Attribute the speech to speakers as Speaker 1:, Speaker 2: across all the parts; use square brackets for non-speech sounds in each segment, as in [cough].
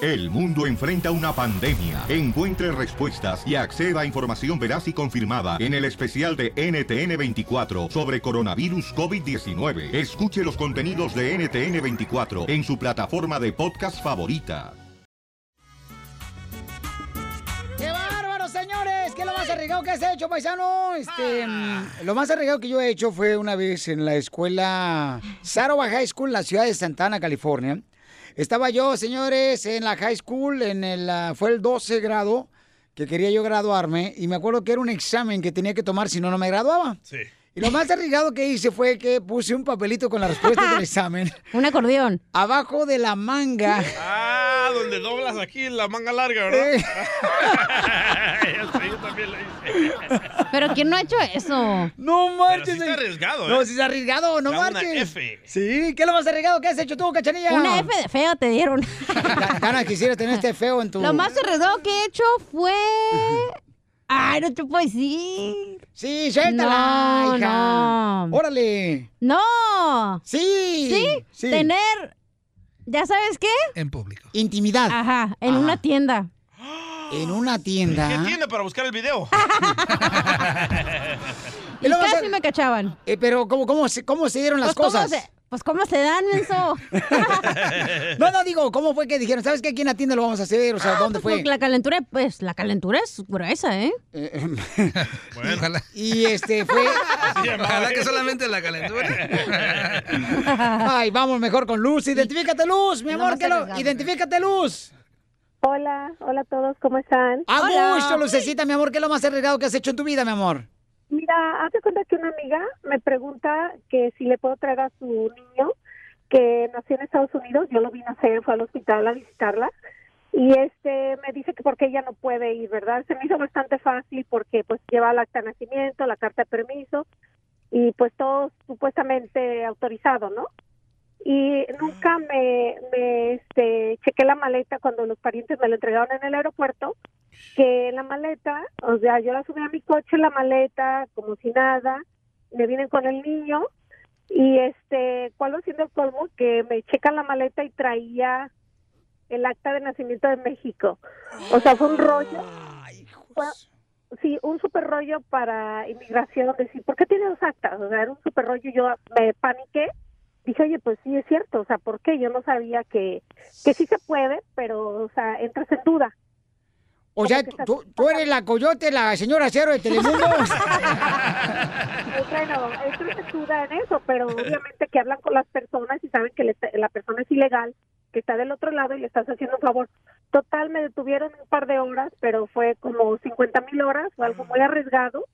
Speaker 1: El mundo enfrenta una pandemia. Encuentre respuestas y acceda a información veraz y confirmada en el especial de NTN24 sobre coronavirus COVID-19. Escuche los contenidos de NTN24 en su plataforma de podcast favorita.
Speaker 2: ¡Qué bárbaro, señores! ¿Qué es lo más arriesgado que has hecho, paisano? Este, Lo más arriesgado que yo he hecho fue una vez en la escuela Sarova High School, en la ciudad de Santana, California. Estaba yo, señores, en la high school, en el, ah, fue el 12 grado que quería yo graduarme y me acuerdo que era un examen que tenía que tomar, si no, no me graduaba.
Speaker 3: Sí.
Speaker 2: Y [laughs] lo más arriesgado que hice fue que puse un papelito con la respuesta [laughs] del examen. Un acordeón. Abajo de
Speaker 4: [laughs]
Speaker 2: la manga.
Speaker 3: Ah, donde doblas aquí la manga larga, ¿verdad?
Speaker 4: [laughs]
Speaker 2: Eh.
Speaker 3: Eso yo también lo hice.
Speaker 5: Pero ¿quién no ha hecho eso?
Speaker 2: No marches.
Speaker 3: sí está arriesgado,
Speaker 2: No,
Speaker 3: ¿eh?
Speaker 2: si está arriesgado, no
Speaker 3: Da una
Speaker 2: marches.
Speaker 3: F.
Speaker 2: Sí, ¿qué es lo más arriesgado que has hecho tú, cachanilla?
Speaker 5: Una F de feo te
Speaker 2: [laughs]
Speaker 5: dieron.
Speaker 2: Gana, quisieras tener este feo en tu.
Speaker 5: Lo más arriesgado que he hecho fue... Ay, no te puedo decir.
Speaker 2: Sí, suéltala,
Speaker 5: No,
Speaker 2: hija.
Speaker 5: no.
Speaker 2: Órale.
Speaker 5: ¡No!
Speaker 2: Sí.
Speaker 5: ¿Sí?
Speaker 2: Sí.
Speaker 5: Tener... ¿Ya sabes qué?
Speaker 4: En público.
Speaker 2: Intimidad.
Speaker 5: Ajá, en
Speaker 2: Ajá.
Speaker 5: una tienda.
Speaker 2: En una
Speaker 3: ¿Qué
Speaker 2: tienda. ¿ah?
Speaker 3: tiene para buscar el video?
Speaker 5: Y
Speaker 2: Y luego
Speaker 5: casi
Speaker 2: se-
Speaker 5: me cachaban.
Speaker 2: Eh, pero, ¿cómo, cómo, se, ¿cómo se dieron las
Speaker 5: Pues, ¿cómo
Speaker 2: cosas?
Speaker 5: se- pues, ¿cómo se dan, menso?
Speaker 2: [laughs] No, no, digo, ¿cómo fue que dijeron? ¿Sabes qué? Aquí en la tienda lo vamos a hacer. O sea, ¿dónde
Speaker 5: Pues, porque
Speaker 2: fue?
Speaker 5: la calentura, pues, la calentura es gruesa, ¿eh?
Speaker 4: [laughs]
Speaker 2: Eh,
Speaker 3: Bueno,
Speaker 4: em, Ojalá,
Speaker 2: y este
Speaker 5: [laughs]
Speaker 2: fue.
Speaker 3: así llamaba,
Speaker 4: ojalá
Speaker 3: ¿eh?
Speaker 4: que solamente la calentura.
Speaker 2: [laughs] Ay, vamos mejor con Luz. Identifícate, Luz, mi
Speaker 5: Lo
Speaker 2: amor.
Speaker 5: más
Speaker 2: Que lo...
Speaker 5: arriesgado.
Speaker 2: Identifícate, Luz.
Speaker 6: Hola, hola a todos, ¿cómo están?
Speaker 2: A
Speaker 5: Hola.
Speaker 2: gusto, Lucecita, mi amor. ¿Qué es lo más arriesgado que has hecho en tu vida, mi amor?
Speaker 6: Mira, hace cuenta que una amiga me pregunta que si le puedo traer a su niño que nació en Estados Unidos, yo lo vi nacer, fue al hospital a visitarla y este me dice que porque ella no puede ir, ¿verdad? Se me hizo bastante fácil porque pues lleva el acta de nacimiento, la carta de permiso y pues todo supuestamente autorizado, ¿no? Y nunca me, me este, chequé la maleta cuando los parientes me la entregaron en el aeropuerto que la maleta, o sea, yo la subí a mi coche, la maleta, como si nada, me vienen con el niño y este, ¿cuál va siendo el colmo? Que me checan la maleta y traía el acta de nacimiento de México. O sea, fue un rollo, sí, un super rollo para inmigración, decir, ¿por qué tiene dos actas? O sea, era un super rollo, yo me paniqué, dije, oye, pues sí, es cierto, o sea, ¿por qué? Yo no sabía que, que sí se puede, pero, o sea, entras en duda.
Speaker 2: O sea, tú, tú eres la coyote, la señora cero
Speaker 6: [laughs]
Speaker 2: de Telemundo.
Speaker 6: Pues Bueno, esto se duda en eso, pero obviamente que hablan con las personas y saben que le está- la persona es ilegal, que está del otro lado y le estás haciendo un favor. Total, me detuvieron un par de horas, pero fue como 50 mil horas, fue algo muy arriesgado,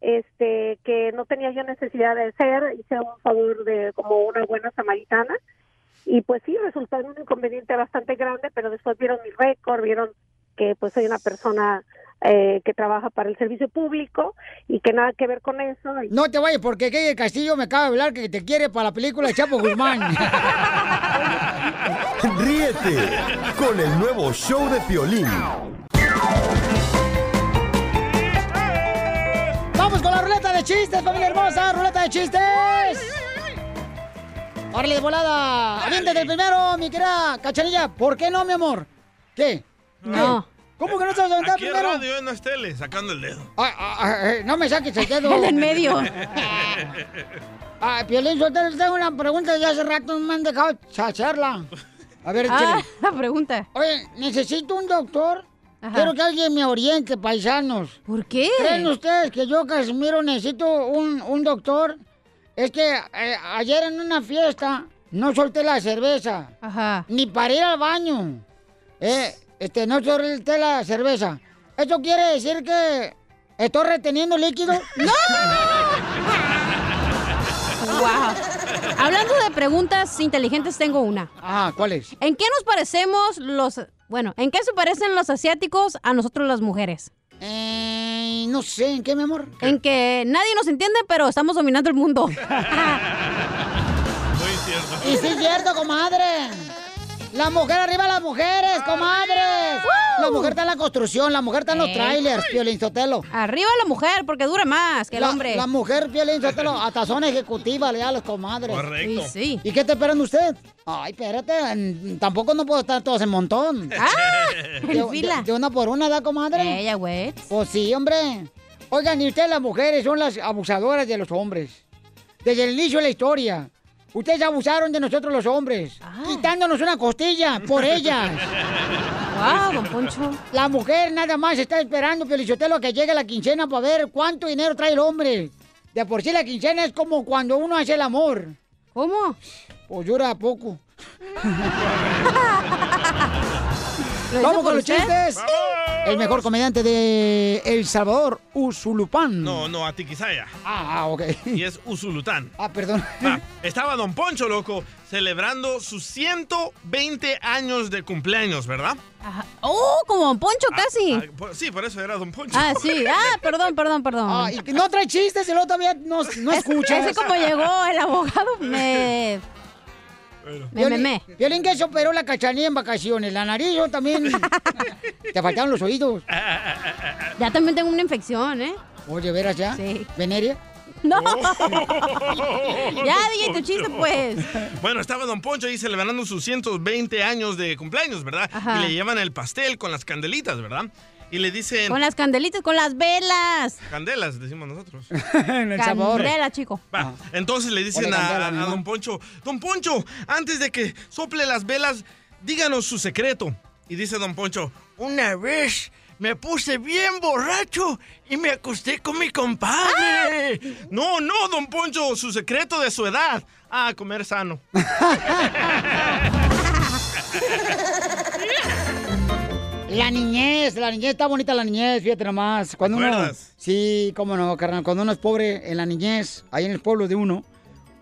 Speaker 6: este, que no tenía yo necesidad de hacer, hice un favor de como una buena samaritana. Y pues sí, resultó en un inconveniente bastante grande, pero después vieron mi récord, vieron que pues soy una persona eh, que trabaja para el servicio público y que nada que ver con eso. y-
Speaker 2: No te vayas porque Key del Castillo me acaba de hablar que te quiere para la película de
Speaker 6: [laughs]
Speaker 2: Chapo Guzmán.
Speaker 7: Ríete con el nuevo show de Piolín.
Speaker 2: Vamos con la ruleta de chistes, familia hermosa, ruleta de chistes. Órale de volada. Aviéntate el primero, mi querida Cachanilla. ¿Por qué no, mi amor? ¿Qué?
Speaker 5: No.
Speaker 2: ¿Qué? ¿Cómo que no te vas a aventar
Speaker 3: Aquí en
Speaker 2: primero?
Speaker 3: radio, en las teles, sacando el dedo.
Speaker 2: Ah, ah, ah, eh, no me saques el dedo.
Speaker 5: El de [laughs] en medio.
Speaker 2: Ah, Piolín, yo tengo una pregunta de hace rato, no me han dejado hacerla. A ver,
Speaker 5: Ah,
Speaker 2: échale.
Speaker 5: [laughs] la pregunta.
Speaker 2: Oye, necesito un doctor.
Speaker 5: Ajá.
Speaker 2: Quiero que alguien me oriente, paisanos.
Speaker 5: ¿Por qué?
Speaker 2: ¿Creen ustedes que yo, Casimiro, necesito un, un doctor? Es que eh, ayer en una fiesta no solté la cerveza,
Speaker 5: Ajá.
Speaker 2: ni para ir al baño. Eh, este, no solté la cerveza. ¿Eso quiere decir que estoy reteniendo líquido? ¡No!
Speaker 5: Wow. Hablando de preguntas inteligentes, tengo una.
Speaker 2: Ah, ¿cuál es?
Speaker 5: ¿En qué nos parecemos los... Bueno, ¿en qué se parecen los asiáticos a nosotros las mujeres?
Speaker 2: Eh, no sé, ¿en qué, mi amor?
Speaker 5: En que nadie nos entiende, pero estamos dominando el
Speaker 2: [laughs]
Speaker 5: mundo.
Speaker 3: Muy cierto.
Speaker 2: Y sí es cierto, comadre. La mujer arriba a las mujeres, comadres. la mujer está en la construcción, la mujer está en los
Speaker 5: Ey.
Speaker 2: trailers, Piolín Sotelo.
Speaker 5: Arriba la mujer, porque dura más que el
Speaker 2: La-
Speaker 5: hombre.
Speaker 2: La mujer, Piolín Sotelo, hasta son ejecutiva, le da a las comadres.
Speaker 5: Correcto. Sí, sí.
Speaker 2: ¿Y qué te esperan de usted? Ay, espérate, mm, tampoco no puedo estar todos en montón.
Speaker 5: ¡Ah! [laughs]
Speaker 2: De-
Speaker 5: En fila.
Speaker 2: de- de una por una, ¿da, comadre?
Speaker 5: Ella, güey.
Speaker 2: Pues sí, hombre. Oigan, y ustedes las mujeres son las abusadoras de los hombres. Desde el inicio de la historia. Ustedes abusaron de nosotros los hombres.
Speaker 5: Ah.
Speaker 2: Quitándonos una costilla por ellas.
Speaker 5: [laughs] Guau, don Poncho.
Speaker 2: La mujer nada más está esperando, Pelichotelo, que llegue la quincena para ver cuánto dinero trae el hombre. De por sí la quincena es como cuando uno hace el amor.
Speaker 5: ¿Cómo?
Speaker 2: Pues llora poco.
Speaker 5: ¿Lo hizo
Speaker 2: Vamos
Speaker 5: por
Speaker 2: con los
Speaker 5: usted?
Speaker 2: chistes. El mejor comediante de El Salvador, Usulupán.
Speaker 4: No, [laughs] no, a Tiquisaya.
Speaker 2: Ah, ok.
Speaker 4: Y es Usulután.
Speaker 2: Ah, perdón.
Speaker 4: Va, Estaba Don Poncho, loco, celebrando sus 120 años de cumpleaños, ¿verdad?
Speaker 5: Ajá. ¡Oh, como don Poncho casi!
Speaker 4: Ah, por- sí, por eso era Don Poncho.
Speaker 5: Ah, sí.
Speaker 4: [laughs]
Speaker 5: Ah, perdón, perdón, perdón.
Speaker 2: Ah, y no trae chistes y luego todavía no, no escuchas.
Speaker 5: Ese como llegó el abogado me... Me
Speaker 2: Ah, Violín-
Speaker 5: memé.
Speaker 2: Violín que se operó la cachanilla en vacaciones. La nariz yo
Speaker 5: [laughs]
Speaker 2: también. Te faltaron los oídos.
Speaker 4: Ah,
Speaker 5: Ya también tengo una infección, ¿eh?
Speaker 2: Oye, ¿veras ya?
Speaker 5: Sí.
Speaker 2: ¿Veneria?
Speaker 5: [laughs] ¡No! ya, dije tu chiste, pues.
Speaker 4: Bueno, estaba Don Poncho ahí celebrando sus 120 años de cumpleaños, ¿verdad?
Speaker 5: Ajá.
Speaker 4: Y le llevan el pastel con las candelitas, ¿verdad? Y le dicen...
Speaker 5: Con las candelitas, con las velas.
Speaker 4: Candelas, decimos
Speaker 5: [laughs]
Speaker 4: nosotros.
Speaker 2: [laughs] en el sabor.
Speaker 5: Candela, chico.
Speaker 4: Va, Entonces le dicen
Speaker 2: Ponle
Speaker 4: a,
Speaker 2: candela,
Speaker 4: a-
Speaker 2: mi
Speaker 4: a
Speaker 2: mamá.
Speaker 4: Don Poncho, Don Poncho, antes de que sople las velas, díganos su secreto. Y dice Don Poncho, una vez me puse bien borracho y me acosté con mi compadre.
Speaker 5: ¡Ah!
Speaker 4: No, no, Don Poncho, su secreto de su edad. Ah, comer sano.
Speaker 2: La niñez, la niñez, está bonita la niñez, fíjate nomás. Cuando uno,
Speaker 4: acuerdas?
Speaker 2: sí, cómo no, carnal. Cuando uno es pobre en la niñez, ahí en el pueblo de uno,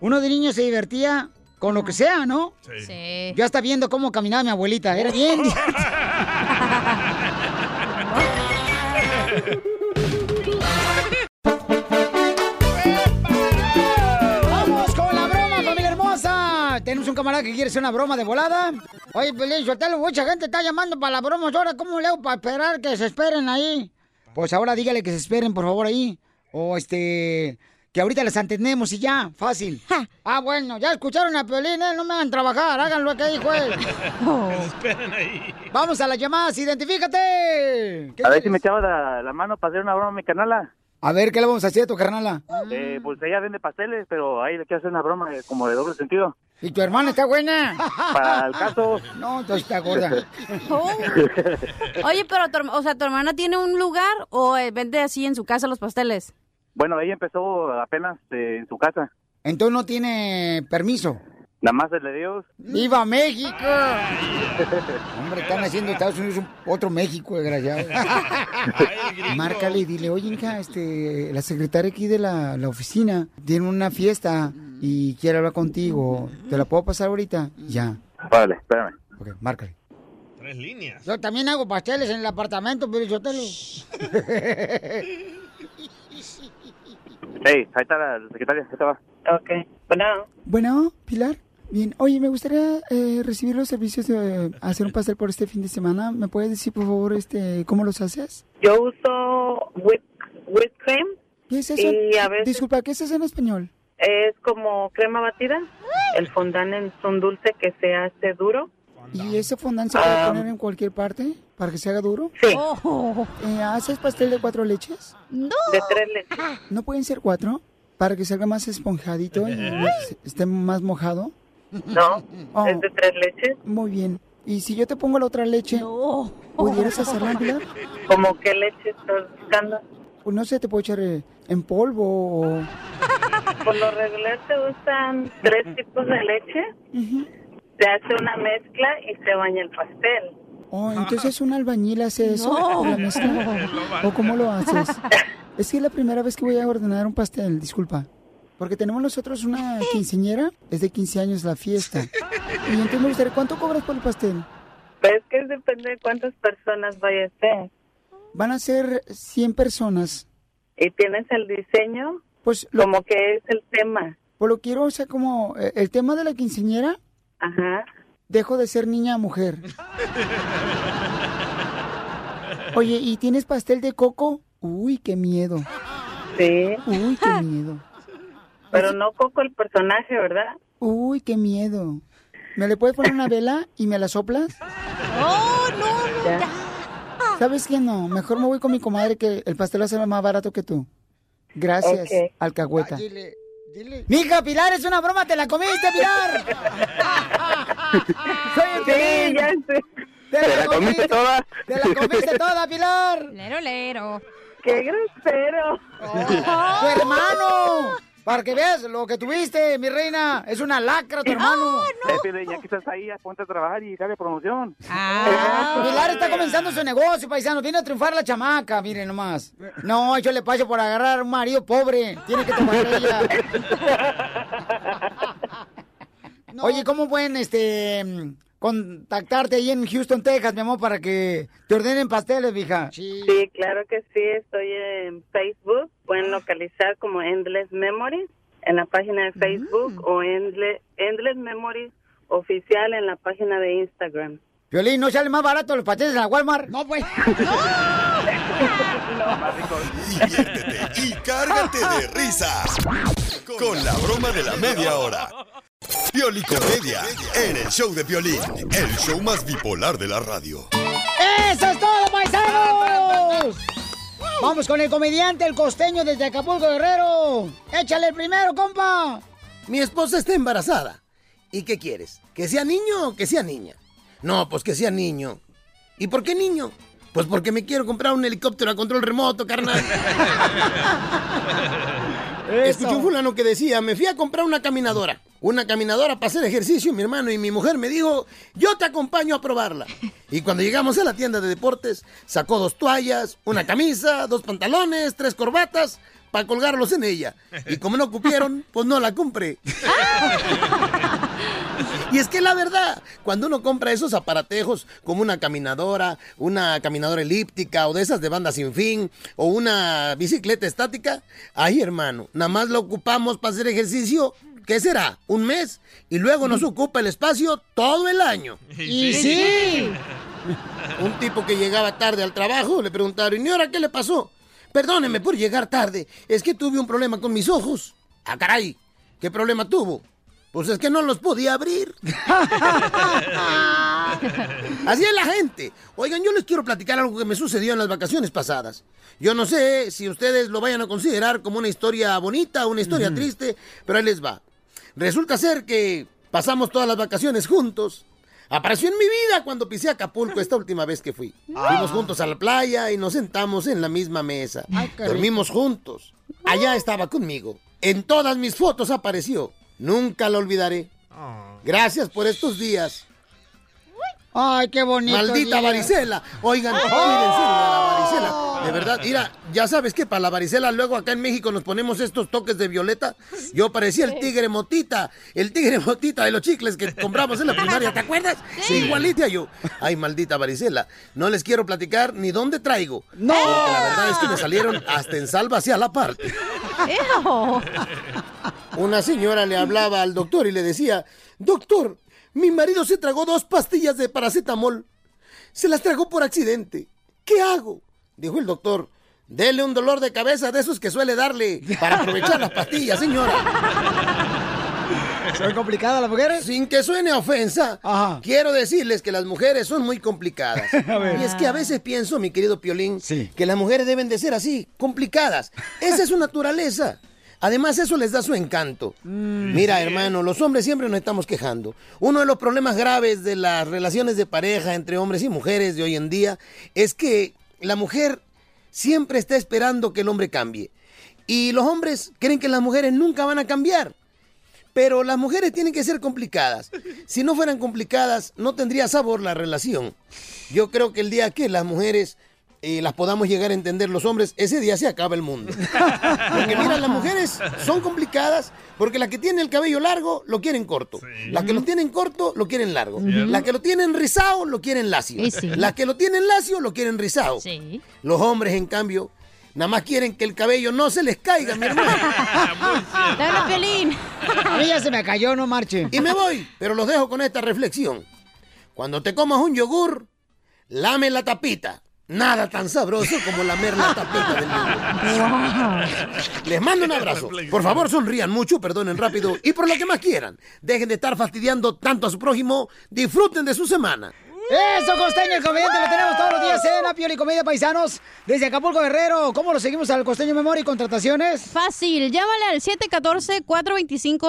Speaker 2: uno de niño se divertía con
Speaker 5: Ah.
Speaker 2: lo que sea, ¿no?
Speaker 5: Sí.
Speaker 2: Yo hasta viendo cómo caminaba mi abuelita, era bien. [laughs] ¡Vamos con la broma, familia hermosa! Tenemos un camarada que quiere hacer una broma de volada. Oye, Pelín, Sotelo, mucha gente está llamando para las bromas. Ahora, ¿cómo leo para esperar que se esperen ahí? Pues ahora dígale que se esperen, por favor, ahí. O este... Que ahorita las entendemos y ya, [laughs] fácil. Ah, bueno, ya escucharon a Piolín, ¿eh? No me hagan trabajar, hagan lo que dijo él. Oh.
Speaker 3: Esperen ahí.
Speaker 2: Vamos a las llamadas, identifícate. ¿Qué
Speaker 8: A ver si
Speaker 2: quieres?
Speaker 8: me echaba la, la mano para hacer una broma a mi canala.
Speaker 2: A ver, ¿qué le vamos a hacer a tu carnala?
Speaker 8: Eh, pues ella vende pasteles, pero ahí le quiero hacer una broma eh, como de doble sentido.
Speaker 2: ¿Y tu hermana está buena?
Speaker 8: Para el caso,
Speaker 2: No, entonces
Speaker 8: [laughs]
Speaker 2: está gorda.
Speaker 5: Oh. Oye, pero, tu, herma- o sea, ¿tu hermana tiene un lugar o eh, vende así en su casa los pasteles?
Speaker 8: bueno, ella empezó apenas eh, en su casa.
Speaker 2: Entonces no tiene permiso.
Speaker 8: Nada más le dio.
Speaker 2: ¡Viva México! [laughs] Hombre, están haciendo Estados Unidos un- otro México, desgraciado. Márcale y dile, oye, hija, este, la secretaria aquí de la, la oficina tiene una fiesta y quiere hablar contigo. ¿Te la puedo pasar pues ahorita? Ya.
Speaker 8: Vale, espérame.
Speaker 2: Ah. Ok, márcale.
Speaker 4: Tres líneas.
Speaker 2: Yo también hago pasteles en el apartamento, pero yo te lo...
Speaker 8: Hey, ahí está la secretaria, ¿qué estaba?
Speaker 9: Ok,
Speaker 10: pues
Speaker 9: bueno,
Speaker 2: Bueno, Pilar. Bien, oye, me gustaría eh, recibir los servicios de eh, hacer un pastel por este fin de semana. ¿Me puedes decir, por favor, este, cómo los haces?
Speaker 9: yo uso whip- whipped cream,
Speaker 2: ¿Qué es eso?
Speaker 9: Y a veces-
Speaker 2: Disculpa, ¿qué es eso en español?
Speaker 9: es como crema batida, el fondant es un dulce que se hace duro.
Speaker 2: ¿Y ese fondant se puede
Speaker 9: Ah.
Speaker 2: poner en cualquier parte para que se haga duro?
Speaker 9: Sí,
Speaker 5: Oh.
Speaker 2: Eh, ¿Haces pastel de cuatro leches?
Speaker 9: de tres leches.
Speaker 2: ¿No pueden ser cuatro? Para que salga más esponjadito y pues, esté más mojado.
Speaker 9: No,
Speaker 2: Oh.
Speaker 9: es de tres leches.
Speaker 2: Muy bien. ¿Y si yo te pongo la otra leche,
Speaker 5: No.
Speaker 2: pudieras hacerla, Pilar?
Speaker 9: ¿Cómo qué leche estás buscando?
Speaker 2: Pues no sé, te puedo echar eh, en polvo o...
Speaker 9: Por lo regular se usan tres tipos de leche,
Speaker 2: Ujú.
Speaker 9: se hace una mezcla y se baña el pastel.
Speaker 5: [laughs]
Speaker 2: Oh, entonces un albañil hace eso.
Speaker 5: No.
Speaker 2: en la mezcla? ¿O cómo lo haces? Es que es la primera vez que voy a ordenar un pastel, disculpa. Porque tenemos nosotros
Speaker 5: [laughs]
Speaker 2: una quinceñera, es de 15 años la fiesta. Y entonces me gustaría, ¿cuánto cobras por el pastel?
Speaker 9: Pero es Pues que depende de cuántas personas vaya a ser.
Speaker 2: Van a ser 100 personas.
Speaker 9: Y tienes el diseño,
Speaker 2: Pues lo,
Speaker 9: como que es el tema.
Speaker 2: pues lo quiero, o sea, como eh, el tema de la quinceñera,
Speaker 9: Ajá.
Speaker 2: dejo de ser niña a mujer. Oye, ¿y tienes pastel de coco? Uy, qué miedo.
Speaker 9: Sí.
Speaker 2: Uy, qué miedo.
Speaker 9: Pero no Coco el personaje, ¿verdad?
Speaker 2: Uy, qué miedo. ¿Me le puedes poner una vela y me la soplas?
Speaker 11: [laughs] ¡Oh, no, no! ya.
Speaker 2: ¿Sabes qué no? Mejor me voy con mi comadre que el pastel va a ser más barato que tú. Gracias,
Speaker 11: Ok.
Speaker 2: alcahueta.
Speaker 11: Ah,
Speaker 2: dile, Mija, Pilar, es una broma, te la comiste,
Speaker 11: [laughs]
Speaker 2: Pilar. Soy el Piolín.
Speaker 11: ¿Te la comiste toda?
Speaker 2: Te la comiste toda, Pilar.
Speaker 11: Lero, lero. Oh.
Speaker 9: ¡Qué grosero!
Speaker 2: ¡Tu hermano! Para que veas lo que tuviste, mi reina. Es una lacra tu
Speaker 11: Oh,
Speaker 2: hermano.
Speaker 8: Eh, Piolín, ya que estás ahí, ya ponte a trabajar y dale promoción.
Speaker 10: Ah.
Speaker 2: Pilar Pues está comenzando su negocio, paisano. Viene a triunfar la chamaca, miren nomás. No, yo le paso por agarrar a un marido pobre. Tiene que tomar ella. Oye, ¿cómo pueden este contactarte ahí en Houston, Texas, mi amor, para que te ordenen pasteles, vieja?
Speaker 9: Sí, claro que sí, estoy en Facebook. Pueden localizar como Endless Memories en la página de Facebook o Endle- Endless Memories oficial en la página de Instagram.
Speaker 2: Violín, ¿no sale más barato los pasteles en la Walmart? No, [laughs] pues.
Speaker 12: Diviértete y cárgate de risas con la broma de la media hora. Piolicomedia en el show de Piolín, el show más bipolar de la radio.
Speaker 2: ¡Eso es todo, paisanos! Vamos con el comediante, el costeño desde Acapulco, Guerrero. Échale el primero, compa.
Speaker 13: Mi esposa está embarazada. ¿Y qué quieres? ¿Que sea niño o que sea niña? No, pues que sea niño. ¿Y por qué niño? Pues porque me quiero comprar un helicóptero a control remoto, carnal. Escuché un fulano que decía, me fui a comprar una caminadora. Una caminadora para hacer ejercicio, mi hermano, y mi mujer me dijo, yo te acompaño a probarla. Y cuando llegamos a la tienda de deportes, sacó dos toallas, una camisa, dos pantalones, tres corbatas, para colgarlos en ella. Y como no cupieron, pues no la compré. Y es que la verdad, cuando uno compra esos aparatejos como una caminadora, una caminadora elíptica o de esas de banda sin fin o una bicicleta estática, ay hermano, nada más la ocupamos para hacer ejercicio, ¿qué será? ¿Un mes? Y luego nos ocupa el espacio todo el año.
Speaker 11: [laughs] Y sí.
Speaker 13: Un tipo que llegaba tarde al trabajo le preguntaron, ¿y ahora qué le pasó? Perdóneme por llegar tarde, es que tuve un problema con mis ojos. Ah, caray, ¿qué problema tuvo? Pues es que no los podía
Speaker 11: [laughs]
Speaker 13: abrir. Así es la gente. Oigan, yo les quiero platicar algo que me sucedió en las vacaciones pasadas. Yo no sé si ustedes lo vayan a considerar como una historia bonita o una historia triste, pero ahí les va. Resulta ser que pasamos todas las vacaciones juntos. Apareció en mi vida cuando pisé Acapulco esta última vez que fui.
Speaker 11: Ah.
Speaker 13: Fuimos juntos a la playa y nos sentamos en la misma mesa.
Speaker 11: qué rico.
Speaker 13: Dormimos juntos. Allá estaba conmigo. En todas mis fotos apareció. Nunca lo olvidaré. Gracias por estos días.
Speaker 2: Ay, qué bonito.
Speaker 13: Maldita
Speaker 2: día.
Speaker 13: varicela. Oigan, cuídense de la varicela. De verdad, mira, ya sabes que para la varicela luego acá en México nos ponemos estos toques de violeta. Yo parecía el tigre motita, el tigre motita de los chicles que compramos en la primaria, ¿te acuerdas? Sí. Igualita yo. Ay, maldita varicela. No les quiero platicar ni dónde traigo. No. La verdad es que me salieron hasta en salva hacia la parte. Una señora le hablaba al doctor y le decía, doctor, mi marido se tragó dos pastillas de paracetamol. Se las tragó por accidente. ¿Qué hago? Dijo el doctor. Dele un dolor de cabeza de esos que suele darle para aprovechar las pastillas, señora.
Speaker 2: ¿Son complicadas las mujeres?
Speaker 13: Sin que suene a ofensa, quiero decirles que las mujeres son muy complicadas.
Speaker 2: [laughs]
Speaker 11: ver.
Speaker 13: Y es que a veces pienso, mi querido Piolín, que las mujeres deben de ser así, complicadas. Esa es su naturaleza. Además, eso les da su encanto.
Speaker 11: Mm.
Speaker 13: Mira, hermano, los hombres siempre nos estamos quejando. Uno de los problemas graves de las relaciones de pareja entre hombres y mujeres de hoy en día es que la mujer siempre está esperando que el hombre cambie. Y los hombres creen que las mujeres nunca van a cambiar. Pero las mujeres tienen que ser complicadas. Si no fueran complicadas, no tendría sabor la relación. Yo creo que el día que las mujeres eh, las podamos llegar a entender los hombres, ese día se acaba el mundo. Porque mira, las mujeres son complicadas porque las que tienen el cabello largo lo quieren corto. Las que lo tienen corto lo quieren largo.
Speaker 11: Cierto.
Speaker 13: Las que lo tienen rizado lo quieren lacio.
Speaker 11: Y sí.
Speaker 13: Las que lo tienen lacio lo quieren rizado.
Speaker 11: Sí.
Speaker 13: Los hombres, en cambio, nada más quieren que el cabello no se les caiga, mi hermano.
Speaker 2: Dale, Pelín. A mí ya se me cayó, no marche.
Speaker 13: Y me voy, pero los dejo con esta reflexión. Cuando te comas un yogur, lame la tapita. Nada tan sabroso como lamer la tapita del niño. Les mando un abrazo. Por favor, sonrían mucho, perdonen rápido y por lo que más quieran. Dejen de estar fastidiando tanto a su prójimo. Disfruten de su semana.
Speaker 2: Eso, Costeño, el comediante, lo tenemos todos los días en la Pioli Comedia Paisanos. Desde Acapulco, Guerrero, ¿cómo lo seguimos al Costeño Memoria y contrataciones?
Speaker 5: Fácil, llámale al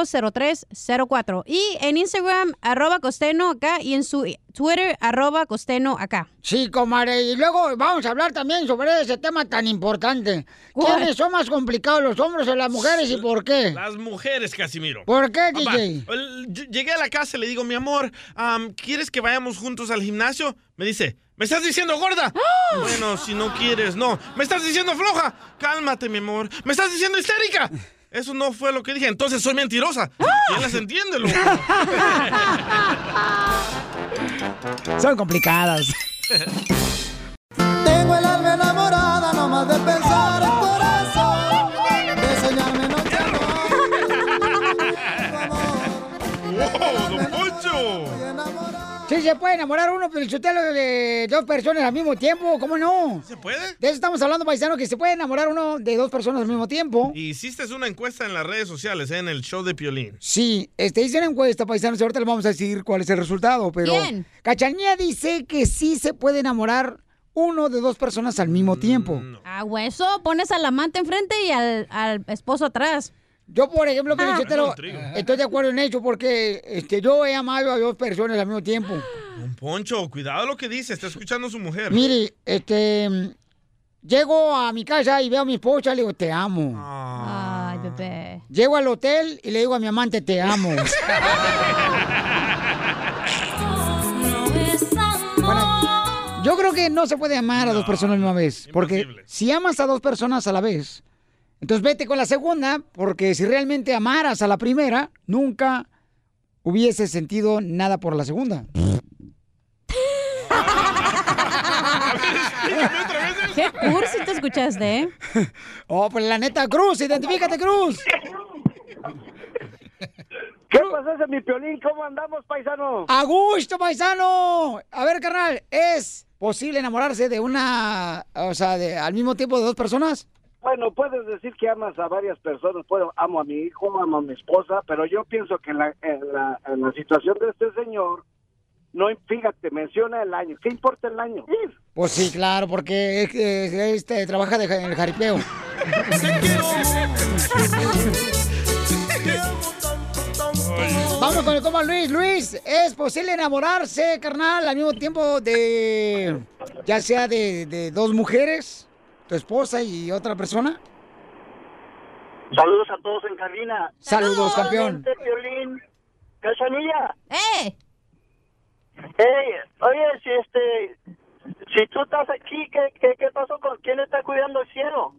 Speaker 5: 714-425-0304 y en Instagram, arroba costeno acá y en su Twitter, arroba costeno acá.
Speaker 2: Sí, comadre, y luego vamos a hablar también sobre ese tema tan importante.
Speaker 5: ¿Cuál?
Speaker 2: ¿Quiénes son más complicados, los hombres o las mujeres y por qué?
Speaker 4: Las mujeres, Casimiro. Ah,
Speaker 2: ¿Por qué,
Speaker 4: Papá,
Speaker 2: DJ?
Speaker 4: el- ll- Llegué a la casa y le digo, mi amor, am, ¿quieres que vayamos juntos al gimnasio? Me dice, ¿me estás diciendo gorda?
Speaker 2: ¡Ah!
Speaker 4: Bueno, si no quieres, no. ¿Me estás diciendo floja? Cálmate, mi amor. ¿Me estás diciendo histérica? Eso no fue lo que dije. Entonces soy mentirosa.
Speaker 2: ¡Ah!
Speaker 4: ¿Quién las entiende, loco? [laughs]
Speaker 2: Son complicadas.
Speaker 14: Tengo el alma enamorada nomás de pensar en tu corazón, de soñarme noche a
Speaker 4: ¡Wow, don Poncho!
Speaker 2: Sí, se puede enamorar uno, pero de dos personas al mismo tiempo, ¿cómo no? ¿Se
Speaker 4: puede?
Speaker 2: De eso estamos hablando, paisano, que se puede enamorar uno de dos personas al mismo tiempo.
Speaker 4: Hiciste una encuesta en las redes sociales, ¿eh? en el show de Piolín.
Speaker 2: Sí, este, hice una encuesta, paisanos, ahorita les vamos a decir cuál es el resultado, pero...
Speaker 4: Bien.
Speaker 2: Cachanía dice que sí se puede enamorar uno de dos personas al mismo tiempo.
Speaker 5: A hueso, pones al amante enfrente y al, al esposo atrás.
Speaker 2: Yo, por ejemplo, Pero, Chotelo, estoy de acuerdo en eso porque este, yo he amado a dos personas al mismo tiempo.
Speaker 4: Don Poncho, cuidado lo que dice. Está escuchando su mujer.
Speaker 2: Mire, este... Llego a mi casa y veo a mi esposa y le digo, te amo.
Speaker 5: Ay, bebé.
Speaker 2: Llego al hotel y le digo a mi amante, te amo. Bueno, yo creo que no se puede amar a dos personas a la misma vez. Porque si amas a dos personas a la vez, entonces vete con la segunda, porque si realmente amaras a la primera, nunca hubiese sentido nada por la segunda.
Speaker 5: Qué cursi te escuchaste, ¿eh?
Speaker 2: [laughs] Oh, pues la neta, Cruz, identifícate, Cruz.
Speaker 10: ¿Qué pasa, ese mi piolín? ¿Cómo andamos, paisano?
Speaker 2: ¡A gusto, paisano! A ver, carnal, ¿es posible enamorarse de una, o sea, de- al mismo tiempo de dos personas?
Speaker 10: Bueno, puedes decir que amas a varias personas. Bueno, amo a mi hijo, amo a mi esposa, pero yo pienso que en la, en la, en la situación de este señor, no, fíjate, menciona el año. ¿Qué importa el año?
Speaker 2: Pues sí, claro, porque es que, este, trabaja de ja- en el jaripeo. Vamos con el compa Luis. Luis, ¿es posible enamorarse, carnal, al mismo tiempo de, ya sea de, de dos mujeres, tu esposa y otra persona?
Speaker 10: Saludos a todos en cabina.
Speaker 2: Saludos, campeón.
Speaker 10: Este Piolín, Cachanilla.
Speaker 5: ¡Eh!
Speaker 10: oye, si este, si tú estás aquí, ¿qué, qué, qué pasó con quién está cuidando el cielo?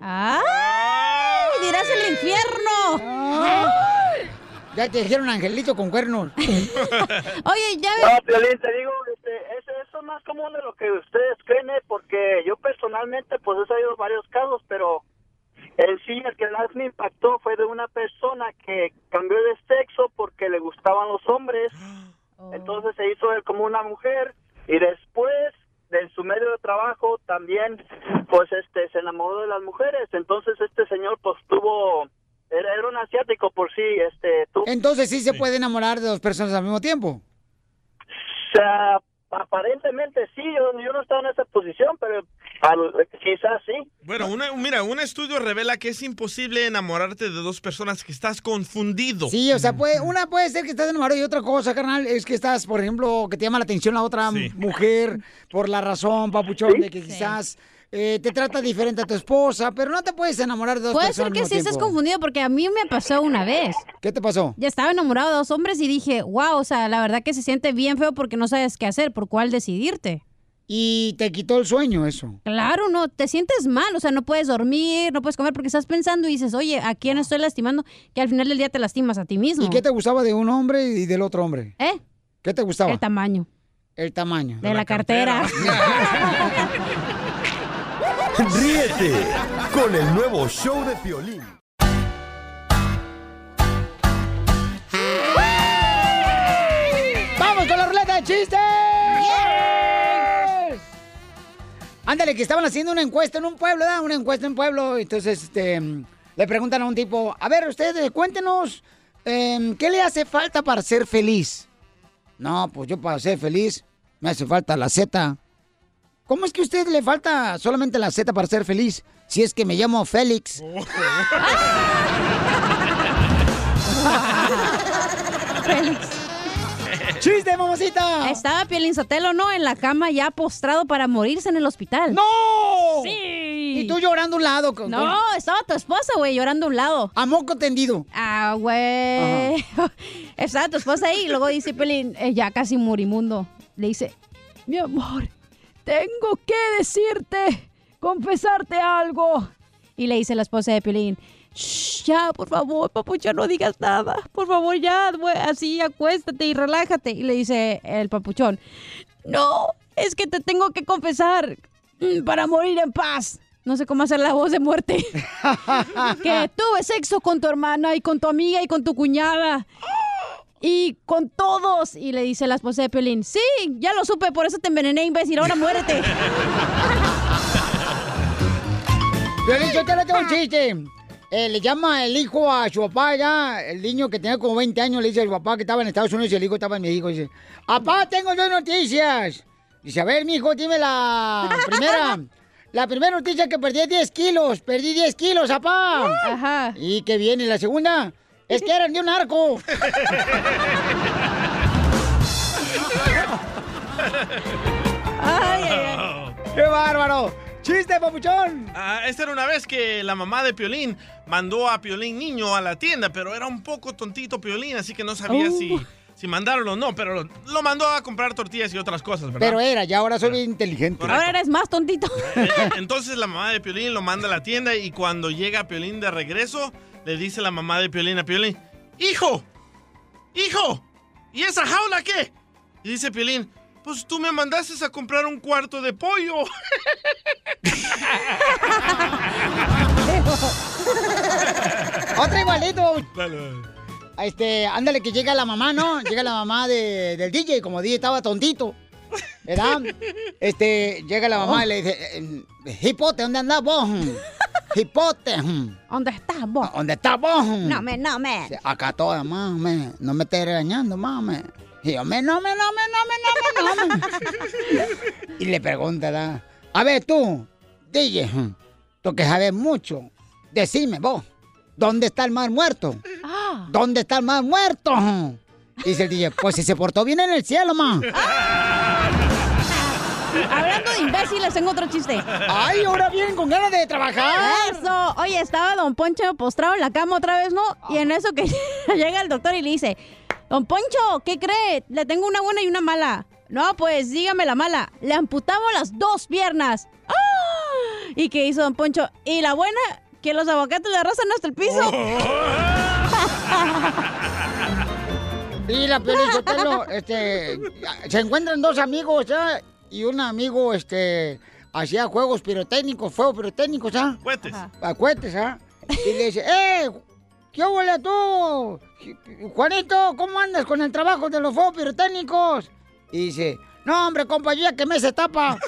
Speaker 5: ¡Ay! ¡Dirás el infierno!
Speaker 2: Ah, Ya te dijeron angelito con cuernos.
Speaker 5: [laughs] Oye, ya
Speaker 10: No, Piolín, te digo, este, es, eso es más común de lo que ustedes creen, ¿eh? porque yo personalmente, pues he sabido varios casos, pero el sí, el que más me impactó fue de una persona que cambió de sexo porque le gustaban los hombres,
Speaker 5: Oh.
Speaker 10: entonces se hizo él como una mujer, y después de su medio de trabajo también, pues este, se enamoró de las mujeres, entonces este señor, pues tuvo, era, era un asiático por sí, este, tuvo...
Speaker 2: Entonces sí se puede enamorar de dos personas al mismo tiempo.
Speaker 10: O sea, aparentemente sí, yo, yo no estaba en esa posición, pero al- quizás sí.
Speaker 4: Bueno, una- mira, un estudio revela que es imposible enamorarte de dos personas que estás confundido. Mm.
Speaker 2: Sí,
Speaker 4: [laughs]
Speaker 2: o sea, puede, una puede ser que estás enamorado y otra cosa, carnal, es que estás, por ejemplo, que te llama la atención la otra mujer por la razón, papuchón, de que quizás eh, te trata diferente a tu esposa, pero no te puedes enamorar de dos
Speaker 5: Puede ser
Speaker 2: personas.
Speaker 5: que sí
Speaker 2: estás
Speaker 5: estés confundido porque a mí me pasó una vez.
Speaker 2: ¿Qué te pasó?
Speaker 5: Ya estaba enamorado de dos hombres y dije, wow, o sea, la verdad que se siente bien feo porque no sabes qué hacer, por cuál decidirte.
Speaker 2: Y te quitó el sueño eso.
Speaker 5: Claro, no, te sientes mal, o sea, no puedes dormir, no puedes comer porque estás pensando y dices, oye, ¿a quién estoy lastimando? Que al final del día te lastimas a ti mismo.
Speaker 2: ¿Y qué te gustaba de un hombre y del otro hombre?
Speaker 5: ¿Eh?
Speaker 2: ¿Qué te gustaba?
Speaker 5: El tamaño.
Speaker 2: El tamaño.
Speaker 5: De la cartera.
Speaker 7: Ríete con el nuevo show de Piolín.
Speaker 2: ¡Vamos con la ruleta de chistes! Ándale, que estaban haciendo una encuesta en un pueblo, ¿verdad? Una encuesta en un pueblo. Entonces, este, le preguntan a un tipo, a ver, ustedes, cuéntenos, em, ¿qué le hace falta para ser feliz? No, pues yo para ser feliz me hace falta la Z. ¿Cómo es que a usted le falta solamente la Z para ser feliz? Si es que me llamo Félix.
Speaker 5: [laughs]
Speaker 2: ¡Chiste, mamacita!
Speaker 5: Estaba Pielín Sotelo, ¿no? En la cama ya postrado para morirse en el hospital.
Speaker 2: ¡No!
Speaker 5: Sí.
Speaker 2: Y tú llorando a un lado. con-
Speaker 5: No, estaba tu esposa, güey, llorando a un lado.
Speaker 2: A moco tendido.
Speaker 5: Ah, güey. [laughs] estaba tu esposa ahí y luego dice Pielín, eh, ya casi morimundo. Le dice, mi amor, tengo que decirte, confesarte algo. Y le dice la esposa de Pielín, "Shh, ya, por favor, papucho, no digas nada. Por favor, ya, güey, así acuéstate y relájate. Y le dice el papuchón, no, es que te tengo que confesar mm, para morir en paz. No sé cómo hacer la voz de muerte. que tuve sexo con tu hermana y con tu amiga y con tu cuñada. Y con todos. Y le dice la esposa de Piolín, sí, ya lo supe, por eso te envenené, imbécil, ahora muérete.
Speaker 2: Piolín, yo te lo tengo un chiste. Eh, le llama el hijo a su papá ya, el niño que tenía como 20 años, le dice al papá que estaba en Estados Unidos y el hijo estaba en México. Dice, papá, tengo dos noticias. Dice, a ver, mijo, dime la
Speaker 5: [laughs]
Speaker 2: primera. La primera noticia es que perdí 10 kilos, perdí 10 kilos, papá.
Speaker 5: Ah, Ajá.
Speaker 2: Y que viene la segunda, es que eran de
Speaker 5: [laughs]
Speaker 2: un arco. ¡Qué bárbaro! ¡Chiste, papuchón!
Speaker 4: Ah, esta era una vez que la mamá de Piolín mandó a Piolín niño a la tienda, pero era un poco tontito Piolín, así que no sabía
Speaker 2: Oh.
Speaker 4: si, si mandarlo o no, pero lo, lo mandó a comprar tortillas y otras cosas, ¿verdad?
Speaker 2: Pero era, ya ahora soy bien inteligente.
Speaker 5: ahora eres más tontito.
Speaker 4: Entonces la mamá de Piolín lo manda a la tienda y cuando llega Piolín de regreso, le dice la mamá de Piolín a Piolín, ¡Hijo! ¡Hijo! ¿Y esa jaula qué? Y dice Piolín, pues tú me mandaste a comprar un cuarto de pollo.
Speaker 2: Otro igualito. Este, ándale que llega la mamá, ¿no? Llega la mamá de- del DJ, como DJ estaba tontito. ¿Verdad? Este, llega la mamá y le dice, eh, eh, Hipote, ¿dónde andás vos? Hipote.
Speaker 5: ¿Dónde estás vos?
Speaker 2: ¿Dónde estás vos?
Speaker 5: No, me, no, me.
Speaker 2: Acá toda, mame. No me estés regañando, mame. Y yo, me, no, me, no, me, no, me, no, me, no, me. Y le pregunta, ¿verdad? A ver tú, DJ, tú que sabes mucho, decime vos, ¿dónde está el mar muerto?
Speaker 11: Ah.
Speaker 2: ¿Dónde está el mar muerto? hmm? Dice el DJ, pues si se portó bien en el cielo, ma.
Speaker 5: Hablando de imbéciles, tengo otro chiste.
Speaker 2: Ay, ahora vienen con ganas de trabajar.
Speaker 5: Eso. Oye, estaba Don Poncho postrado en la cama otra vez, ¿no? Y en eso que [laughs] llega el doctor y le dice, Don Poncho, ¿qué cree? Le tengo una buena y una mala. No, pues dígame la mala. Le amputamos las dos piernas. ¡Ah! ¿Y qué hizo Don Poncho? Y la buena, que los aguacates le arrasan hasta el piso. [laughs]
Speaker 2: Y la Piolín Sotelo, [laughs] este, se encuentran dos amigos, ¿ya? Y un amigo, este, hacía juegos pirotécnicos, fuegos pirotécnicos, ¿ya?
Speaker 4: Cohetes.
Speaker 2: A cohetes, ¿ah? Y le dice, ¡eh! ¿Qué huele tú? Juanito, ¿cómo andas con el trabajo de los fuegos pirotécnicos? Y dice, no, hombre, compañía, que me
Speaker 4: [laughs]
Speaker 2: se tapa.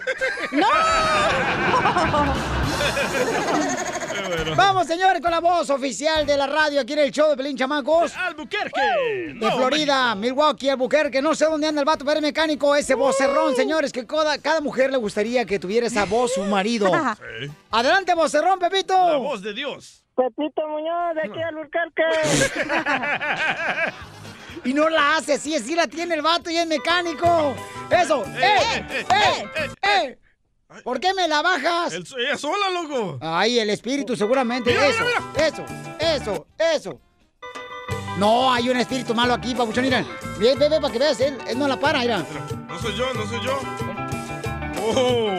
Speaker 2: Vamos, señores, con la voz oficial de la radio aquí en el show de Pelín Chamacos.
Speaker 4: Albuquerque.
Speaker 2: De Florida, Milwaukee, Albuquerque, no sé dónde anda el vato, pero es mecánico, ese vocerrón, señores, que cada, cada mujer le gustaría que tuviera esa voz su
Speaker 11: [laughs]
Speaker 2: marido.
Speaker 4: Sí.
Speaker 2: Adelante, vocerrón, Pepito.
Speaker 4: La voz de Dios.
Speaker 2: Pepito Muñoz, de aquí Albuquerque. [laughs] y no la hace, sí, sí la tiene el vato y es mecánico. Eso, eh, eh, eh, eh. ¿Por qué me la bajas?
Speaker 4: El- ella sola, loco.
Speaker 2: Ay, el espíritu, seguramente.
Speaker 4: Mira,
Speaker 2: eso,
Speaker 4: mira,
Speaker 2: eso, eso, eso. No, hay un espíritu malo aquí, papuchón. Mira, ve, ve, ve, para que veas, él, él no la para, mira.
Speaker 4: No soy yo, no soy yo. Oh.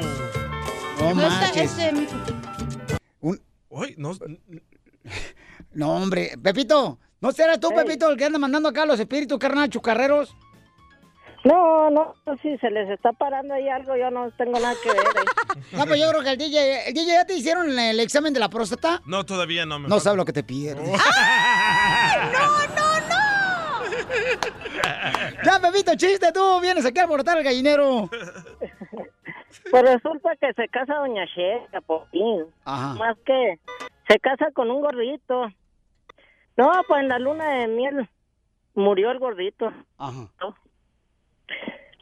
Speaker 2: No manches.
Speaker 4: Ay, no,
Speaker 2: [laughs] No, hombre, Pepito, ¿no serás tú,
Speaker 6: Ey.
Speaker 2: Pepito, el que anda mandando acá los espíritus, carnal, chucarreros?
Speaker 6: No, no, si se les está parando ahí algo, yo no tengo nada que ver.
Speaker 15: ¿eh?
Speaker 6: ahí.
Speaker 2: No, pues yo creo que el DJ, el DJ ya te hicieron el examen de la próstata.
Speaker 4: no, todavía no me.
Speaker 2: No sabes lo que te pierdes. [laughs]
Speaker 11: ¡No, no, no!
Speaker 2: [laughs] Ya, Pepito, chiste, tú vienes aquí a abortar el gallinero.
Speaker 15: Pues resulta que se casa Doña Sheca, por fin.
Speaker 11: Ajá.
Speaker 15: Más que se casa con un gordito. No, pues en la luna de miel murió el gordito.
Speaker 11: Ajá.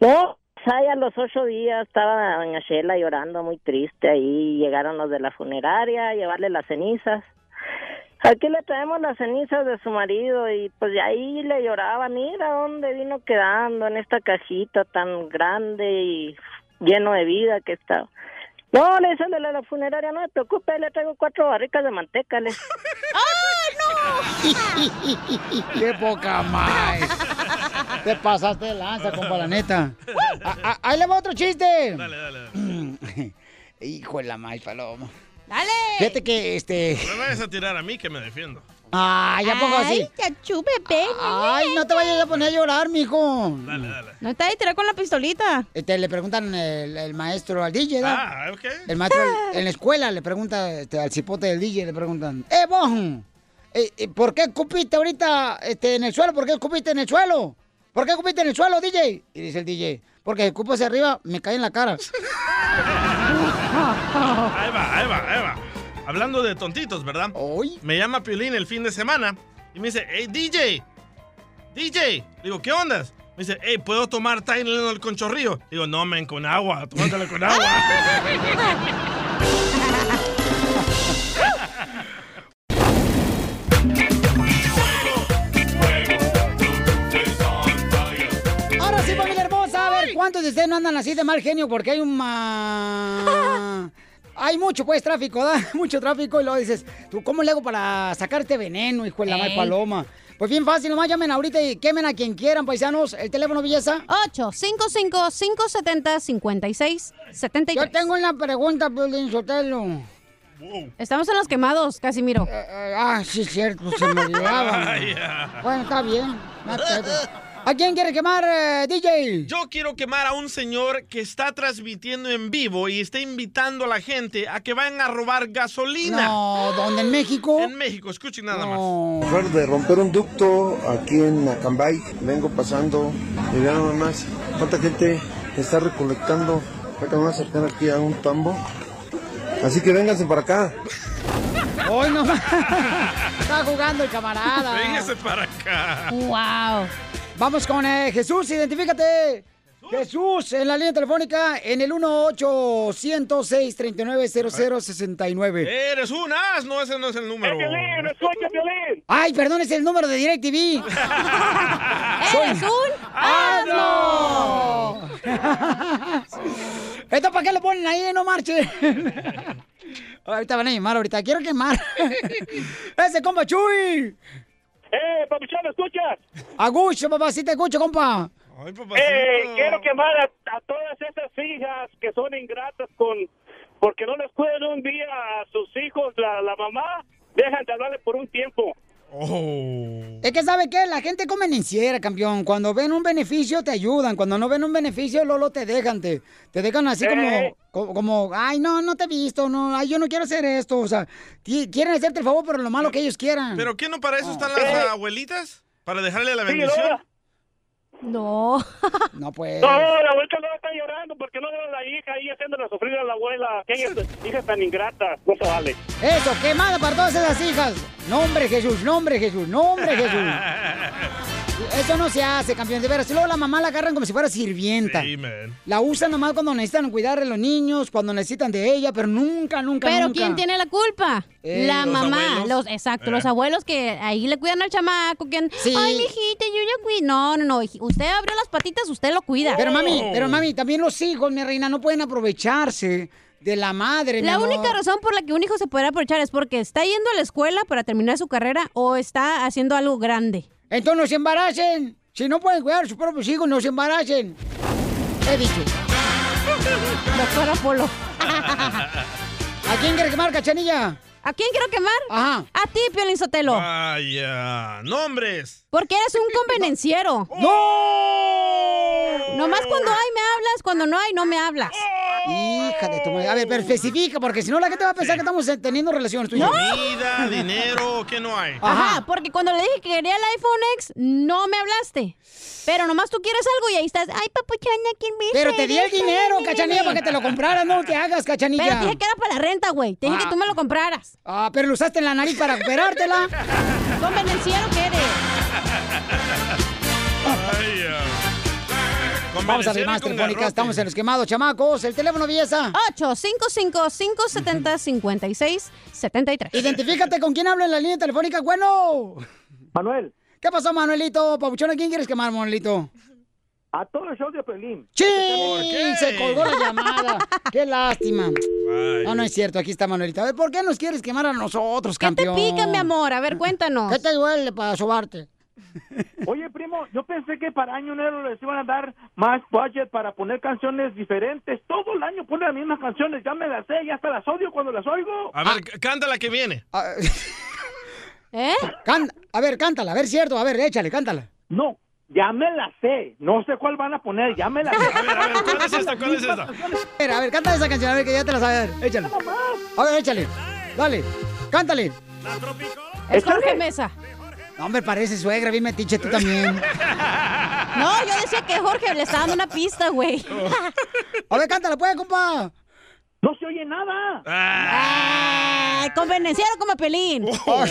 Speaker 15: No, pues ahí a los ocho días estaba doña Shela llorando muy triste ahí. Llegaron los de la funeraria a llevarle las cenizas. Aquí le traemos las cenizas de su marido y pues de ahí le lloraba, mira dónde vino quedando en esta cajita tan grande y lleno de vida que estaba. No, le dice el de la funeraria, no te preocupes, le traigo cuatro barricas de manteca. le-
Speaker 2: ¡Qué poca más! Te pasaste de lanza, compa, la [laughs] neta. Ah, ah, ahí le va otro chiste. Dale, dale. Hijo de la mal paloma.
Speaker 5: ¡Dale!
Speaker 2: [clears throat] Fíjate que este.
Speaker 4: No me vayas a tirar a mí que me defiendo.
Speaker 2: Ay, ¿a poco así?
Speaker 5: Ay, te chupe, ven.
Speaker 2: Ay, no te vayas a poner a llorar, mijo.
Speaker 4: Dale, dale.
Speaker 5: No está ahí, tirar con la pistolita.
Speaker 2: Este, le preguntan el, el maestro al DJ, ¿no?
Speaker 4: Ah, ok.
Speaker 2: El maestro en la escuela le pregunta este, al cipote del DJ, le preguntan, ¡Eh, vos! eh, eh, ¿Por qué escupiste ahorita este, en el suelo? ¿Por qué escupiste en el suelo? ¿Por qué escupiste en el suelo, DJ? Y dice el DJ, porque escupo hacia arriba, me cae en
Speaker 5: [laughs]
Speaker 2: la cara.
Speaker 4: Ahí va, ahí va, ahí va. Hablando de tontitos, ¿verdad? Me llama Piolín el fin de semana y me dice, hey, DJ, DJ. Le digo, ¿qué ondas? Me dice, hey, ¿puedo tomar Tylenol con chorrillo? Le digo, no, men, con agua, tómatela con
Speaker 2: [laughs]
Speaker 4: agua.
Speaker 2: Ahora sí, familia hermosa, a ver cuántos de ustedes no andan así de mal genio porque hay un ma- Hay mucho, pues, tráfico, ¿da? [laughs] Mucho tráfico y luego dices, ¿tú cómo le hago para sacarte veneno, hijo de la mal
Speaker 5: Ey.
Speaker 2: paloma? Pues
Speaker 5: [laughs]
Speaker 2: bien fácil, nomás llamen ahorita y quemen a quien quieran, paisanos. El teléfono, belleza.
Speaker 5: 855-570-5673.
Speaker 2: Yo tengo una pregunta, Piolín Sotelo.
Speaker 5: Estamos en los quemados, Casimiro.
Speaker 2: ah, sí, cierto, se me olvidaba. Bueno, está bien. no te hago. ¿A quién quiere quemar, eh, DJ?
Speaker 4: Yo quiero quemar a un señor que está transmitiendo en vivo y está invitando a la gente a que vayan a robar gasolina.
Speaker 2: No, ¿dónde? ¿En México?
Speaker 4: En México, escuchen nada más.
Speaker 16: Acabo de romper un ducto aquí en Acambay. Vengo pasando y vean nada más cuánta gente está recolectando. Acá me voy a acercar aquí a un tambo. Así que vénganse para acá.
Speaker 2: Hoy no [laughs] Está jugando el camarada.
Speaker 4: Véngase para acá.
Speaker 2: Wow. Vamos con eh, Jesús, identifícate. Jesús, en la línea telefónica, en el 186 39 69
Speaker 4: Eres un asno, ese no es el número.
Speaker 2: Piolín, Ay, perdón, es el número de [laughs] DirecTV. ¡Eres un [laughs] asno! ¿Esto para qué lo ponen ahí? No marchen. [laughs] ahorita van a llamar, ahorita. Quiero quemar. [laughs] ¡Ese compa Chuy!
Speaker 17: ¡Eh, papuchón, ¿me escuchas?
Speaker 2: Agucho, papá, sí te escucho, compa.
Speaker 17: Eh, quiero quemar a, a todas esas hijas que son ingratas con porque no les cuidan un día a sus hijos, la, la mamá, dejan de hablarle por un tiempo.
Speaker 2: Es que, ¿sabe qué? La gente convenenciera, campeón. Cuando ven un beneficio, te ayudan. Cuando no ven un beneficio, Lolo, te dejan. Te, te dejan así
Speaker 17: Eh.
Speaker 2: como, co- como, ay, no, no te he visto. No, ay, yo no quiero hacer esto. O sea, qui- quieren hacerte el favor, pero lo malo que ellos quieran.
Speaker 4: ¿Pero qué no para eso están las
Speaker 2: Eh.
Speaker 4: abuelitas? ¿Para dejarle la
Speaker 2: Sí,
Speaker 4: bendición?
Speaker 5: No.
Speaker 2: No, pues.
Speaker 17: No, la abuelita no está llorando porque no veo a la hija ahí haciéndola sufrir a la abuela. Que ella
Speaker 10: [laughs]
Speaker 17: hija tan ingrata, no se vale.
Speaker 2: [laughs] Eso, quemada para todas esas hijas. Nombre Jesús, nombre Jesús, nombre
Speaker 4: [laughs]
Speaker 2: Jesús. Eso no se hace, campeón. De veras, Y luego la mamá la agarran como si fuera sirvienta.
Speaker 4: Sí, man.
Speaker 2: La usan nomás cuando necesitan cuidar a los niños, cuando necesitan de ella, pero nunca, nunca,
Speaker 5: Pero
Speaker 2: nunca.
Speaker 5: ¿quién tiene la culpa?
Speaker 2: Eh,
Speaker 5: la
Speaker 2: los
Speaker 5: mamá,
Speaker 2: abuelos.
Speaker 5: los exacto,
Speaker 2: Eh.
Speaker 5: los abuelos que ahí le cuidan al chamaco, quien, ay, mijita, yo ya cuido. No, no, no, hij- usted abrió las patitas, usted lo cuida.
Speaker 2: Pero mami, pero mami, también los hijos, mi reina, no pueden aprovecharse de la madre. mi
Speaker 5: La
Speaker 2: amor.
Speaker 5: única razón por la que un hijo se podrá aprovechar es porque está yendo a la escuela para terminar su carrera o está haciendo algo grande.
Speaker 2: Entonces no se embaracen. Si no pueden cuidar a sus propios hijos, no se embaracen. He dicho.
Speaker 4: [laughs]
Speaker 5: Doctor Apolo.
Speaker 2: ¿A quién quiere quemar, cachanilla?
Speaker 5: ¿A quién quiero quemar?
Speaker 2: Ajá.
Speaker 5: A ti, Piolín Sotelo.
Speaker 4: Vaya, nombres.
Speaker 5: Porque eres un convenenciero.
Speaker 4: ¡No!
Speaker 5: Nomás cuando hay me hablas, cuando no hay no me hablas.
Speaker 2: Hija de tu madre. A ver, pero especifica, porque si no, la gente va a pensar que estamos eh, teniendo relaciones tuyas.
Speaker 4: Comida, dinero, ¿qué no hay?
Speaker 5: Ajá, porque cuando le dije que quería el iPhone X, no me hablaste. Pero nomás tú quieres algo y ahí estás, ay, papuchana, ¿quién me
Speaker 2: Pero te di el
Speaker 5: dice?
Speaker 2: dinero, cachanilla, para que te lo compraras, no te hagas, cachanilla.
Speaker 5: Pero te dije que era para la renta, güey. Te dije que tú me lo compraras.
Speaker 2: Ah, pero lo usaste en la nariz
Speaker 5: [laughs]
Speaker 2: para operártela.
Speaker 5: Toma en el cielo que eres.
Speaker 4: Ay,
Speaker 2: Vamos a las más
Speaker 4: con
Speaker 2: telefónicas,
Speaker 4: garrote.
Speaker 2: estamos en los quemados, chamacos. El teléfono belleza.
Speaker 5: 855-570-5673.
Speaker 2: Identifícate con quién hablo en la línea telefónica, bueno. Manuel. ¿Qué pasó, Manuelito? Papuchón, ¿a quién quieres quemar, Manuelito?
Speaker 10: A todo el show de Este Pelín.
Speaker 2: ¡Sí! Se colgó la llamada. ¡Qué lástima! No, no es cierto, aquí está Manuelito. A ver, ¿por qué nos quieres quemar a nosotros, campeón?
Speaker 5: pica, mi amor? A ver, cuéntanos.
Speaker 2: ¿Qué te duele para sobarte?
Speaker 10: Oye, primo, yo pensé que para Año Nuevo les iban a dar más budget para poner canciones diferentes. Todo el año ponen las mismas canciones. Ya me las sé, ya hasta las odio cuando las oigo.
Speaker 4: A
Speaker 2: Ah.
Speaker 4: ver, c- canta la que viene.
Speaker 5: ¿Eh?
Speaker 2: a ver, cántala, a ver, cierto, a ver, échale, cántala.
Speaker 10: No, ya me las sé. No sé cuál van a poner, ya me las sé. A ver, a ver, ¿cuál es esta? ¿Cuál es esta?
Speaker 2: [laughs] A ver, a ver, canta esa canción, a ver, que ya te la sabes. A ver, échale. A ver, échale. Dale, cántale.
Speaker 5: Es Jorge Mesa.
Speaker 2: No, hombre, parece suegra, bien metiche tú también.
Speaker 5: [laughs] No, yo decía que Jorge le estaba dando una pista, güey.
Speaker 2: [laughs] A ver, cántala, pues, compa.
Speaker 10: No se oye nada.
Speaker 2: Ah.
Speaker 5: Ay, convenenciero como pelín.
Speaker 2: Oh.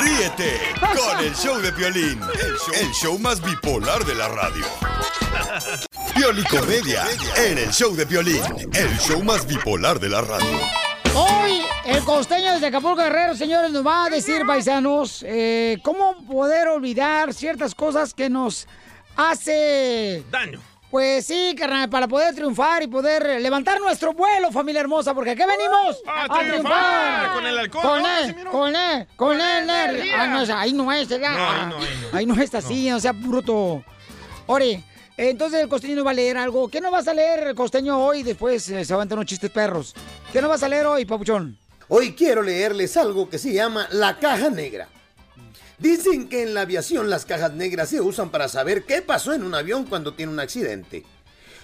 Speaker 12: Ríete con el show de Piolín, el show, el show más bipolar de la radio. Piolicomedia en el show de Piolín, el show más bipolar de la radio.
Speaker 2: Hoy el costeño desde Acapulco Guerrero, señores, nos va a decir, paisanos, eh, cómo poder olvidar ciertas cosas que nos hace...
Speaker 4: Daño.
Speaker 2: Pues sí, carnal, para poder triunfar y poder levantar nuestro vuelo, familia hermosa, porque aquí venimos
Speaker 11: a
Speaker 2: a,
Speaker 11: triunfar.
Speaker 2: triunfar.
Speaker 11: Con el alcohol,
Speaker 2: Con
Speaker 11: ¿no,
Speaker 2: él,
Speaker 11: Casimiro?
Speaker 2: con él, con él, él.
Speaker 11: energía.
Speaker 2: Ah, no, esa- ahí no es, esa-
Speaker 11: No, ahí no,
Speaker 2: ahí no es así, o sea, bruto. Ore, entonces el costeño nos va a leer algo. ¿Qué nos vas a leer, costeño, hoy? Después eh, se van a unos chistes perros. ¿Qué nos vas a leer hoy, papuchón?
Speaker 13: Hoy quiero leerles algo que se llama la caja negra. Dicen que en la aviación las cajas negras se usan para saber qué pasó en un avión cuando tiene un accidente.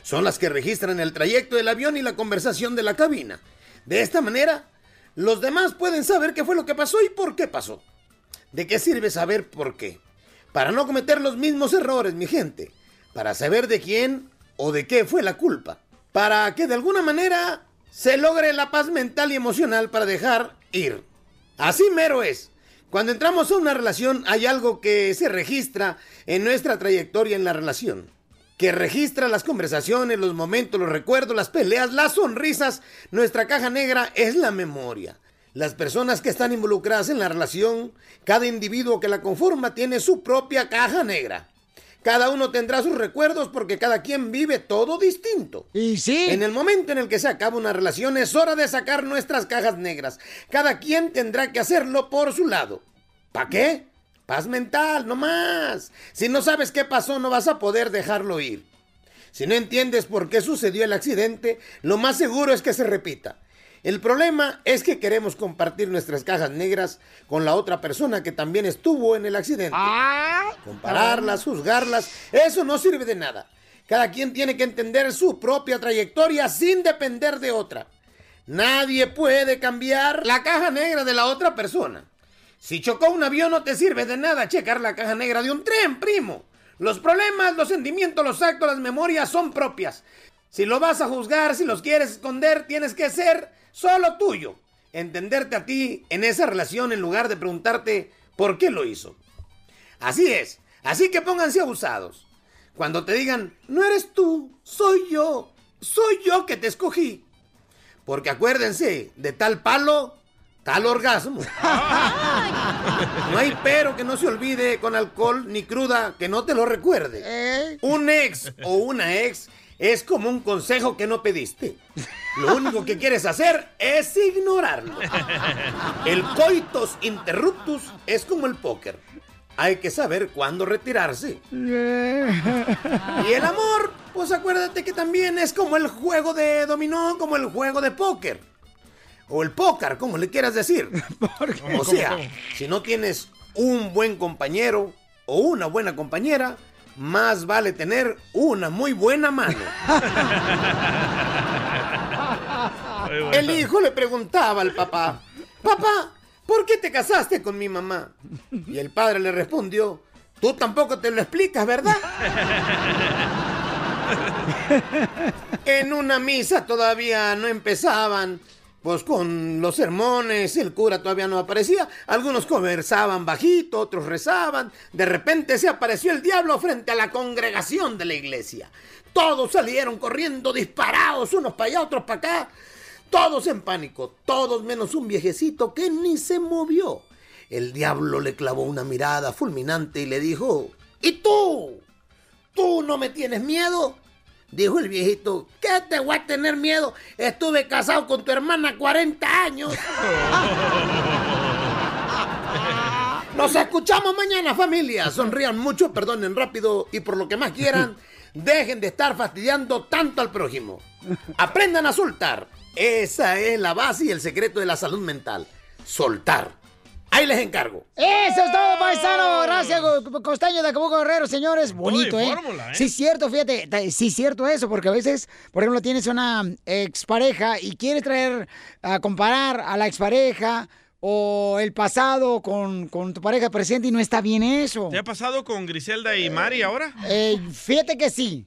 Speaker 13: Son las que registran el trayecto del avión y la conversación de la cabina. De esta manera, los demás pueden saber qué fue lo que pasó y por qué pasó. ¿De qué sirve saber por qué? Para no cometer los mismos errores, mi gente. Para saber de quién o de qué fue la culpa. Para que de alguna manera se logre la paz mental y emocional para dejar ir. Así mero es. Cuando entramos a una relación hay algo que se registra en nuestra trayectoria en la relación. Que registra las conversaciones, los momentos, los recuerdos, las peleas, las sonrisas. Nuestra caja negra es la memoria. Las personas que están involucradas en la relación, cada individuo que la conforma tiene su propia caja negra. Cada uno tendrá sus recuerdos porque cada quien vive todo distinto.
Speaker 2: Y sí.
Speaker 13: En el momento en el que se acaba una relación es hora de sacar nuestras cajas negras. Cada quien tendrá que hacerlo por su lado. ¿Para qué? Paz mental, no más. Si no sabes qué pasó, no vas a poder dejarlo ir. Si no entiendes por qué sucedió el accidente, lo más seguro es que se repita. El problema es que queremos compartir nuestras cajas negras con la otra persona que también estuvo en el accidente.
Speaker 2: Ah.
Speaker 13: Compararlas, juzgarlas, eso no sirve de nada. Cada quien tiene que entender su propia trayectoria sin depender de otra. Nadie puede cambiar la caja negra de la otra persona. Si chocó un avión no te sirve de nada checar la caja negra de un tren, primo. Los problemas, los sentimientos, los actos, las memorias son propias. Si lo vas a juzgar, si los quieres esconder, tienes que ser solo tuyo. Entenderte a ti en esa relación en lugar de preguntarte por qué lo hizo. Así es. Así que pónganse abusados. Cuando te digan, no eres tú, soy yo. Soy yo que te escogí. Porque acuérdense, de tal palo, tal orgasmo. No hay pero que no se olvide con alcohol ni cruda que no te lo recuerde. Un ex o una ex es como un consejo que no pediste. Lo único que quieres hacer es ignorarlo. El coitus interruptus es como el póker. Hay que saber cuándo retirarse. Y el amor, pues acuérdate que también es como el juego de dominó, como el juego de póker. O el póker, como le quieras decir.
Speaker 4: ¿Cómo,
Speaker 13: O
Speaker 4: cómo,
Speaker 13: sea,
Speaker 4: cómo?
Speaker 13: si no tienes un buen compañero o una buena compañera, más vale tener una muy buena mano. El hijo le preguntaba al papá, papá, ¿por qué te casaste con mi mamá? Y el padre le respondió, tú tampoco te lo explicas, ¿verdad? En una misa todavía no empezaban, pues con los sermones, el cura todavía no aparecía, algunos conversaban bajito, otros rezaban, de repente se apareció el diablo frente a la congregación de la iglesia. Todos salieron corriendo disparados, unos para allá, otros para acá, todos en pánico, todos menos un viejecito que ni se movió. El diablo le clavó una mirada fulminante y le dijo, ¿y tú? ¿Tú no me tienes miedo? Dijo el viejito, ¿qué te voy a tener miedo? Estuve casado con tu hermana 40 años. Nos escuchamos mañana, familia. Sonrían mucho, perdonen rápido y por lo que más quieran, dejen de estar fastidiando tanto al prójimo. Aprendan a soltar. Esa es la base y el secreto de la salud mental. Soltar. Ahí les encargo.
Speaker 2: Eso es
Speaker 4: ¡Eh!
Speaker 2: todo, paisano. Gracias, Co- Costeño de Acapulco Guerrero, señores. Bonito,
Speaker 13: de
Speaker 2: ¿eh?
Speaker 13: fórmula, ¿eh?
Speaker 2: Sí, es cierto, fíjate. ta- Sí, es cierto eso, porque a veces, por ejemplo, tienes una expareja y quieres traer a comparar a la expareja o el pasado con, con tu pareja presente y no está bien eso.
Speaker 4: ¿Te ha pasado con Griselda y Mari ahora?
Speaker 2: Eh, fíjate que
Speaker 4: [gasps]
Speaker 2: sí.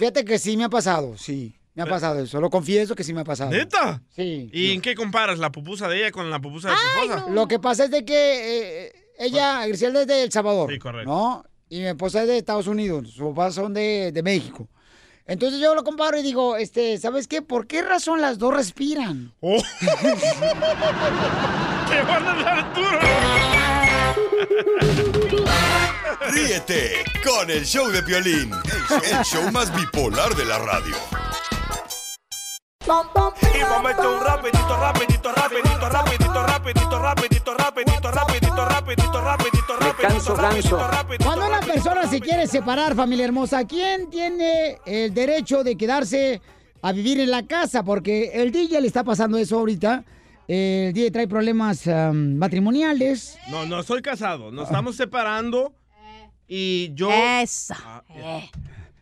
Speaker 2: Fíjate que sí me ha pasado, sí. Me ha pasado eso. Lo confieso que sí me ha pasado.
Speaker 4: ¿Neta?
Speaker 2: Sí.
Speaker 4: ¿Y en qué comparas la pupusa de ella con la pupusa de tu esposa? Pues,
Speaker 2: Lo que pasa es de que eh, ella, Griselda es de El Salvador.
Speaker 4: Sí, correcto.
Speaker 2: ¿No? Y mi esposa es de Estados Unidos. Sus papás son de, de México. Entonces yo lo comparo y digo, este, ¿sabes qué? ¿Por qué razón las dos respiran?
Speaker 4: Oh. [laughs]
Speaker 11: ¡Te van a dar duro!
Speaker 12: Ríete con el show de Piolín, el show más bipolar de la radio.
Speaker 11: Y vamos a echar un rapidito, rapidito, rapidito, rapidito, rapidito, rapidito, rapidito, rapidito, rapidito, rapidito, rapidito, rapidito, rapidito.
Speaker 2: Cuando una persona se quiere separar, familia hermosa, ¿quién tiene el derecho de quedarse a vivir en la casa? Porque el DJ le está pasando eso ahorita. El DJ trae problemas ah, matrimoniales.
Speaker 4: No, no estoy casado. Nos estamos separando y yo. Ah, ya.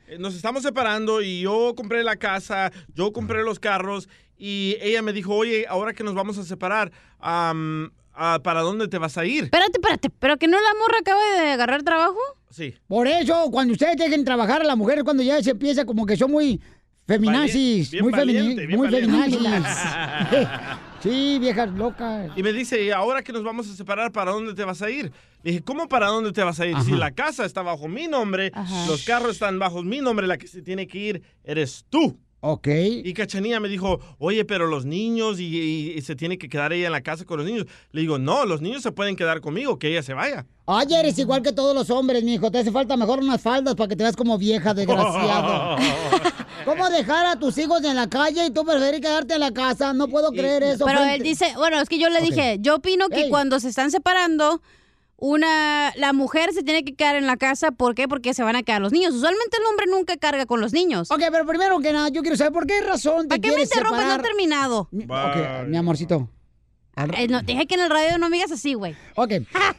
Speaker 4: Eh, Nos estamos separando y yo compré la casa, yo compré los carros y ella me dijo, oye, ahora que nos vamos a separar, am, ah, ¿para dónde te vas a ir?
Speaker 5: Espérate, espérate, [laughs] ¿pero que no la morra acaba de agarrar trabajo?
Speaker 4: Sí.
Speaker 2: Por eso, cuando ustedes dejen trabajar a las mujeres, cuando ya se empieza como que son muy feminazis,
Speaker 4: bien
Speaker 2: muy, femini-
Speaker 4: valiente, bien
Speaker 2: muy
Speaker 4: valiente.
Speaker 2: feminazis.
Speaker 4: [laughs]
Speaker 2: sí, viejas locas.
Speaker 4: Y me dice, "Y ahora que nos vamos a separar, ¿para dónde te vas a ir? Le dije, ¿cómo para dónde te vas a ir? Si la casa está bajo mi nombre, los carros están bajo mi nombre, la que se tiene que ir eres tú.
Speaker 2: Ok.
Speaker 4: Y Cachanilla me dijo, oye, pero los niños y, y- y se tiene que quedar ella en la casa con los niños. Le digo, no, los niños se pueden quedar conmigo, que ella se vaya.
Speaker 2: Ay, eres igual que todos los hombres, mijo. Te hace falta mejor unas faldas para que te veas como vieja,
Speaker 4: [laughs]
Speaker 2: desgraciado. ¿Cómo dejar a tus hijos en la calle y tú preferir quedarte en la casa? No puedo creer eso.
Speaker 5: Pero
Speaker 2: frente-
Speaker 5: él dice, bueno, es que yo le
Speaker 2: Ok.
Speaker 5: dije, yo opino que
Speaker 2: Ey.
Speaker 5: cuando se están separando, una, la mujer se tiene que quedar en la casa, ¿por qué? Porque se van a quedar los niños. Usualmente el hombre nunca carga con los niños.
Speaker 2: Ok, pero primero que nada, yo quiero saber por qué razón
Speaker 5: ¿Para qué me
Speaker 2: quieres
Speaker 5: interrumpes? No he
Speaker 2: separar?
Speaker 5: terminado.
Speaker 2: Ok, mi amorcito.
Speaker 5: Eh, no, te dije que en el radio no me digas así, güey.
Speaker 4: [laughs]
Speaker 2: Ok,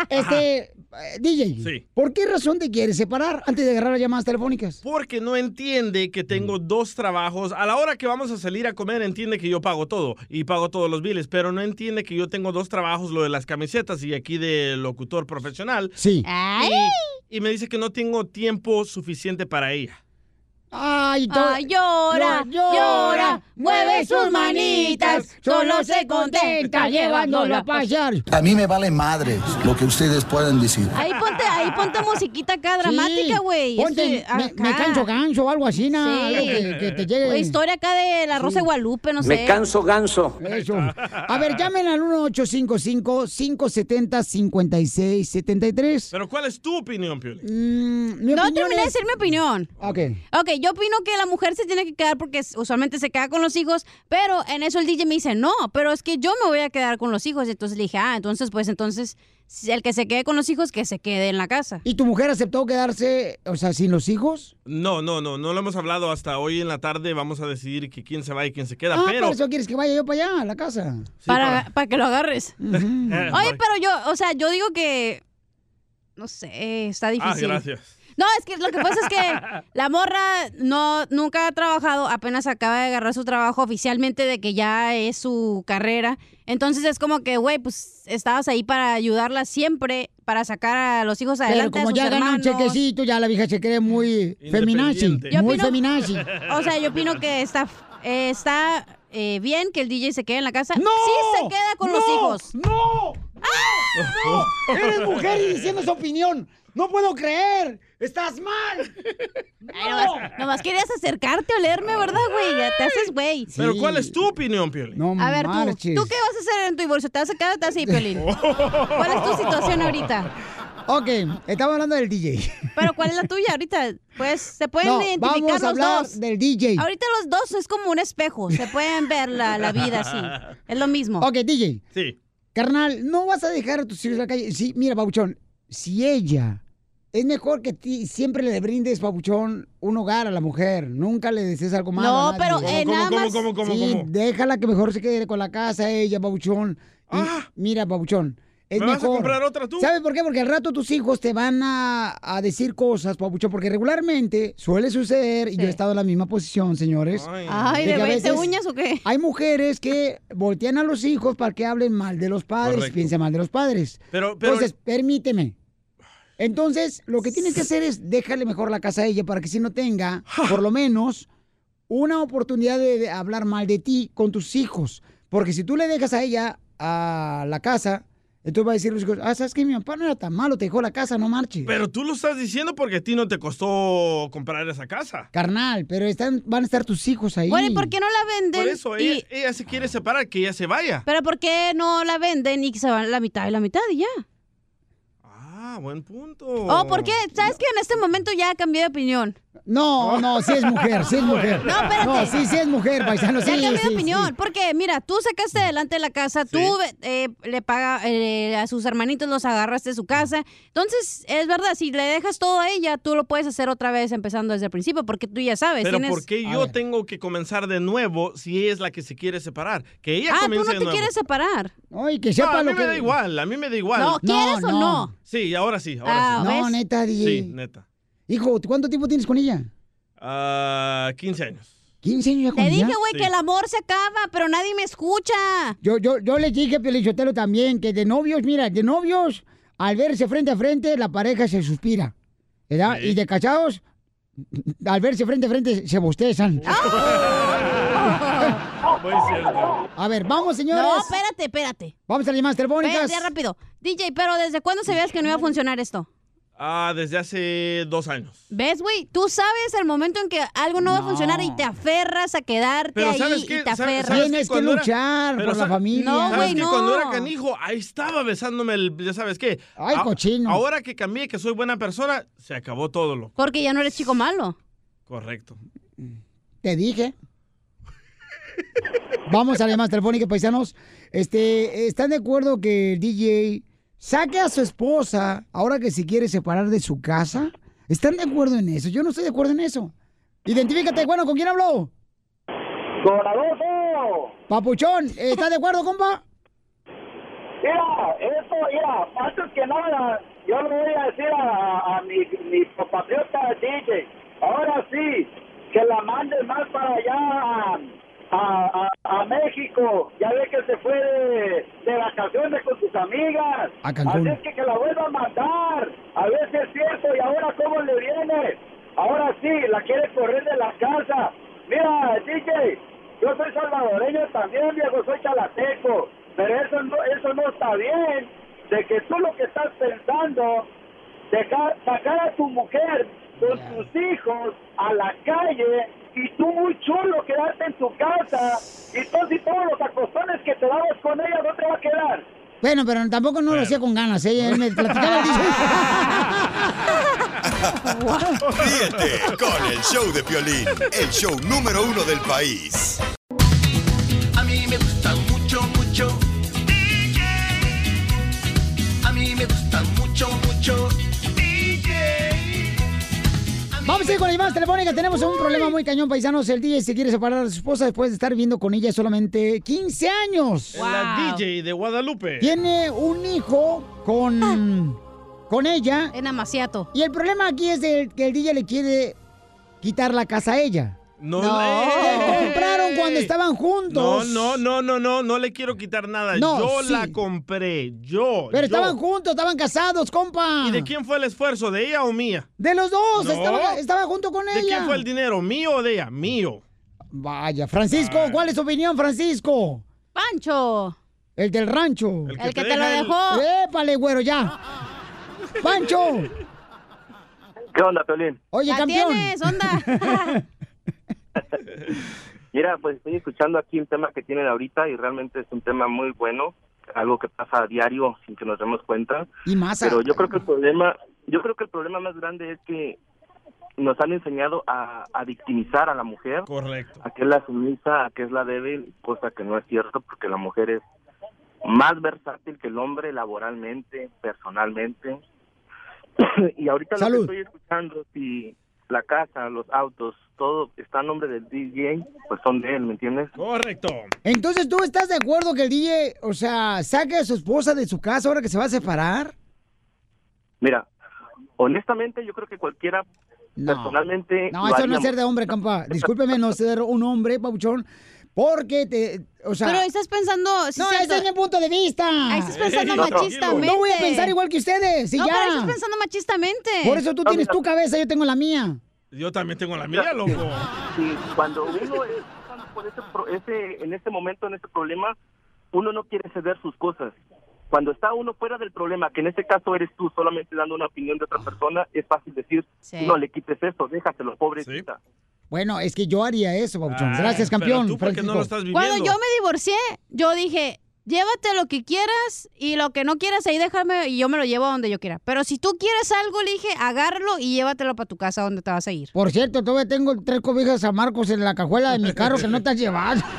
Speaker 2: este, eh, DJ, ¿por qué razón te quieres separar antes de agarrar las llamadas telefónicas?
Speaker 4: Porque no entiende que tengo dos trabajos. A la hora que vamos a salir a comer, entiende que yo pago todo y pago todos los biles, pero no entiende que yo tengo dos trabajos, lo de las camisetas y aquí de locutor profesional.
Speaker 2: Sí.
Speaker 4: Y, y me dice que no tengo tiempo suficiente para ella.
Speaker 2: Ay, to-
Speaker 5: Ah, llora,
Speaker 2: Lo-
Speaker 5: llora, mueve sus manitas, solo se contenta llevándolo a pasear.
Speaker 18: A mí me vale madre lo que ustedes puedan decir.
Speaker 5: Ahí ponte, ahí ponte musiquita acá dramática, güey.
Speaker 2: Ponte,
Speaker 5: Este,
Speaker 2: me, me
Speaker 5: acá.
Speaker 2: canso ganso o algo así, nada,
Speaker 5: Sí. Pues
Speaker 2: algo que, que te llegue.
Speaker 5: O historia acá de la Rosa de Guadalupe, no sé.
Speaker 2: ganso. Eso. A ver, llamen al 1855-570-5673.
Speaker 4: Pero ¿cuál es tu opinión, Pioli?
Speaker 5: Mm. No terminé de decir mi opinión.
Speaker 2: Ok.
Speaker 5: Ok, yo opino que la mujer se tiene que quedar porque s- usualmente se queda con los hijos, pero en eso el DJ me dice, no, pero es que yo me voy a quedar con los hijos. Entonces le dije, ah, entonces, pues entonces, si el que se quede con los hijos, que se quede en la casa.
Speaker 2: ¿Y tu mujer aceptó quedarse, o sea, sin los hijos?
Speaker 4: No, no, no, no lo hemos hablado hasta hoy en la tarde. Vamos a decidir que quién se va y quién se queda,
Speaker 2: ah,
Speaker 4: pero...
Speaker 2: por eso quieres que vaya yo para allá, a la casa.
Speaker 5: para, para... que lo agarres.
Speaker 4: [laughs] Eh,
Speaker 5: Oye, pero yo, o sea, yo digo que, no sé, está
Speaker 4: Ah,
Speaker 5: difícil.
Speaker 4: gracias.
Speaker 5: No, es que lo que pasa es que
Speaker 4: [laughs]
Speaker 5: la morra no, nunca ha trabajado, apenas acaba de agarrar su trabajo oficialmente de que ya es su carrera. Entonces es como que, güey, pues estabas ahí para ayudarla siempre, para sacar a los hijos
Speaker 2: Pero
Speaker 5: Pues adelante.
Speaker 2: como
Speaker 5: a sus
Speaker 2: ya gana un
Speaker 5: hermanos.
Speaker 2: chequecito, ya la vieja se cree muy feminazi.
Speaker 5: Yo
Speaker 2: Muy
Speaker 5: opino-
Speaker 2: feminazi.
Speaker 5: [laughs] O sea, yo opino que está, eh, está eh, bien que el DJ se quede en la casa. ¡No! Sí se queda con los
Speaker 2: ¡No!
Speaker 5: hijos.
Speaker 2: ¡No! ¡Ah, ¡No! Eres mujer y diciendo su opinión. ¡No puedo creer! ¡Estás mal!
Speaker 5: nomás, nomás querías acercarte a olerme, ¿verdad, güey? Ya te haces, güey.
Speaker 4: Pero ¿cuál es tu opinión, Piolín?
Speaker 5: A ver, tú, ¿tú qué vas a hacer en tu divorcio? ¿Te vas a quedar o te vas a ir, Piolín? ¿Cuál es tu situación ahorita?
Speaker 2: Ok, estamos hablando del DJ.
Speaker 5: Pero ¿cuál es la tuya ahorita? Pues se pueden
Speaker 2: No,
Speaker 5: identificar
Speaker 2: vamos a
Speaker 5: los
Speaker 2: hablar
Speaker 5: dos.
Speaker 2: del DJ.
Speaker 5: Ahorita los dos es como un espejo. Se pueden ver la, la vida
Speaker 2: [laughs]
Speaker 5: así. Es lo mismo.
Speaker 2: Ok, DJ.
Speaker 4: Sí.
Speaker 2: Carnal, no vas a dejar a tus hijos en la calle. Sí, mira, Babuchón, si ella. Es mejor que ti siempre le brindes, Babuchón, un hogar a la mujer. Nunca le desees algo malo.
Speaker 5: No,
Speaker 2: a nadie.
Speaker 5: pero, eh, ¿Cómo, nada cómo, más- cómo, cómo,
Speaker 2: Sí,
Speaker 5: cómo?
Speaker 2: déjala que mejor se quede con la casa ella, Babuchón. Y Mira, Babuchón. Es
Speaker 4: ¿Me vas a
Speaker 2: mejor.
Speaker 4: comprar otra tú?
Speaker 2: ¿Sabes por qué? Porque al rato tus hijos te van a, a decir cosas, Papuchón, porque regularmente suele suceder, y yo he estado en la misma posición, señores.
Speaker 5: Ay,
Speaker 2: de
Speaker 5: ¿le
Speaker 2: que a
Speaker 5: ves de
Speaker 2: veces
Speaker 5: uñas o qué?
Speaker 2: Hay mujeres que voltean a los hijos para que hablen mal de los padres,
Speaker 4: Correcto.
Speaker 2: piensen mal de los padres.
Speaker 4: Pero- pero-
Speaker 2: Entonces, permíteme. Entonces, lo que tienes que hacer es dejarle mejor la casa a ella para que si no tenga, por lo menos, una oportunidad de, de hablar mal de ti con tus hijos. Porque si tú le dejas a ella a la casa, entonces va a decir los hijos, ah, sabes que mi papá no era tan malo, te dejó la casa, no marches.
Speaker 4: Pero tú lo estás diciendo porque a ti no te costó comprar esa casa.
Speaker 2: Carnal, pero están, van a estar tus hijos ahí.
Speaker 5: Bueno, ¿y por qué no la venden?
Speaker 4: Por eso,
Speaker 5: y-
Speaker 4: ella, ella se quiere separar, que ella se vaya.
Speaker 5: Pero ¿por qué no la venden y que se van la mitad y la mitad y ya?
Speaker 4: Ah, buen punto.
Speaker 5: ¿O por qué? ¿Sabes que en este momento ya cambié de opinión?
Speaker 2: No, no, sí es mujer, [laughs]
Speaker 5: [laughs]
Speaker 2: sí es mujer.
Speaker 5: No, espérate.
Speaker 2: No, sí, sí es mujer, paisano, sí,
Speaker 5: ya cambié
Speaker 2: sí,
Speaker 5: de opinión,
Speaker 2: sí.
Speaker 5: porque mira, tú sacaste adelante la casa, tú eh, le paga eh, a sus hermanitos, los agarraste de su casa. Entonces, es verdad, si le dejas todo a ella, tú lo puedes hacer otra vez empezando desde el principio, porque tú ya sabes.
Speaker 4: Pero
Speaker 5: pues, tienes-
Speaker 4: ¿por qué yo tengo que comenzar de nuevo si ella es la que se quiere separar? Que ella
Speaker 5: Ah, tú
Speaker 4: comience
Speaker 5: no
Speaker 4: de
Speaker 5: te
Speaker 4: nuevo.
Speaker 5: quieres separar.
Speaker 2: Ay, que
Speaker 4: No, a mí me da
Speaker 2: [laughs]
Speaker 4: igual, a mí me da igual.
Speaker 5: No, ¿quieres No, o no? no?
Speaker 4: Sí, ahora sí, ahora
Speaker 5: Ah,
Speaker 4: sí.
Speaker 5: ¿ves?
Speaker 2: No, neta, DJ.
Speaker 4: Sí, neta.
Speaker 2: Hijo, ¿tú ¿cuánto tiempo tienes con ella?
Speaker 4: Ah, 15 años.
Speaker 2: 15 años ya con
Speaker 5: Te dije,
Speaker 2: ella.
Speaker 5: güey, que el amor se acaba, pero nadie me escucha.
Speaker 2: Yo, yo, yo les dije, Pielichotelo, también, que de novios, mira, de novios, al verse frente a frente, la pareja se suspira. ¿Verdad? Y de casados, al verse frente a frente, se bostezan.
Speaker 5: Ah.
Speaker 2: A ver, vamos, señores.
Speaker 5: No, espérate, espérate.
Speaker 2: Vamos a las llamadas telefónicas.
Speaker 5: Espérate, rápido. DJ, pero ¿desde cuándo sabías que no iba a funcionar esto?
Speaker 4: Ah, desde hace dos años.
Speaker 5: ¿Ves, güey? Tú sabes el momento en que algo no, va a funcionar y te aferras a quedarte
Speaker 4: Pero
Speaker 5: ahí
Speaker 4: ¿sabes
Speaker 5: y
Speaker 4: qué?
Speaker 5: te
Speaker 4: ¿Sabes-
Speaker 5: aferras.
Speaker 4: sabes qué? Cuando era- pero sa-
Speaker 5: No,
Speaker 4: ¿sabes
Speaker 5: güey,
Speaker 4: qué?
Speaker 5: no.
Speaker 4: Cuando era canijo, ahí estaba besándome el, ya sabes qué.
Speaker 2: Ay, cochino.
Speaker 4: Ahora que cambié, que soy buena persona, se acabó todo lo
Speaker 5: Porque ya no eres chico malo.
Speaker 4: correcto.
Speaker 2: Te dije. Vamos a las llamadas telefónicas, paisanos. Este, ¿están de acuerdo que el DJ saque a su esposa ahora que se quiere separar de su casa? ¿Están de acuerdo en eso? Yo no estoy de acuerdo en eso. Identifícate, bueno, ¿con quién habló?
Speaker 17: Con Adolfo.
Speaker 2: Papuchón, ¿estás de acuerdo, compa?
Speaker 17: Mira, eso, mira, antes que nada, yo le voy a decir a, a mi, mi compatriota DJ, ahora sí, que la mande más para allá a, a- a- a México, ya ve que se fue de, de vacaciones con sus amigas,
Speaker 4: Ah,
Speaker 2: A Cancún.
Speaker 17: así es que que la vuelva a mandar, a ver si es cierto, y ahora cómo le viene, ahora sí, la quiere correr de la casa, mira, DJ, yo soy salvadoreño también, viejo, soy chalateco, pero eso no, eso no está bien, de que tú lo que estás pensando, dejar, sacar a tu mujer con tus hijos a la calle y tú muy chulo quedarte en tu casa y todos y todos los acostones que te damos con ella no te va a quedar.
Speaker 2: [coughs] Bueno, pero tampoco no lo hacía con ganas, ¿eh? Él me platicaba el DJ.
Speaker 12: Ríete con el show de Piolín, el show número uno del país.
Speaker 11: A mí me gusta mucho, mucho. DJ. A mí me gusta mucho, mucho. DJ.
Speaker 2: Vamos a ir con las llamadas telefónicas. Tenemos un problema muy cañón, paisanos. El DJ se quiere separar de su esposa después de estar viviendo con ella solamente 15 años.
Speaker 4: La DJ de Guadalupe. Ah.
Speaker 2: Tiene un hijo con, con ella.
Speaker 5: En Amaciato.
Speaker 2: Y el problema aquí es el- que el DJ le quiere quitar la casa a ella.
Speaker 4: No,
Speaker 2: Lo
Speaker 4: le-
Speaker 2: compraron cuando estaban
Speaker 4: No,
Speaker 2: juntos.
Speaker 4: no, no, no, no, no le quiero quitar nada.
Speaker 2: No,
Speaker 4: yo
Speaker 2: sí.
Speaker 4: la compré, yo.
Speaker 2: Pero
Speaker 4: yo.
Speaker 2: estaban juntos, estaban casados, compa.
Speaker 4: ¿Y de quién fue el esfuerzo? ¿De ella o mía?
Speaker 2: De los dos,
Speaker 4: No.
Speaker 2: estaba, estaba junto con ella.
Speaker 4: ¿De quién fue el dinero? ¿Mío o de ella? Mío.
Speaker 2: Vaya, Francisco,
Speaker 4: Ah.
Speaker 2: ¿cuál es tu opinión, Francisco?
Speaker 5: Pancho.
Speaker 2: El del rancho. El
Speaker 5: que El que te te lo deja el- dejó. Ah,
Speaker 2: Épale, güero, ya. Pancho.
Speaker 8: ¿Qué onda, Piolín?
Speaker 2: Oye, campeón.
Speaker 8: [laughs] Mira, pues estoy escuchando aquí un tema que tienen ahorita y realmente es un tema muy bueno, algo que pasa a diario sin que nos demos cuenta.
Speaker 2: Y más.
Speaker 8: Pero yo creo que el problema, yo creo que el problema más grande es que nos han enseñado a, a victimizar a la mujer,
Speaker 4: Correcto.
Speaker 8: a que es la sumisa, a que es la débil, cosa que no es cierto porque la mujer es más versátil que el hombre laboralmente, personalmente. y ahorita lo que estoy escuchando, si la casa, los autos, todo está a nombre del DJ, pues son de él, ¿me entiendes?
Speaker 4: Correcto.
Speaker 2: Entonces, ¿tú estás de acuerdo que el DJ, o sea, saque a su esposa de su casa ahora que se va a separar?
Speaker 8: Mira, honestamente yo creo que cualquiera personalmente... lo
Speaker 2: No, eso no
Speaker 8: haríamos.
Speaker 2: es ser de hombre, compa. Discúlpeme no ser un hombre, papuchón, porque te, [laughs] o sea...
Speaker 5: [laughs] Pero estás pensando... sí,
Speaker 2: no,
Speaker 5: cierto.
Speaker 2: ese es mi punto de vista.
Speaker 5: Ahí estás
Speaker 4: [laughs]
Speaker 5: pensando
Speaker 2: No, no.
Speaker 5: machistamente.
Speaker 2: No voy a pensar igual que ustedes, y
Speaker 5: no,
Speaker 2: ya.
Speaker 5: pero ahí estás pensando machistamente.
Speaker 2: Por eso tú tienes tu cabeza, yo tengo la mía.
Speaker 4: Yo también tengo la mía, loco.
Speaker 8: Sí, cuando uno está pasando por ese, pro- ese- en este momento, en este problema, uno no quiere ceder sus cosas. Cuando está uno fuera del problema, que en este caso eres tú solamente dando una opinión de otra
Speaker 2: Ah.
Speaker 8: persona, es fácil decir, no le quites eso, déjatelo, pobrecita.
Speaker 2: Bueno, es que yo haría eso, papuchón.
Speaker 8: Ah,
Speaker 2: Gracias,
Speaker 8: pero
Speaker 2: campeón.
Speaker 8: tú, ¿por qué no lo
Speaker 2: Francisco.
Speaker 5: Cuando yo me divorcié, yo dije, llévate lo que quieras y lo que no quieras ahí déjame y yo me lo llevo a donde yo quiera. Pero si tú quieres algo, le dije, agárralo y llévatelo para tu casa donde te vas a ir.
Speaker 2: Por cierto, todavía tengo tres cobijas a Marcos en la cajuela de mi carro que no te has llevado.
Speaker 5: [laughs]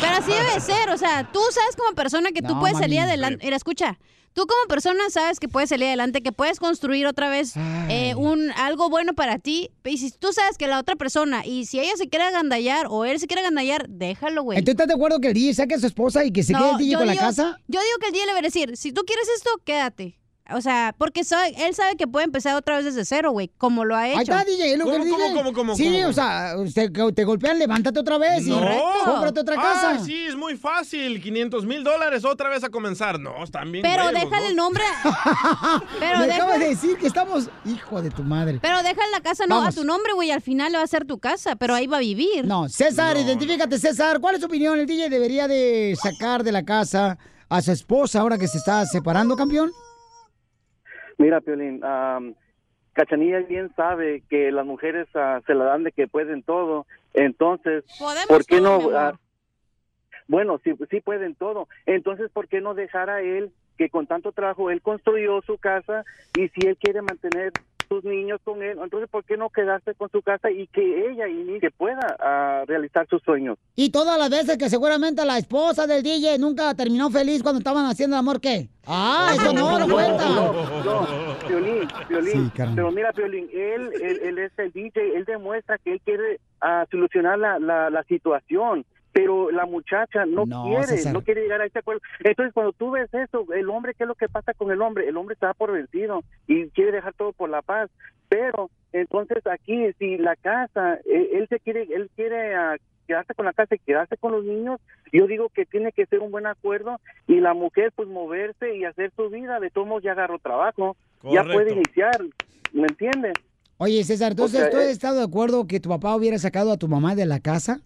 Speaker 5: Pero así debe ser, o sea, tú sabes como persona que tú
Speaker 2: No,
Speaker 5: puedes salir
Speaker 2: mami.
Speaker 5: adelante. Mira, escucha, tú como persona sabes que puedes salir adelante, que puedes construir otra vez eh, un algo bueno para ti. Y si tú sabes que la otra persona, y si ella se quiere agandallar o él se quiere agandallar, déjalo, güey.
Speaker 2: ¿Entonces estás de acuerdo que el DJ saque a su esposa y que se
Speaker 5: No,
Speaker 2: quede el DJ
Speaker 5: yo
Speaker 2: con la
Speaker 5: digo-
Speaker 2: casa?
Speaker 5: Yo digo que el DJ le va a decir, si tú quieres esto, quédate. O sea, porque sabe- él sabe que puede empezar otra vez desde cero, güey, como lo ha hecho.
Speaker 2: Ahí está, DJ, es lo que el DJ. Sí, o sea, te, te golpean, levántate otra vez y cómprate otra casa.
Speaker 4: Ay, sí, es muy fácil. 500 mil dólares otra vez a comenzar. No, están bien.
Speaker 5: Pero
Speaker 4: güeyes los
Speaker 5: déjale
Speaker 4: dos.
Speaker 5: el
Speaker 2: [laughs]
Speaker 5: nombre, Pero
Speaker 2: Me
Speaker 5: deja-
Speaker 2: acabas de decir que estamos... Hijo de tu madre.
Speaker 5: pero deja la casa no
Speaker 2: Vamos.
Speaker 5: a tu nombre, güey, al final va a ser tu casa, pero ahí va a vivir.
Speaker 2: No, César, identifícate, César. ¿Cuál es tu opinión? ¿El DJ debería de sacar de la casa a su esposa ahora que se está separando, campeón?
Speaker 8: Mira, Piolín, am, Cachanilla bien sabe que las mujeres ah, se la dan de que pueden todo, entonces, ¿por qué no? ah, bueno, sí, sí pueden todo, entonces, ¿por qué no dejar a él que con tanto trabajo él construyó su casa y si él quiere mantener sus niños con él, entonces, ¿por qué no quedarse con su casa y que ella y que pueda ah, realizar sus sueños?
Speaker 2: Y todas las veces que seguramente la esposa del DJ nunca terminó feliz cuando estaban haciendo el amor, ¿qué? Ah, eso no, no cuenta.
Speaker 8: No, no, Piolín, Piolín. pero mira, Piolín, él, él, él es el DJ, él demuestra que él quiere ah, solucionar la, la, la situación, pero la muchacha no,
Speaker 2: No,
Speaker 8: quiere,
Speaker 2: César.
Speaker 8: no quiere llegar a ese acuerdo. Entonces, cuando tú ves eso, el hombre, ¿qué es lo que pasa con el hombre? El hombre está por vencido y quiere dejar todo por la paz, pero entonces aquí, si la casa, eh, él se quiere, él quiere ah, quedarse con la casa y quedarse con los niños, yo digo que tiene que ser un buen acuerdo y la mujer pues moverse y hacer su vida, de todos modos ya agarró trabajo, ya puede
Speaker 2: Correcto.
Speaker 8: iniciar, ¿me entiendes?
Speaker 2: Oye, César, entonces,
Speaker 8: O sea,
Speaker 2: ¿tú has
Speaker 8: eh,
Speaker 2: estado de acuerdo que tu papá hubiera sacado a tu mamá de la casa?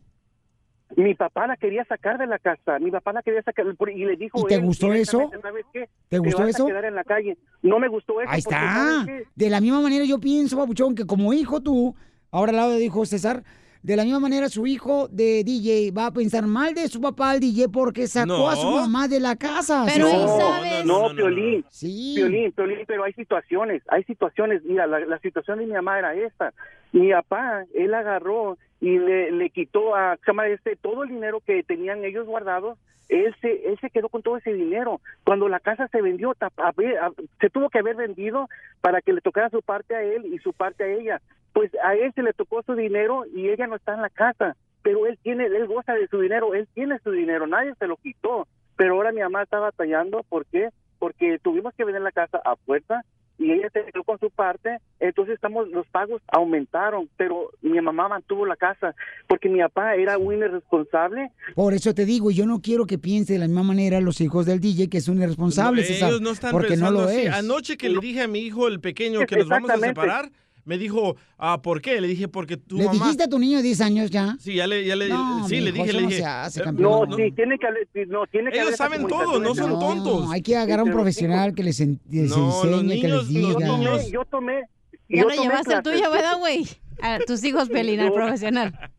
Speaker 8: Mi papá la quería sacar de la casa, mi papá la quería sacar por- y le dijo...
Speaker 2: ¿Y te
Speaker 8: él
Speaker 2: gustó eso?
Speaker 8: directamente, ¿sabes qué?
Speaker 2: ¿Te gustó
Speaker 8: vas a
Speaker 2: eso?
Speaker 8: quedar en la calle. No me gustó eso.
Speaker 2: Ahí
Speaker 8: porque,
Speaker 2: está.
Speaker 8: ¿sabes qué?
Speaker 2: De la misma manera yo pienso, Papuchón, que como hijo tú, ahora al lado de hijo César, de la misma manera su hijo de DJ va a pensar mal de su papá al DJ porque sacó
Speaker 8: No.
Speaker 2: a su mamá de la casa.
Speaker 8: no,
Speaker 2: César.
Speaker 8: No, no, Piolín.
Speaker 2: Sí.
Speaker 8: Piolín, Piolín, pero hay situaciones, hay situaciones. Mira, la, la situación de mi mamá era esta. Mi papá, él agarró y le, le quitó a Chama este todo el dinero que tenían ellos guardados. Él se, él se quedó con todo ese dinero. Cuando la casa se vendió, tap- a ver, a- se tuvo que haber vendido para que le tocara su parte a él y su parte a ella. Pues a él se le tocó su dinero y ella no está en la casa. Pero él tiene, él goza de su dinero, él tiene su dinero, nadie se lo quitó. Pero ahora mi mamá está batallando, ¿por qué? porque tuvimos que vender la casa a puerta y ella se quedó con su parte, entonces estamos los pagos aumentaron, pero mi mamá mantuvo la casa porque mi papá era un irresponsable.
Speaker 2: Por eso te digo, yo no quiero que piense de la misma manera los hijos del DJ que son irresponsables, César,
Speaker 4: Ellos no están ah,
Speaker 2: porque no
Speaker 4: pensando
Speaker 2: lo
Speaker 4: así.
Speaker 2: es.
Speaker 4: Anoche que le dije a mi hijo, el pequeño, que nos vamos a
Speaker 2: Exactamente.
Speaker 4: separar, me dijo, ah, ¿por qué? Le dije, porque tu
Speaker 2: ¿Le
Speaker 4: mamá...
Speaker 2: dijiste a tu niño de 10 años ya?
Speaker 4: Sí, ya le, ya le,
Speaker 2: No,
Speaker 4: sí, le
Speaker 2: mijo,
Speaker 4: dije,
Speaker 2: eso
Speaker 4: le
Speaker 2: no
Speaker 4: dije.
Speaker 2: se hace,
Speaker 4: eh,
Speaker 2: campeón.
Speaker 4: no,
Speaker 8: Sí, tiene que haber- sí, no, tiene que
Speaker 4: Ellos
Speaker 8: haber esa
Speaker 4: saben todo, no son
Speaker 8: comunicación entre-
Speaker 4: tontos.
Speaker 2: Hay que agarrar a un
Speaker 8: Entre los
Speaker 2: profesional que les, en- les
Speaker 4: No, los
Speaker 2: enseñe, que
Speaker 4: niños-
Speaker 2: les diga.
Speaker 4: los niños-
Speaker 8: Yo tomé...
Speaker 5: Ya
Speaker 8: yo
Speaker 5: lo
Speaker 8: tomé
Speaker 5: llevaste al
Speaker 8: clases.
Speaker 5: tuyo, ¿verdad, güey? A tus hijos, Pelín, al
Speaker 8: No.
Speaker 5: profesional.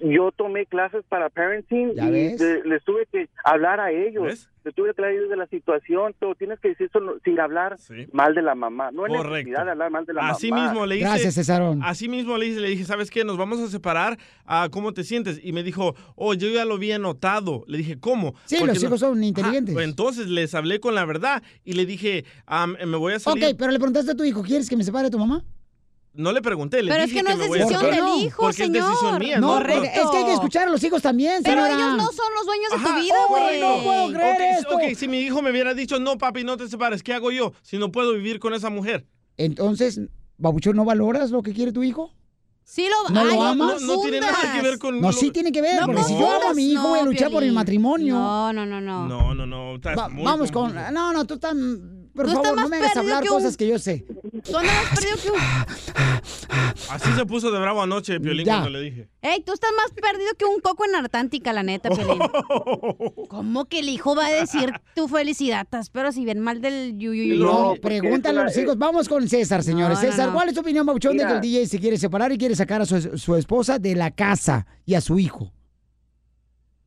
Speaker 8: Yo tomé clases para parenting
Speaker 5: ¿Ya
Speaker 8: y
Speaker 5: ves?
Speaker 8: de- les tuve que hablar a ellos. Les tuve que hablar a ellos de la situación. Todo tienes que decir eso no- sin hablar mal de la mamá. No hay
Speaker 4: Correcto.
Speaker 8: necesidad de hablar mal de la
Speaker 4: Así
Speaker 8: mamá.
Speaker 4: mismo le dije.
Speaker 2: Gracias, Cesarón.
Speaker 4: Así mismo le dije, le dije, ¿sabes qué? Nos vamos a separar. ah, ¿Cómo te sientes? Y me dijo, oh, yo ya lo había notado. Le dije, ¿cómo?
Speaker 2: Sí,
Speaker 4: Porque
Speaker 2: los
Speaker 4: no-
Speaker 2: hijos son inteligentes.
Speaker 4: Pues Entonces les hablé con la verdad y le dije, ah, me voy a salir.
Speaker 2: ok, pero le preguntaste a tu hijo, ¿quieres que me separe de tu mamá?
Speaker 4: No le pregunté, le
Speaker 5: Pero es
Speaker 4: dije
Speaker 5: que no es
Speaker 4: me voy a
Speaker 5: decisión
Speaker 4: separar.
Speaker 5: del hijo,
Speaker 4: Porque es decisión
Speaker 5: señor.
Speaker 4: mía,
Speaker 2: No,
Speaker 4: ¿no?
Speaker 2: porque es que hay que escuchar a los hijos también,
Speaker 5: Pero
Speaker 2: señora.
Speaker 5: ellos no son los dueños de tu
Speaker 4: Ajá. Oh,
Speaker 5: vida, güey.
Speaker 4: Ok, ok, si mi hijo me hubiera dicho, no, papi, no te separes, ¿qué hago yo si no puedo vivir con esa mujer?
Speaker 2: Entonces, Babuchón, ¿no valoras lo que quiere tu hijo?
Speaker 5: Sí lo
Speaker 2: ¿No
Speaker 5: ay,
Speaker 2: lo
Speaker 5: no
Speaker 2: amas?
Speaker 5: No, no tiene nada que ver
Speaker 4: con
Speaker 2: No,
Speaker 4: lo-
Speaker 2: sí tiene que ver,
Speaker 4: No
Speaker 2: porque si yo amo a mi hijo,
Speaker 5: No,
Speaker 2: voy a luchar por el
Speaker 5: Piolín.
Speaker 2: matrimonio.
Speaker 5: No, no, no, no.
Speaker 4: No, no, no. estás
Speaker 2: Va-
Speaker 4: muy
Speaker 2: vamos con...
Speaker 4: confuso.
Speaker 2: No, no, tú tan... Por
Speaker 5: Tú estás
Speaker 2: favor, no
Speaker 5: más
Speaker 2: me hagas
Speaker 5: perdido
Speaker 2: hablar
Speaker 5: que un-
Speaker 2: cosas que yo sé.
Speaker 5: Tú andas más perdido que un...
Speaker 4: Así se puso de bravo anoche, Piolín,
Speaker 5: Ya.
Speaker 4: cuando le dije.
Speaker 5: Ey, tú estás más perdido que un coco en Artántica, la neta,
Speaker 4: [laughs]
Speaker 5: Pelín. ¿Cómo que el hijo va a decir tu felicidad? Estás pero si bien mal del yuyuyu.
Speaker 2: No, pregúntale a los hijos. Vamos con César, señores.
Speaker 5: No, no,
Speaker 2: César,
Speaker 5: no.
Speaker 2: ¿cuál es tu opinión, Babuchón, de que
Speaker 5: Mira.
Speaker 2: el DJ se quiere separar y quiere sacar a su, su esposa de la casa y a su hijo?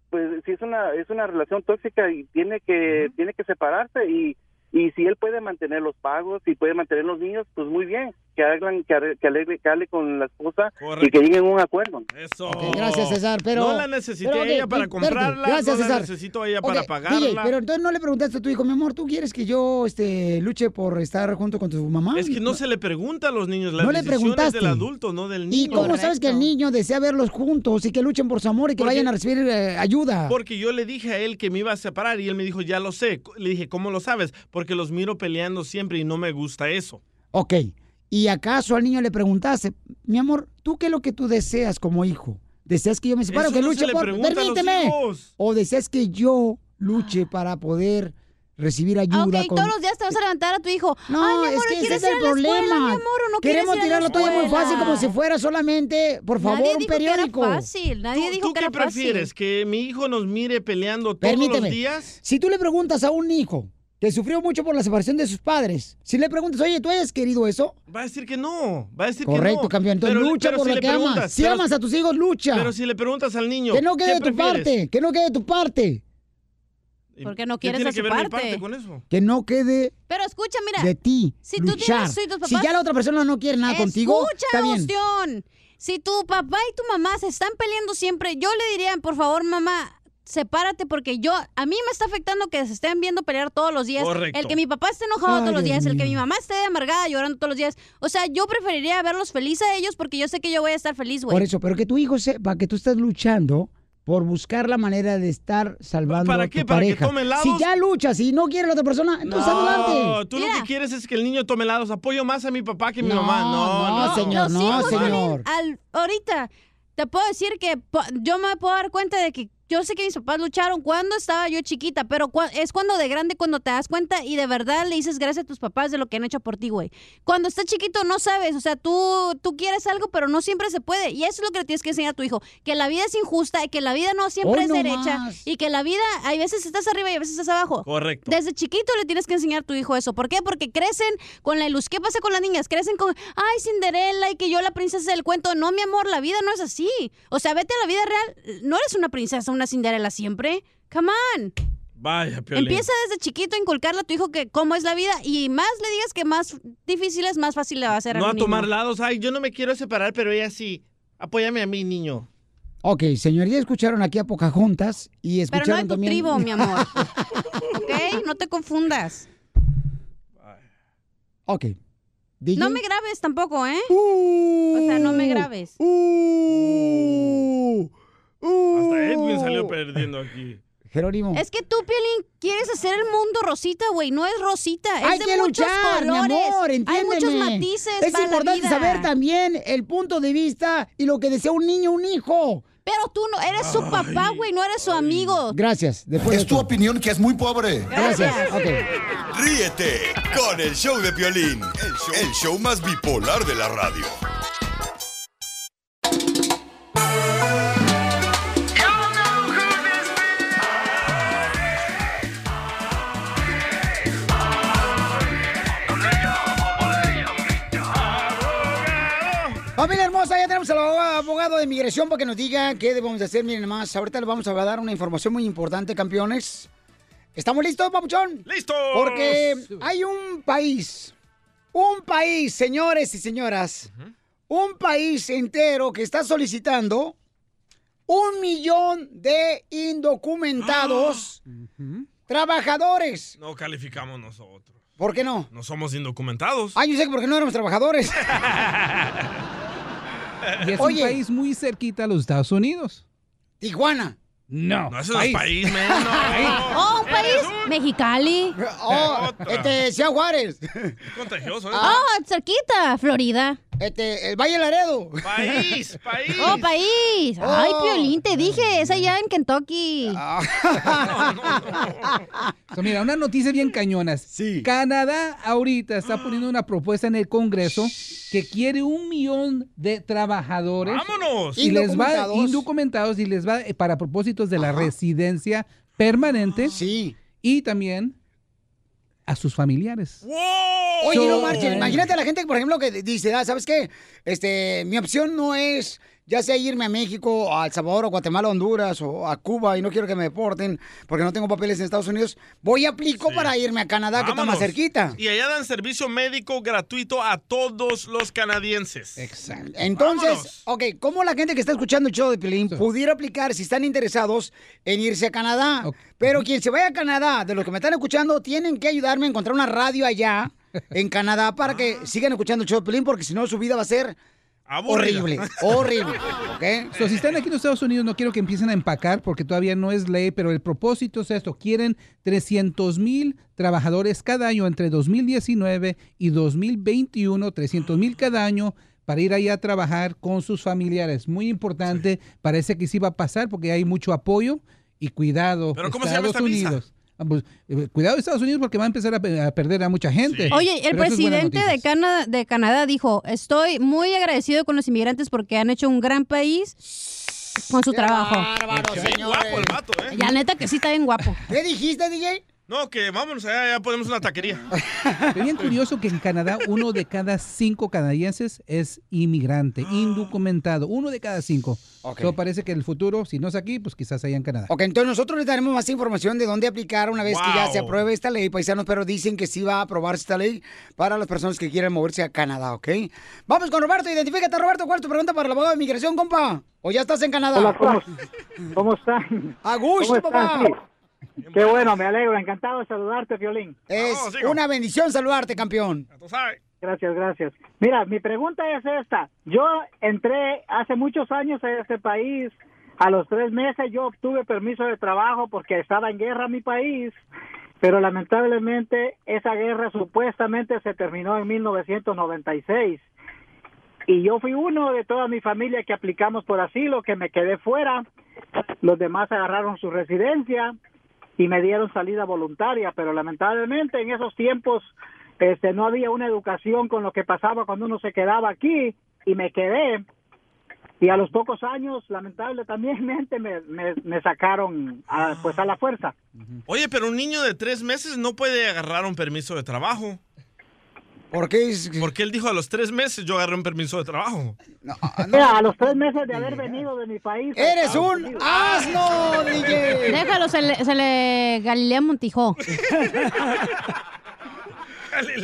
Speaker 8: Pues si es una es una relación tóxica y tiene que tiene que separarse y y si él puede mantener los pagos y puede mantener los niños, pues muy bien, que hagan que arregle, que arregle- que hable con la esposa y que lleguen a un acuerdo.
Speaker 4: Eso.
Speaker 2: Gracias, Este, César, pero...
Speaker 4: Oh. No la necesité
Speaker 2: pero,
Speaker 4: a
Speaker 2: ok,
Speaker 4: ella para
Speaker 2: espérate,
Speaker 4: comprarla, no la necesito a ella para
Speaker 2: Ok,
Speaker 4: pagarla.
Speaker 2: DJ, pero entonces no le preguntaste a tu hijo, mi amor, ¿tú quieres que yo este, luche por estar junto con tu mamá?
Speaker 4: Es que no se le pregunta a los niños, las
Speaker 2: No le
Speaker 4: decisiones
Speaker 2: preguntaste.
Speaker 4: del adulto, no del niño.
Speaker 2: ¿Y cómo sabes que el niño desea verlos juntos y que luchen por su amor y que
Speaker 4: Porque-
Speaker 2: vayan a recibir eh, ayuda?
Speaker 4: Porque yo le dije a él que me iba a separar y él me dijo, ya lo sé. Le dije, ¿cómo lo sabes? Porque los miro peleando siempre y no me gusta eso.
Speaker 2: Ok. ¿Y acaso al niño le preguntaste, mi amor, ¿tú qué es lo que tú deseas como hijo? ¿Deseas que yo me separe o
Speaker 4: Eso
Speaker 2: que
Speaker 4: no
Speaker 2: luche
Speaker 4: se le
Speaker 2: por...
Speaker 4: pregunta a los
Speaker 2: Permíteme.
Speaker 4: hijos.
Speaker 2: ¿O deseas que yo luche para poder recibir ayuda?
Speaker 5: Ok,
Speaker 2: con-
Speaker 5: todos los días te vas a levantar a tu hijo.
Speaker 2: No,
Speaker 5: Ay, mi amor,
Speaker 2: es que ese
Speaker 5: ¿quieres
Speaker 2: es
Speaker 5: ir
Speaker 2: el
Speaker 5: a la escuela,
Speaker 2: problema.
Speaker 5: mi amor, o no quieres
Speaker 2: Queremos
Speaker 5: ir a
Speaker 2: tirar la toalla muy
Speaker 5: escuela?
Speaker 2: fácil como si fuera solamente, por favor,
Speaker 5: Nadie
Speaker 2: un
Speaker 5: dijo que era
Speaker 2: periódico.
Speaker 5: fácil, nadie
Speaker 4: ¿Tú,
Speaker 5: dijo
Speaker 4: tú
Speaker 5: que
Speaker 4: qué
Speaker 5: era fácil.
Speaker 4: prefieres? ¿Que mi hijo nos mire peleando todos
Speaker 2: Permíteme.
Speaker 4: los días?
Speaker 2: Si tú le preguntas a un hijo que sufrió mucho por la separación de sus padres, si le preguntas, oye, ¿tú hayas querido eso?
Speaker 4: Va a decir que no. Va a decir que no.
Speaker 2: Correcto, campeón. Entonces
Speaker 4: Pero-
Speaker 2: lucha
Speaker 4: pero
Speaker 2: por
Speaker 4: si
Speaker 2: lo
Speaker 4: le
Speaker 2: que amas.
Speaker 4: preguntas,
Speaker 2: Si
Speaker 4: pero-
Speaker 2: amas a tus hijos, lucha.
Speaker 4: Pero si le preguntas al niño.
Speaker 2: que no
Speaker 4: ¿qué
Speaker 2: quede de tu
Speaker 4: prefieres?
Speaker 2: parte, que no quede de tu parte.
Speaker 5: Porque no
Speaker 4: ¿Qué
Speaker 5: quieres
Speaker 4: tiene
Speaker 5: a su
Speaker 4: que ver mi
Speaker 5: parte.
Speaker 4: parte con eso?
Speaker 2: Que no quede
Speaker 5: Pero escucha, mira.
Speaker 2: de ti.
Speaker 5: si tú
Speaker 2: luchar.
Speaker 5: tienes- si tus
Speaker 2: si
Speaker 5: papás-
Speaker 2: ya la otra persona no quiere nada contigo, está
Speaker 5: Escucha,
Speaker 2: bien.
Speaker 5: Ostión. Si tu papá y tu mamá se están peleando siempre, yo le diría, por favor, mamá, sepárate porque yo, a mí me está afectando que se estén viendo pelear todos los días.
Speaker 19: Correcto.
Speaker 5: El que mi papá esté enojado
Speaker 19: Ay,
Speaker 5: todos los
Speaker 19: Dios
Speaker 5: días, el que
Speaker 19: mío.
Speaker 5: mi mamá esté amargada llorando todos los días. O sea, yo preferiría verlos feliz a ellos porque yo sé que yo voy a estar feliz, güey.
Speaker 2: Por eso, pero que tu hijo sepa que tú estás luchando por buscar la manera de estar salvando
Speaker 4: ¿Para
Speaker 2: a tu
Speaker 4: qué? ¿Para que
Speaker 2: pareja.
Speaker 4: tome lados?
Speaker 2: Si ya luchas y no quiere la otra persona, entonces adelante.
Speaker 4: tú lo que quieres es que el niño tome lados. Apoyo más a mi papá que a mi mamá. No, no,
Speaker 2: no, señor,
Speaker 5: los
Speaker 2: no,
Speaker 5: hijos son
Speaker 2: señor.
Speaker 5: en- al- ahorita te puedo decir que po- yo me puedo dar cuenta de que yo sé que mis papás lucharon cuando estaba yo chiquita, pero cua- es cuando de grande cuando te das cuenta y de verdad le dices gracias a tus papás de lo que han hecho por ti, güey. Cuando estás chiquito no sabes, o sea, tú tú quieres algo, pero no siempre se puede y eso es lo que le tienes que enseñar a tu hijo, que la vida es injusta, que la vida no siempre
Speaker 19: Hoy
Speaker 5: es
Speaker 19: no
Speaker 5: derecha
Speaker 19: más.
Speaker 5: y que la vida hay veces estás arriba y a veces estás abajo.
Speaker 19: Correcto.
Speaker 5: Desde chiquito le tienes que enseñar a tu hijo eso. ¿Por qué? Porque crecen con la ilusión. ¿Qué pasa con las niñas? Crecen con, ay, Cinderella y que yo la princesa del cuento. No, mi amor, la vida no es así. O sea, vete a la vida real. No eres una princesa, una Cinderella siempre. Come on.
Speaker 4: Vaya, Piolín.
Speaker 5: Empieza desde chiquito a inculcarle a tu hijo que cómo es la vida y más le digas que más difícil es, más fácil le va a hacer
Speaker 4: No
Speaker 5: a
Speaker 4: a
Speaker 5: un
Speaker 4: tomar
Speaker 5: niño.
Speaker 4: lados. Ay, yo no me quiero separar, pero ella sí. Apóyame a mí, niño.
Speaker 2: Ok, señor, ya escucharon aquí a Pocahontas y
Speaker 5: Pero
Speaker 2: escucharon
Speaker 5: no en tu
Speaker 2: también...
Speaker 5: tribu, mi amor. ¿Ok? No te confundas.
Speaker 2: [laughs] ok. DJ,
Speaker 5: No me grabes tampoco, ¿eh?
Speaker 2: ¡Uh!
Speaker 5: o sea, no me grabes.
Speaker 2: Hasta ¡Uh!
Speaker 4: Edwin salió perdiendo aquí.
Speaker 2: Jerónimo.
Speaker 5: Uh. Es que tú, Piolín, quieres hacer el mundo rosita, güey. No es rosita, es
Speaker 2: Hay
Speaker 5: de
Speaker 2: que
Speaker 5: muchos
Speaker 2: luchar, mi
Speaker 5: colores.
Speaker 2: amor,
Speaker 5: Hay
Speaker 2: entiéndeme.
Speaker 5: muchos matices
Speaker 2: Es
Speaker 5: para la
Speaker 2: importante
Speaker 5: vida.
Speaker 2: saber también el punto de vista y lo que desea un niño, un hijo.
Speaker 5: Pero tú no, eres su papá, güey, no eres su amigo.
Speaker 2: Gracias. Después
Speaker 18: es tu opinión que es muy pobre.
Speaker 5: Gracias.
Speaker 12: Ríete con el show de Piolín, el show, el show más bipolar de la radio.
Speaker 2: Familia hermosa, ya tenemos al abogado- abogado de inmigración para que nos diga qué debemos de hacer. Miren más, ahorita les vamos a dar una información muy importante, campeones. ¿Estamos listos, papuchón?
Speaker 4: ¡Listos!
Speaker 2: Porque hay un país, un país, señores y señoras, un país entero que está solicitando un millón de indocumentados trabajadores.
Speaker 4: No calificamos nosotros.
Speaker 2: ¿Por qué no?
Speaker 4: No somos indocumentados.
Speaker 2: Ay, yo sé que porque no éramos trabajadores.
Speaker 19: [laughs] Y es
Speaker 2: Oye.
Speaker 19: un país muy cerquita a los Estados Unidos.
Speaker 2: Tijuana.
Speaker 19: No.
Speaker 4: No, ese no es país, man, no.
Speaker 5: [laughs] Oh, un país Mexicali.
Speaker 2: Oh, este, Ciudad Juárez.
Speaker 4: Contagioso, ¿eh?
Speaker 5: Oh, cerquita, Florida.
Speaker 2: Este, el Valle Laredo.
Speaker 4: País, país.
Speaker 5: Oh, país. Ay,
Speaker 2: Oh.
Speaker 5: Piolín, te dije, es allá en Kentucky.
Speaker 2: Ah.
Speaker 19: So, mira, unas noticias bien cañonas. Canadá ahorita está poniendo una propuesta en el Congreso que quiere un millón de trabajadores.
Speaker 4: ¡Vámonos!
Speaker 19: Y les va
Speaker 4: Indocumentados.
Speaker 19: indocumentados y les va eh, para propósitos de la residencia permanente.
Speaker 2: Sí.
Speaker 19: Y también a sus familiares.
Speaker 2: Oye, no
Speaker 19: So-
Speaker 2: marchen.
Speaker 11: eh,
Speaker 2: Imagínate a la gente, por ejemplo, que dice, ah, ¿sabes qué? Este, mi opción no es ya sea irme a México, a El Salvador, o Guatemala, Honduras o a Cuba y no quiero que me deporten porque no tengo papeles en Estados Unidos. Voy a aplico para irme a Canadá, que está
Speaker 4: Vámonos.
Speaker 2: más cerquita.
Speaker 4: Y allá dan servicio médico gratuito a todos los canadienses.
Speaker 19: Exacto.
Speaker 2: Entonces, ok, ¿cómo la gente que está escuchando el show de Pilín pudiera aplicar si están interesados en irse a Canadá? Pero quien se vaya a Canadá, de los que me están escuchando, tienen que ayudarme a encontrar una radio allá en Canadá para que sigan escuchando el show de Pilín, porque si no su vida va a ser
Speaker 19: Aburrida.
Speaker 2: horrible, horrible, ¿ok?
Speaker 19: So, si están aquí en los Estados Unidos, no quiero que empiecen a empacar porque todavía no es ley, pero el propósito es esto. Quieren 300 mil trabajadores cada año entre 2019 y 2021, 300 mil cada año para ir allá a trabajar con sus familiares. Muy importante, parece que sí va a pasar porque hay mucho apoyo y cuidado.
Speaker 4: Pero, ¿cómo se llama
Speaker 19: Estados
Speaker 4: esta misa?
Speaker 19: Unidos. Ah, pues, eh, Cuidado Estados Unidos porque va a empezar a, pe- a perder a mucha gente.
Speaker 5: Oye,
Speaker 19: Pero eso es
Speaker 5: el
Speaker 19: buena
Speaker 5: presidente
Speaker 19: noticia.
Speaker 5: de Canadá, de Canadá dijo, estoy muy agradecido con los inmigrantes porque han hecho un gran país con su trabajo.
Speaker 4: guapo el vato, ¿eh?
Speaker 5: Ya neta que sí está bien guapo.
Speaker 2: ¿Qué dijiste, DJ?
Speaker 4: No, que vámonos allá, ya ponemos una taquería.
Speaker 19: Es bien curioso que en Canadá uno de cada cinco canadienses es
Speaker 2: [gasps]
Speaker 19: inmigrante, indocumentado. Uno de cada cinco.
Speaker 2: Ok.
Speaker 19: So, parece que el futuro, si no es aquí, pues quizás allá en Canadá.
Speaker 2: Ok, entonces nosotros les daremos más información de dónde aplicar una vez que ya
Speaker 19: Wow.
Speaker 2: se apruebe esta ley, paisanos, pero dicen que sí va a aprobarse esta ley para las personas que quieran moverse a Canadá, ¿ok? Vamos con Roberto, identifícate, Roberto, ¿cuál es tu pregunta para el abogado de migración, compa? ¿O ya estás en Canadá?
Speaker 20: Hola, ¿cómo, cómo están?
Speaker 2: A gusto,
Speaker 20: ¿Cómo están?
Speaker 2: papá.
Speaker 20: Sí. Qué bueno, me alegro. Encantado de saludarte, Violín.
Speaker 2: Es una
Speaker 20: [laughs]
Speaker 2: bendición saludarte, campeón.
Speaker 20: Gracias, gracias. Mira, mi pregunta es esta. Yo entré hace muchos años a este país. A los tres meses yo obtuve permiso de trabajo porque estaba en guerra mi país. Pero lamentablemente esa guerra supuestamente se terminó en 1996. Y yo fui uno de toda mi familia que aplicamos por asilo, que me quedé fuera. Los demás agarraron su residencia y me dieron salida voluntaria, pero lamentablemente en esos tiempos este, no había una educación con lo que pasaba cuando uno se quedaba aquí y me quedé. Y a los pocos años, lamentable lamentablemente, me, me, me sacaron a, pues a la fuerza.
Speaker 4: Oye, pero un niño de tres meses no puede agarrar un permiso de trabajo.
Speaker 2: ¿Por qué?
Speaker 4: Porque él dijo a los tres meses yo agarré un permiso de trabajo.
Speaker 20: Mira, a los tres meses de haber venido de mi país. a
Speaker 2: ¡Eres
Speaker 20: Estados
Speaker 2: un
Speaker 20: Unidos. [laughs]
Speaker 5: [laughs]
Speaker 2: asno, DJ!
Speaker 5: Déjalo, se le, se le Galilea
Speaker 2: [laughs]
Speaker 5: Montijo.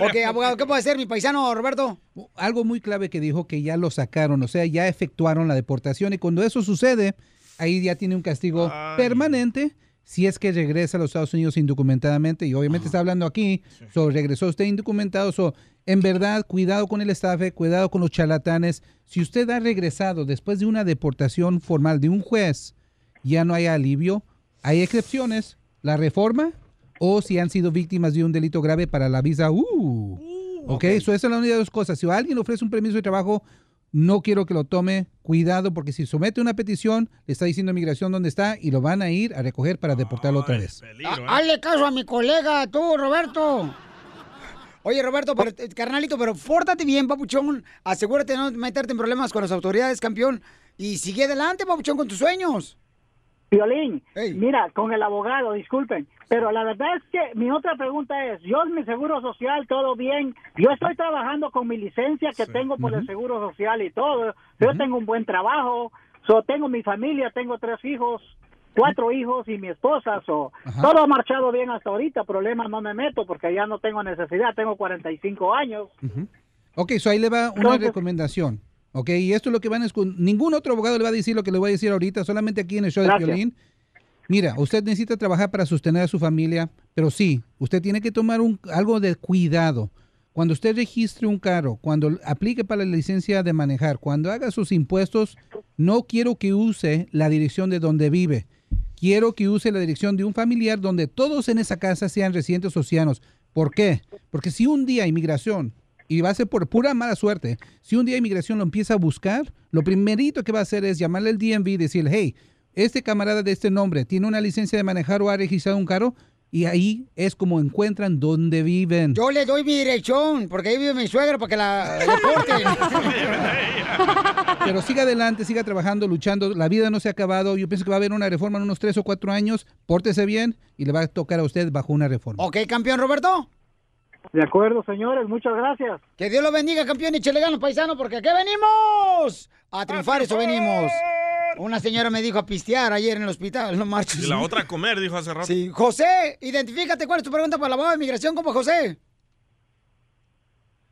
Speaker 2: Ok, abogado, ¿qué puede hacer mi paisano, Roberto?
Speaker 19: Algo muy clave que dijo que ya lo sacaron, o sea, ya efectuaron la deportación y cuando eso sucede, ahí ya tiene un castigo permanente si es que regresa a los Estados Unidos indocumentadamente y obviamente está hablando aquí sobre regresó usted indocumentado, so, en verdad, cuidado con el estafe, cuidado con los charlatanes. Si usted ha regresado después de una deportación formal de un juez, ya no hay alivio Hay excepciones. La reforma o si han sido víctimas de un delito grave para la visa ¡Uh! U. ok, so esa es la única de dos cosas. Si alguien ofrece un permiso de trabajo, no quiero que lo tome. Cuidado, porque si somete una petición, le está diciendo a inmigración dónde está y lo van a ir a recoger para deportarlo otra vez.
Speaker 4: ¿eh?
Speaker 2: Ah, Hazle caso a mi colega, tú, Roberto. Oye, Roberto, pero,
Speaker 4: Oh.
Speaker 2: eh, carnalito, pero fórtate bien, papuchón. Asegúrate de no meterte en problemas con las autoridades, campeón. Y sigue adelante, papuchón, con tus sueños.
Speaker 20: Violín, mira, con el abogado, disculpen, pero la verdad es que mi otra pregunta es, yo mi seguro social, todo bien, yo estoy trabajando con mi licencia que tengo por el seguro social y todo, yo tengo un buen trabajo, so, tengo mi familia, tengo tres hijos, cuatro hijos y mi esposa, so, todo ha marchado bien hasta ahorita, problemas no me meto porque ya no tengo necesidad, tengo 45 años.
Speaker 19: Ujú. Ok, so ahí le va una
Speaker 20: Entonces-
Speaker 19: recomendación. Ok, y esto es lo que van a escu- Ningún otro abogado le va a decir lo que le voy a decir ahorita, solamente aquí en el show de
Speaker 20: Gracias.
Speaker 19: Piolín. Mira, usted necesita trabajar para sostener a su familia, pero sí, usted tiene que tomar un, algo de cuidado. Cuando usted registre un carro, cuando aplique para la licencia de manejar, cuando haga sus impuestos, no quiero que use la dirección de donde vive. Quiero que use la dirección de un familiar donde todos en esa casa sean residentes océanos. ¿Por qué? Porque si un día inmigración, y va a ser por pura mala suerte, si un día inmigración lo empieza a buscar, lo primerito que va a hacer es llamarle al DMV y decirle, hey, este camarada de este nombre tiene una licencia de manejar o ha registrado un carro, y ahí es como encuentran donde viven.
Speaker 2: Yo le doy mi dirección, porque ahí vive mi suegro, para que la deporten.
Speaker 19: Pero siga adelante, siga trabajando, luchando. La vida no se ha acabado. Yo pienso que va a haber una reforma en unos tres o cuatro años. Pórtese bien y le va a tocar a usted bajo una reforma.
Speaker 2: ok, campeón Roberto.
Speaker 20: De acuerdo, señores, muchas gracias.
Speaker 2: Que Dios lo bendiga, campeón, y chele ganas, paisano, porque aquí venimos. A triunfar, eso venimos. Una señora me dijo a pistear ayer en el hospital, no marches.
Speaker 4: Y la otra a comer, dijo hace rato.
Speaker 2: Sí, José, identifícate, ¿cuál es tu pregunta para la abogado de migración, compa José?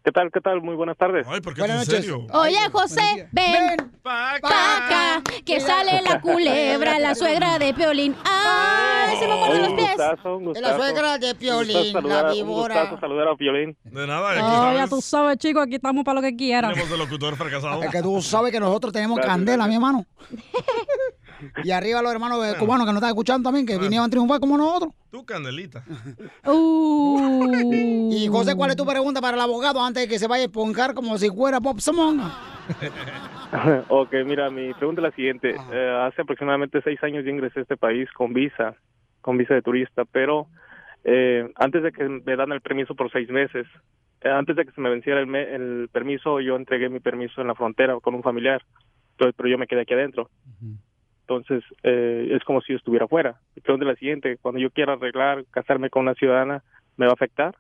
Speaker 21: ¿Qué tal? ¿Qué tal? Muy buenas tardes. Ay, ¿por
Speaker 2: qué Buenas tan noches. serio?
Speaker 5: Oye, José, ven,
Speaker 4: pa'
Speaker 5: acá, que sale [laughs] la culebra, la suegra de Piolín. Ah, ¡Ay, se me mueren los
Speaker 21: un
Speaker 5: pies!
Speaker 21: gustazo, un
Speaker 5: Es
Speaker 21: gustazo.
Speaker 5: la suegra de
Speaker 21: Un gustazo
Speaker 5: Piolín, la
Speaker 21: saludar-
Speaker 5: víbora.
Speaker 21: Un gustazo saludar a Piolín.
Speaker 4: De nada,
Speaker 5: Oh, ya tú sabes, chicos, aquí estamos para lo que quieras.
Speaker 4: Tenemos de locutor fracasado.
Speaker 2: Es que tú sabes que nosotros tenemos
Speaker 4: Gracias,
Speaker 2: candela,
Speaker 4: [laughs]
Speaker 2: mi hermano. y arriba los hermanos eh, cubanos que nos están escuchando también, que vinieron a triunfar como nosotros.
Speaker 4: Tú, Candelita.
Speaker 5: Uh.
Speaker 2: [laughs] y José, ¿cuál es tu pregunta para el abogado antes de que se vaya a esponjar como si fuera Bob Simon?
Speaker 21: [laughs] ok, mira, mi pregunta es la siguiente. Eh, hace aproximadamente seis años yo ingresé a este país con visa, con visa de turista, pero eh, antes de que me dan el permiso por seis meses, eh, antes de que se me venciera el, me- el permiso, yo entregué mi permiso en la frontera con un familiar, Entonces, pero yo me quedé aquí adentro. Entonces, eh, es como si yo estuviera fuera. Mi pregunta es la siguiente. Cuando yo quiera arreglar, casarme con una ciudadana, ¿me va a afectar?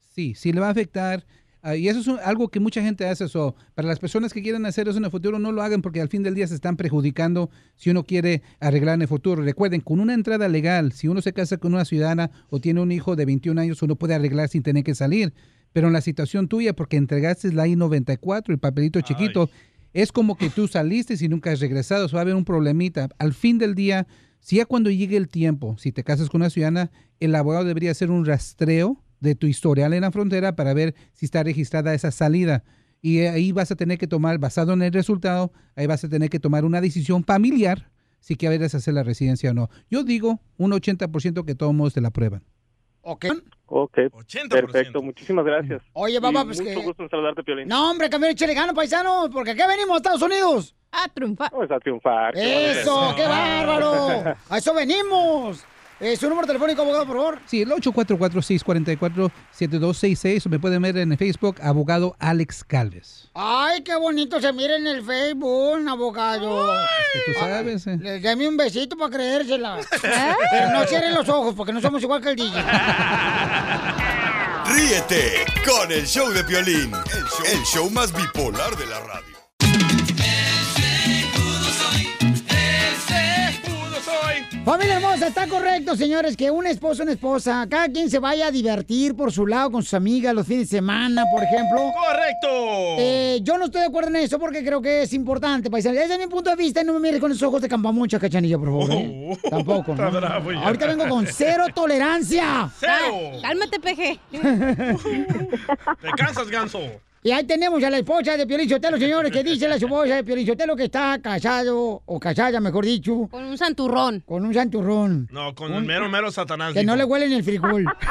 Speaker 19: Sí, sí le va a afectar. Ah, y eso es un- algo que mucha gente hace. So, para las personas que quieren hacer eso en el futuro, no lo hagan porque al fin del día se están perjudicando si uno quiere arreglar en el futuro. Recuerden, con una entrada legal, si uno se casa con una ciudadana o tiene un hijo de 21 años, uno puede arreglar sin tener que salir. Pero en la situación tuya, porque entregaste la I-94, el papelito chiquito, es como que tú saliste y nunca has regresado. So, va a haber un problemita. Al fin del día, si ya cuando llegue el tiempo, si te casas con una ciudadana, el abogado debería hacer un rastreo de tu historial en la frontera para ver si está registrada esa salida. Y ahí vas a tener que tomar, basado en el resultado, ahí vas a tener que tomar una decisión familiar si quieres hacer la residencia o no. Yo digo un 80% que todos te la prueban.
Speaker 2: Ok.
Speaker 21: Ok. Perfecto. Muchísimas gracias.
Speaker 2: Oye, papá,
Speaker 21: Y
Speaker 2: pues
Speaker 21: mucho
Speaker 2: que-
Speaker 21: gusto en saludarte, Piolín.
Speaker 2: No, hombre, campeón, échale ganas, paisano, porque aquí venimos a Estados Unidos.
Speaker 5: A triunfar.
Speaker 21: Vamos a triunfar.
Speaker 2: Eso, qué bárbaro. Oh, A eso venimos. Eh, su número telefónico, abogado, por favor.
Speaker 19: Sí, el 844-644-7266. o Me pueden ver en el Facebook, abogado Alex Calves.
Speaker 2: Ay, qué bonito se mira en el Facebook, abogado. Ah.
Speaker 19: que tú sabes, eh.
Speaker 2: Le- Deme un besito para creérsela. [laughs] Pero no cierren los ojos porque no somos igual que el DJ.
Speaker 12: Ríete con el show de Piolín, el show, el show más bipolar de la radio.
Speaker 4: Ese pudo soy.
Speaker 2: Familia hermosa, está correcto, señores, que un esposo, una esposa, cada quien se vaya a divertir por su lado con sus amigas los fines de semana, por ejemplo.
Speaker 4: Correcto.
Speaker 2: Eh, yo no estoy de acuerdo en eso porque creo que es importante, paisano. Desde mi punto de vista, no me mires con esos ojos de campamucha, cachanilla, por favor. ¿eh?
Speaker 4: Oh, [laughs]
Speaker 2: Tampoco. ¿no?
Speaker 4: está bravo ya.
Speaker 2: Ahorita vengo con cero tolerancia.
Speaker 4: Cero.
Speaker 5: Cálmate, peje.
Speaker 4: Te cansas, ganso.
Speaker 2: [laughs] Y ahí tenemos a la esposa de Piolín Sotelo, señores, que dice la esposa de Piolín Sotelo que está casado, o casada, mejor dicho. Con un santurrón. Con un santurrón.
Speaker 4: No, con el mero, mero Satanás.
Speaker 2: Que no le
Speaker 4: dijo.
Speaker 2: huelen
Speaker 4: [laughs]
Speaker 2: el fricol. [laughs]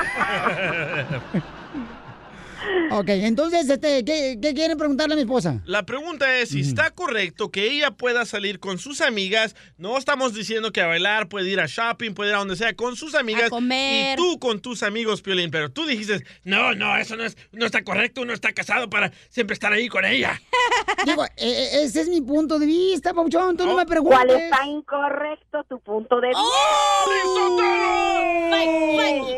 Speaker 2: ok, entonces, este, ¿qué, qué quieren preguntarle a mi esposa?
Speaker 4: La pregunta es si está correcto que ella pueda salir con sus amigas. No estamos diciendo que a bailar, puede ir a shopping, puede ir a donde sea, con sus amigas.
Speaker 5: comer.
Speaker 4: Y tú con tus amigos, Piolín. Pero tú dijiste, no, no, eso no, es, no está correcto. Uno está casado para siempre estar ahí con ella.
Speaker 2: Digo, e- e- ese es mi punto de vista, Pauchón, tú no me preguntes.
Speaker 6: ¿Cuál está incorrecto tu punto de vista?
Speaker 2: Fai,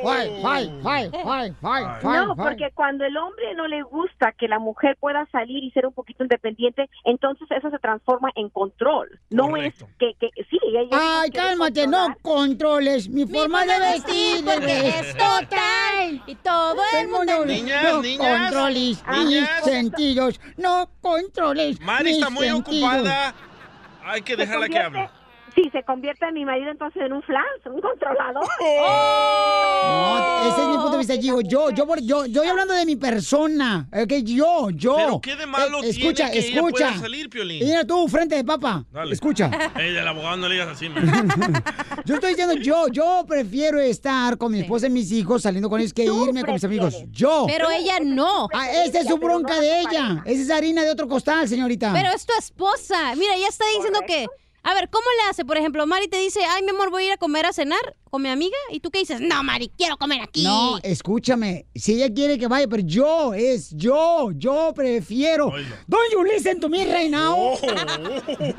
Speaker 2: fai, fai, fai, fai, fai,
Speaker 6: Eh, No,
Speaker 2: fai.
Speaker 6: porque cuando el hombre no le gusta que la mujer pueda salir y ser un poquito independiente, entonces eso se transforma en control. No es que, que sí, ella- ella
Speaker 2: Ay, cálmate, no controles mi forma de vestir, porque es total.
Speaker 5: Y todo
Speaker 2: el mundo Ah,
Speaker 4: Niñas,
Speaker 2: no
Speaker 4: niñas,
Speaker 2: controles mis
Speaker 4: niñas.
Speaker 2: sentidos, no controles
Speaker 4: Mari
Speaker 2: mis
Speaker 4: está muy
Speaker 2: sentidos.
Speaker 4: ocupada. Hay que dejarla que
Speaker 6: [laughs]
Speaker 4: hable.
Speaker 6: Sí, se convierte en mi marido entonces en un flan, un controlador.
Speaker 2: No, ese es mi punto de
Speaker 5: Oh,
Speaker 2: vista, Gigo. Yo, yo, por- yo, yo estoy hablando de mi persona, ¿ok? Yo, yo. Eh,
Speaker 4: Pero qué de malo tiene
Speaker 2: escucha,
Speaker 4: que ella
Speaker 2: escucha.
Speaker 4: pueda salir, Piolín.
Speaker 2: Y Mira tú, frente de papa.
Speaker 4: Dale.
Speaker 2: Escucha. [laughs]
Speaker 4: Ey, del abogado no le digas así, man.
Speaker 2: Yo estoy diciendo yo, yo prefiero estar con mi esposa y mis hijos saliendo con ellos que irme con mis amigos. Yo.
Speaker 5: Pero ella no.
Speaker 2: Ah, esa es su bronca de ella. Esa es harina de otro costal, señorita.
Speaker 5: Pero es tu esposa. Mira, ella está diciendo que. A ver, ¿cómo le hace? Por ejemplo, Mari te dice, ay, mi amor, voy a ir a comer a cenar con mi amiga. ¿Y tú qué dices? No, Mari, quiero comer aquí.
Speaker 2: No, eh, escúchame. Si ella quiere que vaya, pero yo, es yo, yo prefiero. Don't you listen to me right now?
Speaker 4: Oh,
Speaker 2: [laughs]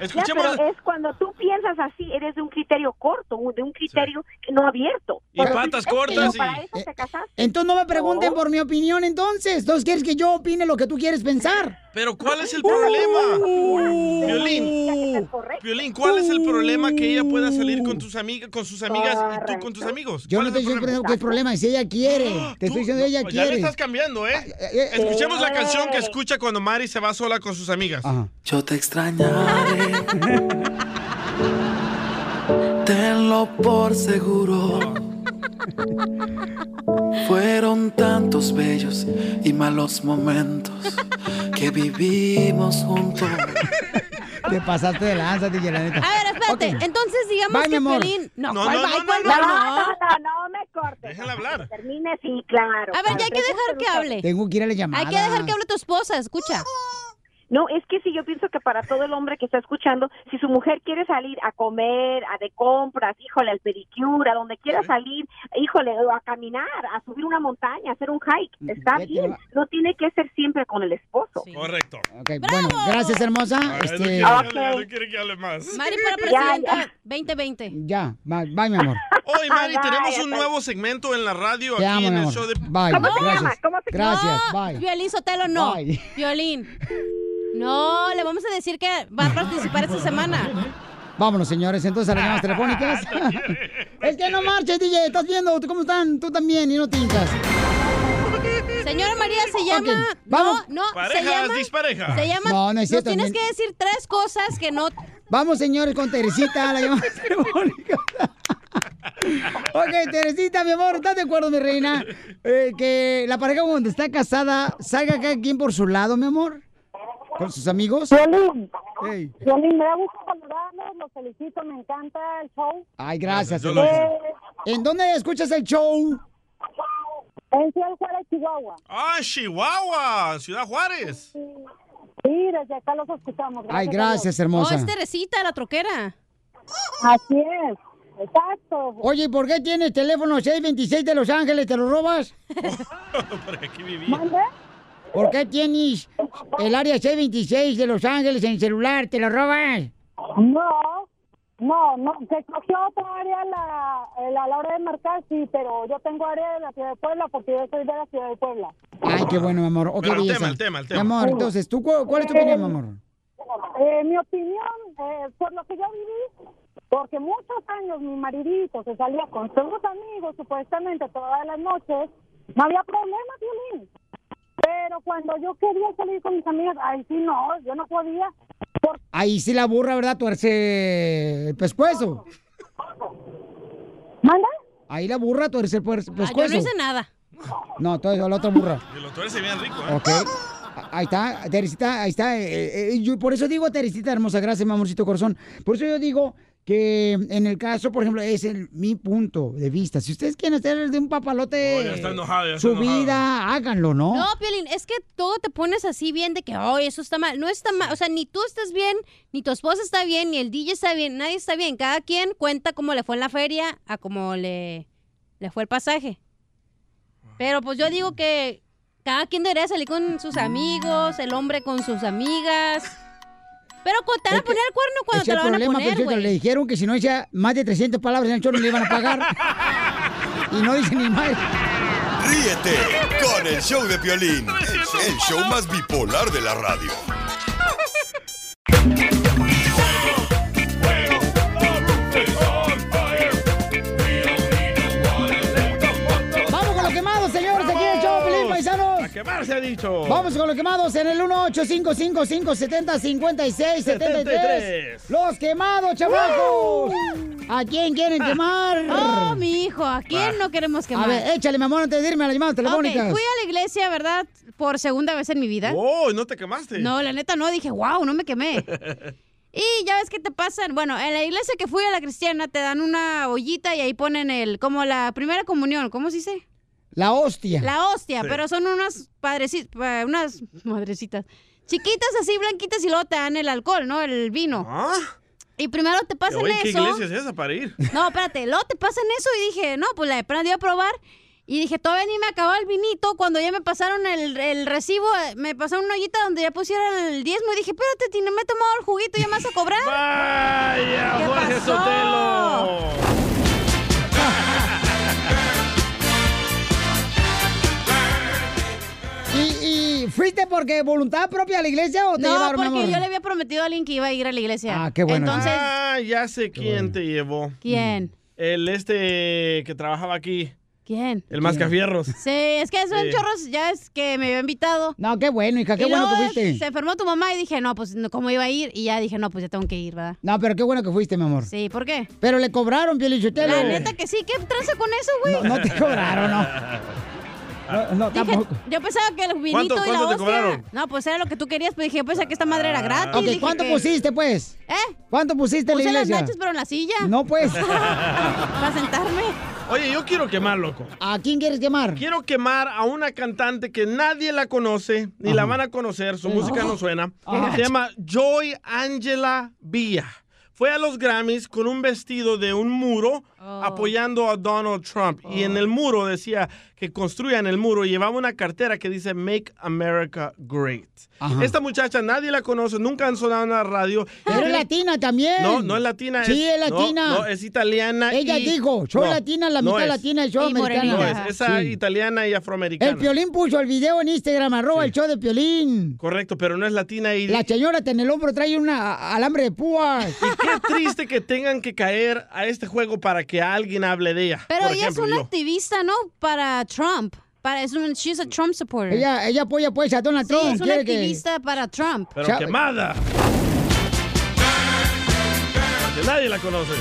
Speaker 4: Escuchemos-
Speaker 6: Ya, pero es cuando tú piensas así, eres de un criterio corto, de un criterio no abierto.
Speaker 4: Y patas cortas y-
Speaker 2: Entonces no me pregunten por mi opinión, entonces. Entonces quieres que yo opine lo que tú quieres pensar.
Speaker 4: Pero ¿cuál es el problema? Violín, Violín, ¿cuál es el problema que ella pueda salir con tus amigas, con sus amigas y tú con tus amigos?
Speaker 2: Uh. Yo no te estoy diciendo que es problema, si ella quiere.
Speaker 4: Ah,
Speaker 2: Te estoy diciendo ella
Speaker 4: pues Ya le
Speaker 2: quiere. Ah,
Speaker 4: estás cambiando, ¿eh? Escuchemos la canción que escucha cuando Mari se va sola con sus amigas. [laughs]
Speaker 22: Yo te extrañaré. Tenlo por seguro. Fueron tantos bellos y malos momentos que vivimos juntos.
Speaker 2: Te pasaste de lanza, DJ, la neta.
Speaker 5: A ver, espérate. Entonces digamos
Speaker 2: Bye, mi
Speaker 5: que
Speaker 2: amor.
Speaker 5: Piolín... No,
Speaker 2: No,
Speaker 5: ¿cuál
Speaker 2: no,
Speaker 5: bye,
Speaker 2: no,
Speaker 5: cuál
Speaker 2: no,
Speaker 5: bye?
Speaker 2: no,
Speaker 6: no me cortes.
Speaker 4: Déjala hablar.
Speaker 6: Termine, sí, claro.
Speaker 5: A ver, ya hay que dejar que hable.
Speaker 2: Tengo que ir a la llamada.
Speaker 5: Hay que dejar que hable tu esposa, escucha.
Speaker 6: No, es que sí, yo pienso que para todo el hombre que está escuchando, si su mujer quiere salir a comer, a de compras, híjole, al pedicure, a donde quiera salir, híjole, o a caminar, a subir una montaña, a hacer un
Speaker 2: Mm,
Speaker 6: hike, está bien. No tiene que ser siempre con el esposo.
Speaker 4: Correcto.
Speaker 2: Ok, bueno, gracias, hermosa.
Speaker 4: Ay, no,
Speaker 2: Este,
Speaker 4: quiere, que hable, no quiere que hable más.
Speaker 5: Mari para
Speaker 4: Ya,
Speaker 5: presidenta 2020.
Speaker 2: Ya, bye, bye, mi amor.
Speaker 4: Hoy,
Speaker 2: [laughs]
Speaker 4: Mari,
Speaker 5: Bye,
Speaker 4: tenemos
Speaker 5: hasta-
Speaker 4: un nuevo segmento en la radio
Speaker 2: Te
Speaker 4: aquí
Speaker 2: amo,
Speaker 4: en
Speaker 2: mi
Speaker 4: el
Speaker 2: amor.
Speaker 4: show de...
Speaker 2: Bye, pues. ¿Cómo se gracias. llama? ¿Cómo se llama? Gracias,
Speaker 5: No,
Speaker 2: bye.
Speaker 5: Violín Sotelo no. Violín. No, le vamos a decir que va a participar esta semana.
Speaker 2: Vámonos, señores, entonces a las llamadas telefónicas. es que no marches, DJ, estás viendo tú cómo están, tú también, y no te hincas.
Speaker 5: Señora María, se llama...
Speaker 2: Ok, vamos.
Speaker 5: No, no, se
Speaker 4: Parejas,
Speaker 5: llama...
Speaker 4: disparejas.
Speaker 5: Se llama...
Speaker 2: No, no es cierto,
Speaker 5: Nos tienes
Speaker 2: ni-
Speaker 5: que decir tres cosas que no...
Speaker 2: Vamos, señores, con Teresita a la llamada [laughs] telefónica. ok, Teresita, mi amor, ¿estás de acuerdo, mi reina? eh, que la pareja cuando está casada salga cada quien por su lado, mi amor, con sus amigos. Ey.
Speaker 23: Violín, me da gusto saludarlos, los felicito, me encanta el show.
Speaker 2: Ay, gracias.
Speaker 23: Yo lo
Speaker 2: hermosa. ¿En dónde escuchas el show?
Speaker 23: En Ciudad Juárez, Chihuahua.
Speaker 4: Ah, Chihuahua, Ciudad Juárez.
Speaker 23: Sí, desde acá los escuchamos.
Speaker 2: Ay,
Speaker 23: a
Speaker 2: gracias,
Speaker 23: Dios.
Speaker 2: hermosa.
Speaker 5: Oh, es Teresita, la troquera.
Speaker 23: Así es, exacto.
Speaker 2: Oye, ¿y ¿por qué tienes teléfono 626 de Los Ángeles? ¿Te
Speaker 4: [laughs]
Speaker 2: lo robas?
Speaker 4: Porque aquí vivía.
Speaker 2: ¿Por qué tienes el área 626 de Los Ángeles en celular? ¿Te lo robas?
Speaker 23: No, no, no, se cogió otra área a la, el- a la hora de marcar, sí, pero yo tengo área de la Ciudad de Puebla porque yo soy de la Ciudad de Puebla.
Speaker 2: Ay, qué bueno, mi amor. Ok,
Speaker 4: Pero el
Speaker 2: belleza.
Speaker 4: tema, el tema, el tema.
Speaker 2: Mi amor, entonces, ¿tú cu- cuál es tu opinión, mi amor?
Speaker 23: Eh, mi opinión, eh, por lo que yo viví, porque muchos años mi maridito se salía con sus amigos, supuestamente todas las noches, no había problema, Violín. Pero cuando yo quería salir con mis amigas, ahí sí no, yo no podía.
Speaker 2: Ahí sí la burra, ¿verdad? Tuerce el pescuezo.
Speaker 23: ¿Manda?
Speaker 2: Ahí la burra tuerce el puer- pescuezo.
Speaker 5: Ah, yo no Ah, hice nada.
Speaker 2: No, todo eso, la otra burra.
Speaker 4: El doctor se bien rico, ¿eh?
Speaker 2: Ok. A- Ahí está, Teresita, ahí está. eh, eh, yo por eso digo, Teresita hermosa, gracias, mi amorcito corazón. Por eso yo digo que en el caso, por ejemplo, es el, mi punto de vista. Si ustedes quieren hacer de un papalote
Speaker 4: ya está enojado, ya está
Speaker 2: su
Speaker 4: enojado.
Speaker 2: vida, háganlo, ¿no?
Speaker 5: No, Piolín, es que todo te pones así bien de que, oh, eso está mal. No está mal. O sea, ni tú estás bien, ni tu esposa está bien, ni el DJ está bien, nadie está bien. Cada quien cuenta cómo le fue en la feria a cómo le, le fue el pasaje. Pero pues yo digo que cada quien debería salir con sus amigos, el hombre con sus amigas. Pero cuando te van a poner el cuerno cuando
Speaker 2: Ese
Speaker 5: te
Speaker 2: es
Speaker 5: lo
Speaker 2: el
Speaker 5: van a
Speaker 2: problema,
Speaker 5: poner,
Speaker 2: Pio Chotelo,
Speaker 5: güey.
Speaker 2: le dijeron que si no decía más de 300 palabras en el chorro, no le iban a pagar.
Speaker 4: [laughs]
Speaker 2: y no dice ni más.
Speaker 12: Ríete con el show de Piolín, el show más bipolar de la radio.
Speaker 2: Vamos con los quemados, señores, aquí en el show, Pelín, paisanos.
Speaker 4: A quemar se ha dicho.
Speaker 2: Vamos con los quemados en el 1-855-570-5673.
Speaker 4: 73.
Speaker 2: Los quemados, chamacos. ¿A quién quieren quemar?
Speaker 5: Oh, mi hijo, ¿a quién no queremos quemar?
Speaker 2: A ver, échale, mi amor, antes de irme a las llamadas telefónicas.
Speaker 5: Ok, fui a la iglesia, ¿verdad? Por segunda vez en mi vida.
Speaker 4: Oh, ¿y no te quemaste?
Speaker 5: No, la neta no, dije, wow, no me
Speaker 4: [laughs]
Speaker 5: quemé. Y ya ves qué te pasan. Bueno, en la iglesia que fui a la cristiana te dan una ollita y ahí ponen el, como la primera comunión, ¿cómo se dice?
Speaker 2: La hostia.
Speaker 5: La hostia,
Speaker 2: Sí.
Speaker 5: pero son unas padrecitas, unas madrecitas. Chiquitas así, blanquitas, y luego te dan el alcohol, ¿no? El vino. Y primero te pasan
Speaker 4: Ah. Oye, ¿qué
Speaker 5: eso.
Speaker 4: iglesia es esa para ir?
Speaker 5: No, espérate, luego te pasan eso y dije, no, pues la de plano iba a probar. Y dije, todavía ni me acabó el vinito. Cuando ya me pasaron el, el recibo, eh, me pasaron una ollita donde ya pusieron el diezmo. Y dije, espérate, ti, no me he tomado el juguito, ya me vas a cobrar.
Speaker 4: [laughs] ¡Vaya,
Speaker 5: ¿Qué
Speaker 4: Jorge
Speaker 5: pasó?
Speaker 4: Sotelo!
Speaker 2: ¿Y, y fuiste porque voluntad propia a la iglesia o te
Speaker 5: No,
Speaker 2: llevaron, mi
Speaker 5: porque
Speaker 2: amor?
Speaker 5: yo le había prometido a alguien que iba a ir a la iglesia.
Speaker 2: Ah, qué bueno.
Speaker 5: Entonces,
Speaker 4: Ah, ya sé quién te llevó.
Speaker 5: ¿Quién?
Speaker 4: El este que trabajaba aquí.
Speaker 5: ¿quién?
Speaker 4: El mascafierros.
Speaker 5: Sí, es que son
Speaker 4: Sí.
Speaker 5: chorros, ya es que me había invitado.
Speaker 2: No, qué bueno, hija, qué
Speaker 5: Y
Speaker 2: bueno que
Speaker 5: luego
Speaker 2: fuiste.
Speaker 5: Se enfermó tu mamá y dije, no, pues, no, ¿cómo iba a ir? Y ya dije, no, pues, ya tengo que ir, ¿verdad?
Speaker 2: No, pero qué bueno que fuiste, mi amor.
Speaker 5: Sí, ¿por qué?
Speaker 2: Pero le cobraron, Pio Lichotelo.
Speaker 5: La neta que sí, ¿qué tranza con eso, güey?
Speaker 2: No, no te cobraron, no. No, no, tampoco.
Speaker 5: Yo pensaba que el vinito
Speaker 2: ¿Cuánto-
Speaker 5: y la
Speaker 2: cuánto te
Speaker 5: hostia.
Speaker 2: cobraron? Ah.
Speaker 5: No, pues era lo que tú querías, pues dije, yo pensaba que esta madre era gratis.
Speaker 2: Ok,
Speaker 5: dije
Speaker 2: ¿cuánto
Speaker 5: que-
Speaker 2: pusiste, pues?
Speaker 5: ¿Eh?
Speaker 2: ¿Cuánto pusiste en la
Speaker 5: Puse las
Speaker 2: iglesia?
Speaker 5: nachas, pero en la silla. [laughs]
Speaker 2: No, pues.
Speaker 5: Para sentarme.
Speaker 4: Oye, yo quiero quemar, loco.
Speaker 2: ¿A quién quieres quemar?
Speaker 4: Quiero quemar a una cantante que nadie la conoce, ni la van a conocer, su música
Speaker 2: Oh.
Speaker 4: no suena.
Speaker 2: Ah.
Speaker 11: Ajá.
Speaker 4: Se llama Joy Angela Villa. Fue a los Grammys con un vestido de un muro
Speaker 5: Oh.
Speaker 4: apoyando a Donald Trump. Y en el muro decía que construyan el muro. y Llevaba una cartera que dice Make America Great. Esta muchacha nadie la conoce, nunca han sonado en la radio.
Speaker 2: Pero es Ah, latina también.
Speaker 4: No, no es latina.
Speaker 2: Sí, es
Speaker 4: no,
Speaker 2: latina.
Speaker 4: No, es italiana.
Speaker 2: Ella
Speaker 4: y-
Speaker 2: dijo, soy
Speaker 4: no,
Speaker 2: latina, la
Speaker 4: no
Speaker 2: mitad
Speaker 4: es.
Speaker 2: latina y yo americana.
Speaker 4: No es, esa
Speaker 2: Sí.
Speaker 4: italiana y afroamericana.
Speaker 2: El Piolín puso el video en Instagram, arroba el show de Piolín.
Speaker 4: Correcto, pero no es latina y
Speaker 2: La señora en el hombro trae una a- alambre de púas.
Speaker 4: qué triste que tengan que caer a este juego para que alguien hable de ella.
Speaker 5: Pero
Speaker 4: Por
Speaker 5: ella es
Speaker 4: ejemplo,
Speaker 5: una
Speaker 4: yo.
Speaker 5: activista, ¿no? Para Trump. Para, es un, she's a Trump supporter.
Speaker 2: Ella, ella apoya pues a Donald
Speaker 5: Sí,
Speaker 2: Trump.
Speaker 5: es una
Speaker 2: quiere que-
Speaker 5: activista para Trump.
Speaker 4: Pero
Speaker 2: Chao.
Speaker 4: quemada. Que nadie la conoce.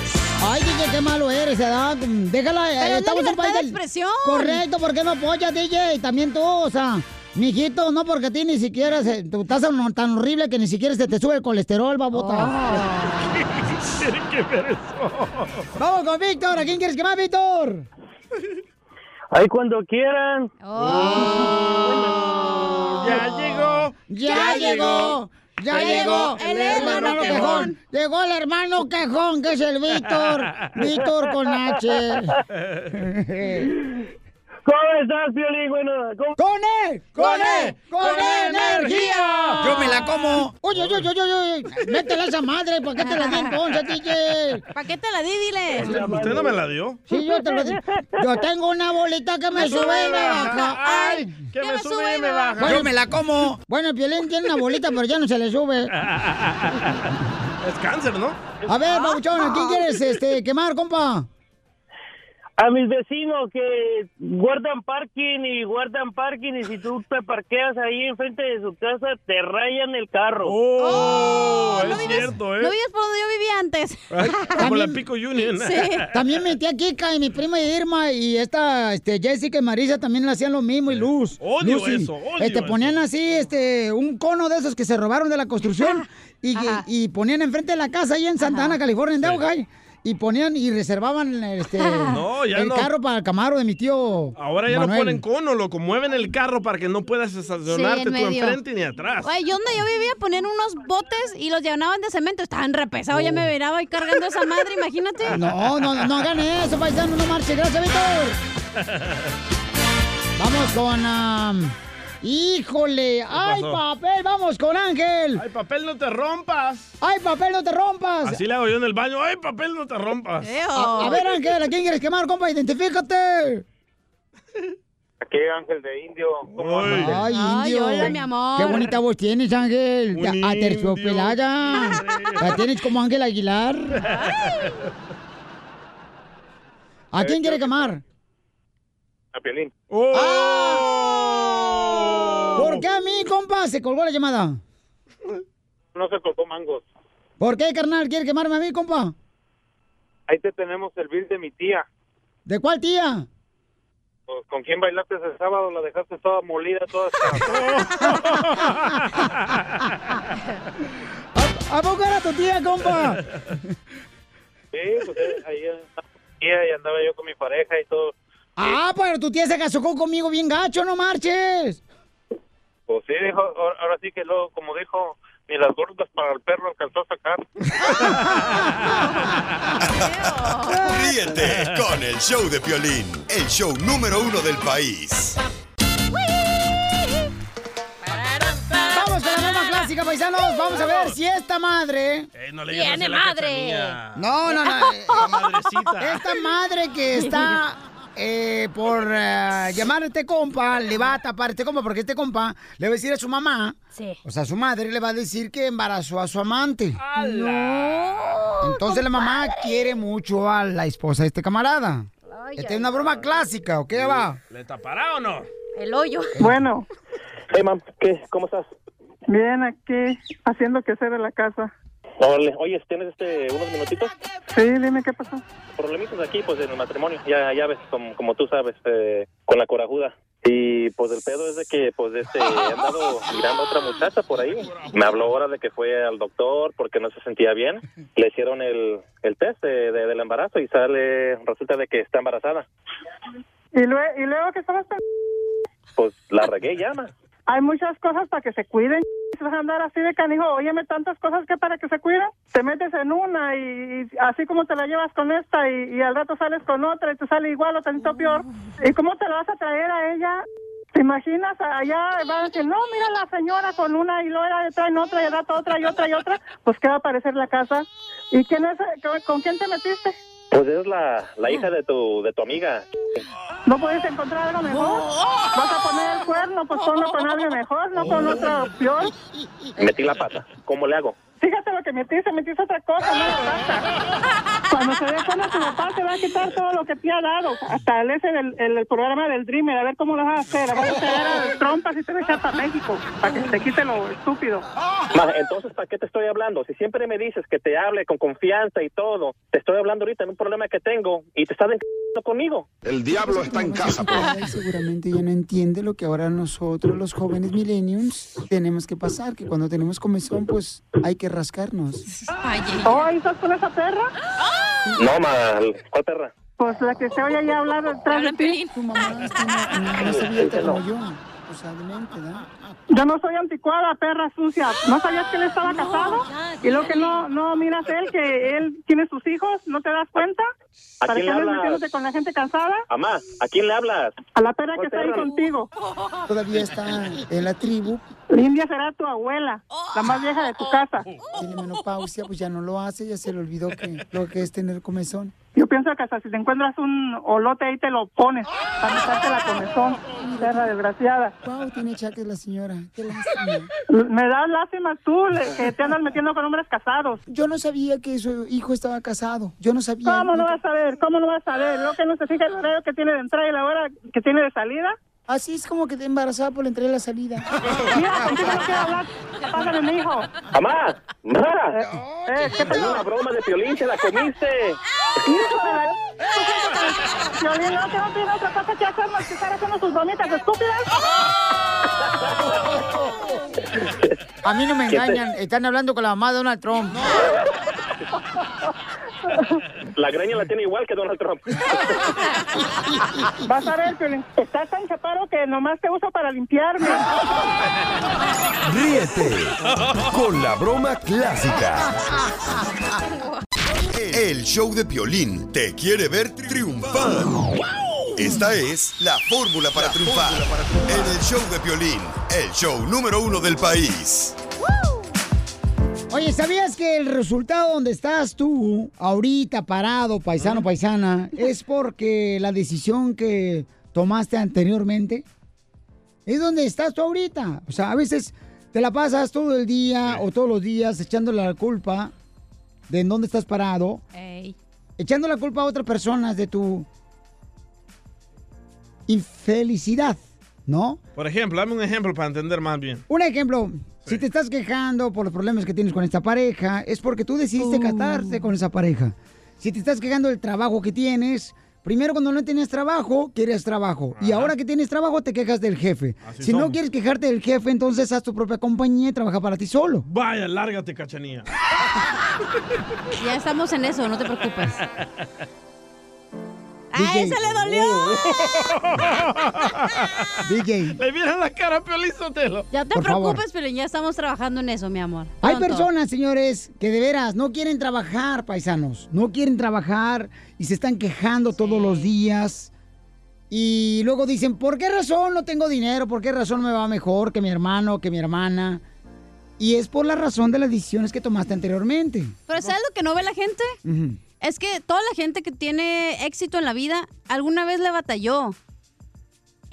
Speaker 2: Ay, DJ, qué malo eres, ¿verdad? Déjala, eh,
Speaker 4: es la
Speaker 2: estamos en un
Speaker 4: libertad
Speaker 2: país
Speaker 4: de
Speaker 2: del-
Speaker 4: expresión.
Speaker 2: Correcto, ¿por qué no apoyas, DJ? También tú, o sea, mijito, no porque a ti ni siquiera se- tu taza no- tan horrible que ni siquiera se te sube el colesterol,
Speaker 4: Ah.
Speaker 2: babota.
Speaker 11: Tiene que ver eso.
Speaker 2: Vamos con Víctor, ¿a quién quieres quemar, Víctor?
Speaker 10: Ahí cuando quieran.
Speaker 4: Ya llegó.
Speaker 2: Ya llegó. Ya llegó el hermano quejón. Llegó el hermano quejón, que es el [laughs] Víctor. Víctor con H.
Speaker 10: [laughs] ¿Cómo estás, Piolín? Bueno, ¿cómo?
Speaker 2: ¡Con él!
Speaker 10: ¡Con él!
Speaker 2: ¡Con energía!
Speaker 10: Yo me la como.
Speaker 2: Oye, oye, oye, oye, oye. Métela a esa madre, ¿para qué te la di entonces, DJ?
Speaker 5: ¿Para qué te la di,
Speaker 4: ¿Usted,
Speaker 5: dile?
Speaker 4: usted no me la dio?
Speaker 2: Sí, yo te
Speaker 4: [laughs]
Speaker 2: lo di. Yo tengo una bolita que me sube y me baja. ¡Ay!
Speaker 4: Que me sube y me baja.
Speaker 2: Bueno, como. Bueno, el Piolín tiene una bolita, pero ya no se le sube. [laughs]
Speaker 4: Es cáncer, ¿no? Ah.
Speaker 2: A ver, Pabuchón, ¿a quién quieres este, quemar, compa?
Speaker 9: a mis vecinos que guardan parking y guardan parking y si tú te parqueas ahí enfrente de su casa te rayan el carro.
Speaker 4: Oh, es cierto, ¿eh?
Speaker 3: No vives por donde yo vivía antes.
Speaker 2: Ah.
Speaker 4: Ay, Como la Pico Union. [laughs]
Speaker 2: También metí a Kika y mi prima Irma y esta este, Jessica y Marisa también le hacían lo mismo y Luz.
Speaker 4: Eh, Odio
Speaker 2: Lucy,
Speaker 4: eso, odio
Speaker 2: este, ponían así este un cono de esos que se robaron de la
Speaker 3: Ah.
Speaker 2: construcción y, y ponían enfrente de la casa ahí en Santa Ana, California, en Daugai. Y ponían y reservaban
Speaker 4: [laughs]
Speaker 2: este,
Speaker 4: No, ya
Speaker 2: el
Speaker 4: no.
Speaker 2: carro para el camaro de
Speaker 4: [laughs]
Speaker 2: mi tío.
Speaker 4: Ahora ya
Speaker 2: Manuel.
Speaker 4: no ponen cono, loco. Mueven el carro para que no puedas estacionarte
Speaker 3: Sí, en
Speaker 4: tú
Speaker 3: medio.
Speaker 4: enfrente ni atrás.
Speaker 3: Güey, yo donde yo vivía ponían unos botes y los llenaban de cemento. Estaban repesados, ya me veraba ahí cargando esa madre, imagínate.
Speaker 2: Oh. No, no, no, no hagan eso, paisano, no marche.
Speaker 5: [laughs]
Speaker 2: Gracias, Víctor. Vamos con. am, ¡Híjole! ¡Ay,
Speaker 4: pasó?
Speaker 2: papel! ¡Vamos con Ángel!
Speaker 4: ¡Ay, papel, no te rompas!
Speaker 2: ¡Ay, papel, no te rompas!
Speaker 4: Así le hago yo en el baño. ¡Ay, papel, no te rompas!
Speaker 2: a, a ver, Ángel, ¿a quién quieres quemar, compa? ¡Identifícate!
Speaker 7: Aquí Ángel de Indio. ¿Cómo andas?
Speaker 2: ¡Ay, indio!
Speaker 7: hola, mi amor.
Speaker 2: ¡Qué bonita voz tienes, Ángel!
Speaker 7: Un
Speaker 2: ¡A terciopelada! ¿La tienes como Ángel Aguilar? ¿A quién quiere quemar?
Speaker 7: [laughs] A Piolín.
Speaker 4: ¡Oh!
Speaker 2: ¡Ah! ¿Por qué a mí, compa? Se colgó la llamada.
Speaker 7: No se colgó mangos.
Speaker 2: ¿Por qué, carnal? ¿Quiere quemarme a mí, compa?
Speaker 7: Ahí te tenemos el bill de mi tía.
Speaker 2: ¿De cuál tía?
Speaker 7: Pues, ¿Con quién bailaste ese sábado? La dejaste toda molida, toda...
Speaker 4: [laughs]
Speaker 2: ¿A poco era tu tía, compa?
Speaker 7: sí, pues eh, ahí andaba mi tía y andaba yo con mi pareja y todo.
Speaker 2: Ah, pero tu tía se casó con- conmigo bien gacho, no marches.
Speaker 7: Pues sí, dijo, ahora ahora sí que luego, como dijo, ni las gordas para el perro alcanzó a sacar.
Speaker 12: Ríete con el show de Piolín, el show número uno del país.
Speaker 2: Vamos con la norma clásica, paisanos. Vamos a ver si esta madre.
Speaker 4: no
Speaker 11: le digas
Speaker 2: ¡Tiene
Speaker 11: así a la cachanilla.
Speaker 2: No, no, no. eh, Esta madre que está eh, por eh, llamar a este compa, le va a tapar a este compa, porque este compa le va a decir a su mamá,
Speaker 3: Sí.
Speaker 2: o sea, a su madre le va a decir que embarazó a su amante. Entonces la mamá quiere mucho a la esposa de este camarada. Esta es una broma clásica, ¿ok? Va.
Speaker 4: ¿Le tapará o no?
Speaker 3: El hoyo.
Speaker 14: Bueno.
Speaker 7: Hey, mam, ¿qué? ¿Cómo estás?
Speaker 14: Bien, aquí, haciendo que hacer en la casa.
Speaker 7: Órale, oye, ¿tienes este, unos minutitos?
Speaker 14: Sí, dime qué pasó.
Speaker 7: problemitas aquí, pues en el matrimonio, ya, ya ves, como, como tú sabes, eh, con la corajuda. Y pues el pedo es de que, pues, este, he andado mirando a otra muchacha por ahí. Me habló ahora de que fue al doctor porque no se sentía bien. Le hicieron el, el test de, de- del embarazo y sale, resulta de que está embarazada.
Speaker 14: Y, lue- y luego que estabas... tan-
Speaker 7: Pues la regué, llama.
Speaker 14: Hay muchas cosas para que se cuiden. Si vas a andar así de canijo, óyeme tantas cosas que para que se cuiden. Te metes en una y, y así como te la llevas con esta y, y al rato sales con otra y te sale igual o tantito peor. ¿Y cómo te la vas a traer a ella? ¿Te imaginas? Allá van a decir, no, mira la señora con una y luego la traen otra y al rato otra y otra y otra. Pues qué va a parecer la casa. ¿Y quién es? con quién te metiste?
Speaker 7: Pues es la, la hija de tu, de tu amiga.
Speaker 14: ¿No puedes encontrar algo mejor? ¿Vas a poner el cuerno? Pues ponlo con algo mejor, no con otra opción.
Speaker 7: Metí la pata. ¿Cómo le hago?
Speaker 14: Fíjate lo que metiste, metiste otra cosa, no la pata. Cuando se dé cuenta tu papá te va a quitar todo lo que te ha dado. Hasta el, ese del- el, el programa del Dreamer, a ver cómo lo vas a hacer. Vas a hacer trompas y te vas a echar para México, para que se te quite lo estúpido.
Speaker 7: Ma, entonces, ¿para qué te estoy hablando? Si siempre me dices que te hable con confianza y todo, te estoy hablando ahorita en un problema que tengo y te estás enc***ando conmigo. El diablo está en casa. pues.
Speaker 2: pues, Seguramente ya no entiende lo que ahora nosotros, los jóvenes millennials, tenemos que pasar, que cuando tenemos comezón, pues hay que rascarnos.
Speaker 14: ¿Oh, ahí estás con esa perra?
Speaker 7: No, ma, ¿cuál perra?
Speaker 14: Pues la que se oye ahí hablar detrás de ti. Tu mamá es
Speaker 2: Ah,
Speaker 14: como yo.
Speaker 2: Pues
Speaker 14: Yo no soy anticuada, perra sucia. ¿No sabías que él estaba casado? Y lo que no, no miras él, que él tiene sus hijos, ¿no te das cuenta?
Speaker 7: ¿A
Speaker 14: ¿Para
Speaker 7: quién
Speaker 14: qué andas
Speaker 7: le hablas?
Speaker 14: metiéndote con la gente cansada?
Speaker 7: Amá, ¿a quién le
Speaker 14: [laughs]
Speaker 7: hablas?
Speaker 14: A la perra que
Speaker 7: ¿Cuál
Speaker 14: está ahí
Speaker 7: perra?
Speaker 14: contigo.
Speaker 2: Todavía está en la tribu.
Speaker 14: India será tu abuela, la más vieja de tu casa.
Speaker 2: Tiene menopausia, pues ya no lo hace, ya se le olvidó que lo que es tener comezón.
Speaker 14: Yo pienso que hasta si te encuentras un olote ahí te lo pones para matarte la comezón, perra desgraciada.
Speaker 2: Wow, tiene chaques la señora. Qué
Speaker 14: Me da lástima tú le- que te andas metiendo con hombres casados.
Speaker 2: Yo no sabía que su hijo estaba casado. Yo no sabía.
Speaker 14: ¿Cómo no vas a ver? ¿Cómo no vas a ver? Lo que no se fija el horario que tiene de entrada y la hora que tiene de salida.
Speaker 2: Así es como que te embarazaba por la entrada y
Speaker 14: [laughs]
Speaker 2: la salida.
Speaker 14: Mira, contigo no quiero hablar. Págame mi hijo.
Speaker 7: ¡Mamá!
Speaker 2: [laughs]
Speaker 7: ¡Mamá! ¡Te tengo una broma de Piolín! ¡Te la comiste!
Speaker 14: Hijo de la- Piolín, no, que no tiene otra cosa que hacer más que estar haciendo sus bromitas estúpidas.
Speaker 2: A mí no me
Speaker 7: ¿Qué te-
Speaker 2: engañan. Están hablando con la mamá de Donald Trump.
Speaker 7: La greña la tiene igual que Donald Trump.
Speaker 14: Vas a ver, Piolín, estás tan chaparo que nomás te uso para limpiarme.
Speaker 12: Ríete con la broma clásica. El show de Piolín te quiere ver triunfar. Esta es la fórmula para triunfar. En el show de Piolín, el show número uno del país.
Speaker 2: Oye, ¿sabías que el resultado donde estás tú, ahorita parado, paisano, paisana, es porque la decisión que tomaste anteriormente es donde estás tú ahorita? O sea, a veces te la pasas todo el día o todos los días echándole la culpa de en dónde estás parado, echando la culpa a otras personas de tu infelicidad, ¿no?
Speaker 4: Por ejemplo, dame un ejemplo para entender más bien.
Speaker 2: Un ejemplo, si te estás quejando por los problemas que tienes con esta pareja, es porque tú decidiste
Speaker 4: Uh.
Speaker 2: casarte con esa pareja. Si te estás quejando del trabajo que tienes, primero cuando no tenías trabajo, querías trabajo. Y ahora que tienes trabajo, te quejas del jefe.
Speaker 4: Así
Speaker 2: si no
Speaker 4: somos.
Speaker 2: quieres quejarte del jefe, entonces haz tu propia compañía y trabaja para ti solo.
Speaker 4: Vaya, lárgate, cachanía.
Speaker 5: Ya estamos en eso, no te
Speaker 2: [laughs]
Speaker 5: preocupes.
Speaker 4: DJ.
Speaker 5: ¡A ese le [laughs] dolió!
Speaker 2: [laughs]
Speaker 4: Uh.
Speaker 2: DJ.
Speaker 4: Le vieron la cara a Piolín Sotelo.
Speaker 5: Ya te
Speaker 2: Por favor.
Speaker 5: preocupes, pero ya estamos trabajando en eso, mi amor.
Speaker 2: Hay
Speaker 5: Pronto.
Speaker 2: personas, señores, que de veras no quieren trabajar, paisanos. No quieren trabajar y se están quejando todos los días. Y luego dicen, ¿por qué razón no tengo dinero? ¿Por qué razón me va mejor que mi hermano, que mi hermana? Y es por la razón de las decisiones que tomaste anteriormente.
Speaker 5: Pero ¿sabes lo que no ve la gente?
Speaker 2: Ujú.
Speaker 5: Es que toda la gente que tiene éxito en la vida alguna vez le batalló.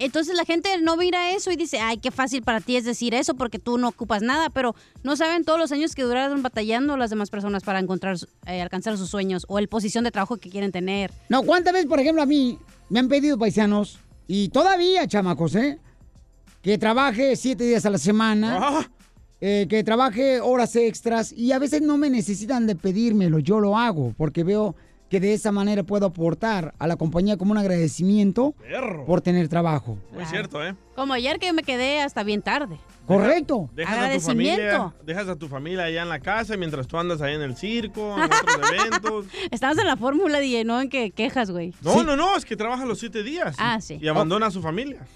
Speaker 5: Entonces la gente no mira eso y dice, ay, qué fácil para ti es decir eso porque tú no ocupas nada, pero no saben todos los años que duraron batallando las demás personas para encontrar, su- eh, alcanzar sus sueños o el posición de trabajo que quieren tener.
Speaker 2: No, ¿cuántas veces, por ejemplo, a mí me han pedido paisanos, y todavía, chamacos, ¿eh? Que trabaje siete días a la semana,
Speaker 4: Ah.
Speaker 2: eh, que trabaje horas extras, y a veces no me necesitan de pedírmelo, yo lo hago, porque veo que de esa manera puedo aportar a la compañía como un agradecimiento
Speaker 4: Perro.
Speaker 2: por tener trabajo.
Speaker 4: Muy cierto, ¿eh?
Speaker 5: Como ayer que me quedé hasta bien tarde.
Speaker 2: Correcto.
Speaker 4: Dejas a tu familia, dejas a tu familia allá en la casa mientras tú andas allá en el circo, en
Speaker 3: [laughs]
Speaker 4: otros eventos.
Speaker 5: Estamos en la fórmula, DJ, no en que quejas, güey.
Speaker 4: No, no, no, es que trabaja los siete días.
Speaker 5: Ah, sí.
Speaker 4: Y abandona a su familia.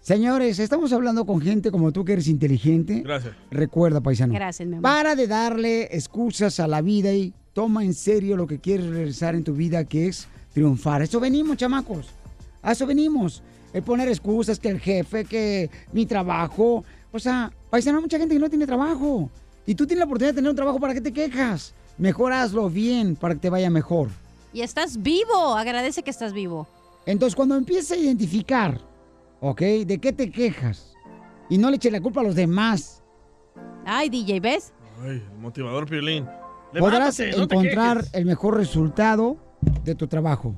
Speaker 2: Señores, estamos hablando con gente como tú que eres inteligente.
Speaker 4: Gracias.
Speaker 2: Recuerda, paisano.
Speaker 5: Gracias, mi amor.
Speaker 2: Para de darle excusas a la vida y toma en serio lo que quieres realizar en tu vida, que es triunfar. A Eso venimos, chamacos. A eso venimos. El poner excusas, que el jefe, que mi trabajo. O sea, paisano, hay mucha gente que no tiene trabajo. Y tú tienes la oportunidad de tener un trabajo, ¿para qué te quejas? Mejor hazlo bien para que te vaya mejor.
Speaker 5: Y estás vivo, agradece que estás vivo.
Speaker 2: Entonces, cuando empieces a identificar, ¿ok? ¿De qué te quejas? Y no le eches la culpa a los demás.
Speaker 5: Ay, DJ, ¿ves?
Speaker 4: Ay, el motivador Piolín.
Speaker 2: podrás
Speaker 4: Levántate, no te
Speaker 2: encontrar
Speaker 4: quejes.
Speaker 2: el mejor resultado de tu trabajo.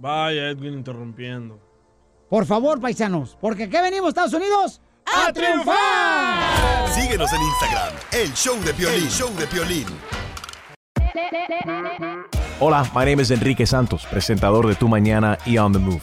Speaker 4: Vaya, Edwin interrumpiendo.
Speaker 2: Por favor, paisanos, porque aquí venimos, Estados Unidos, a, triunfar.
Speaker 12: Síguenos en Instagram, el show de Piolín. El show de Piolín.
Speaker 24: Hola, my name is Enrique Santos, presentador de Tu Mañana y On the Move.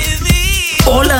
Speaker 25: Hola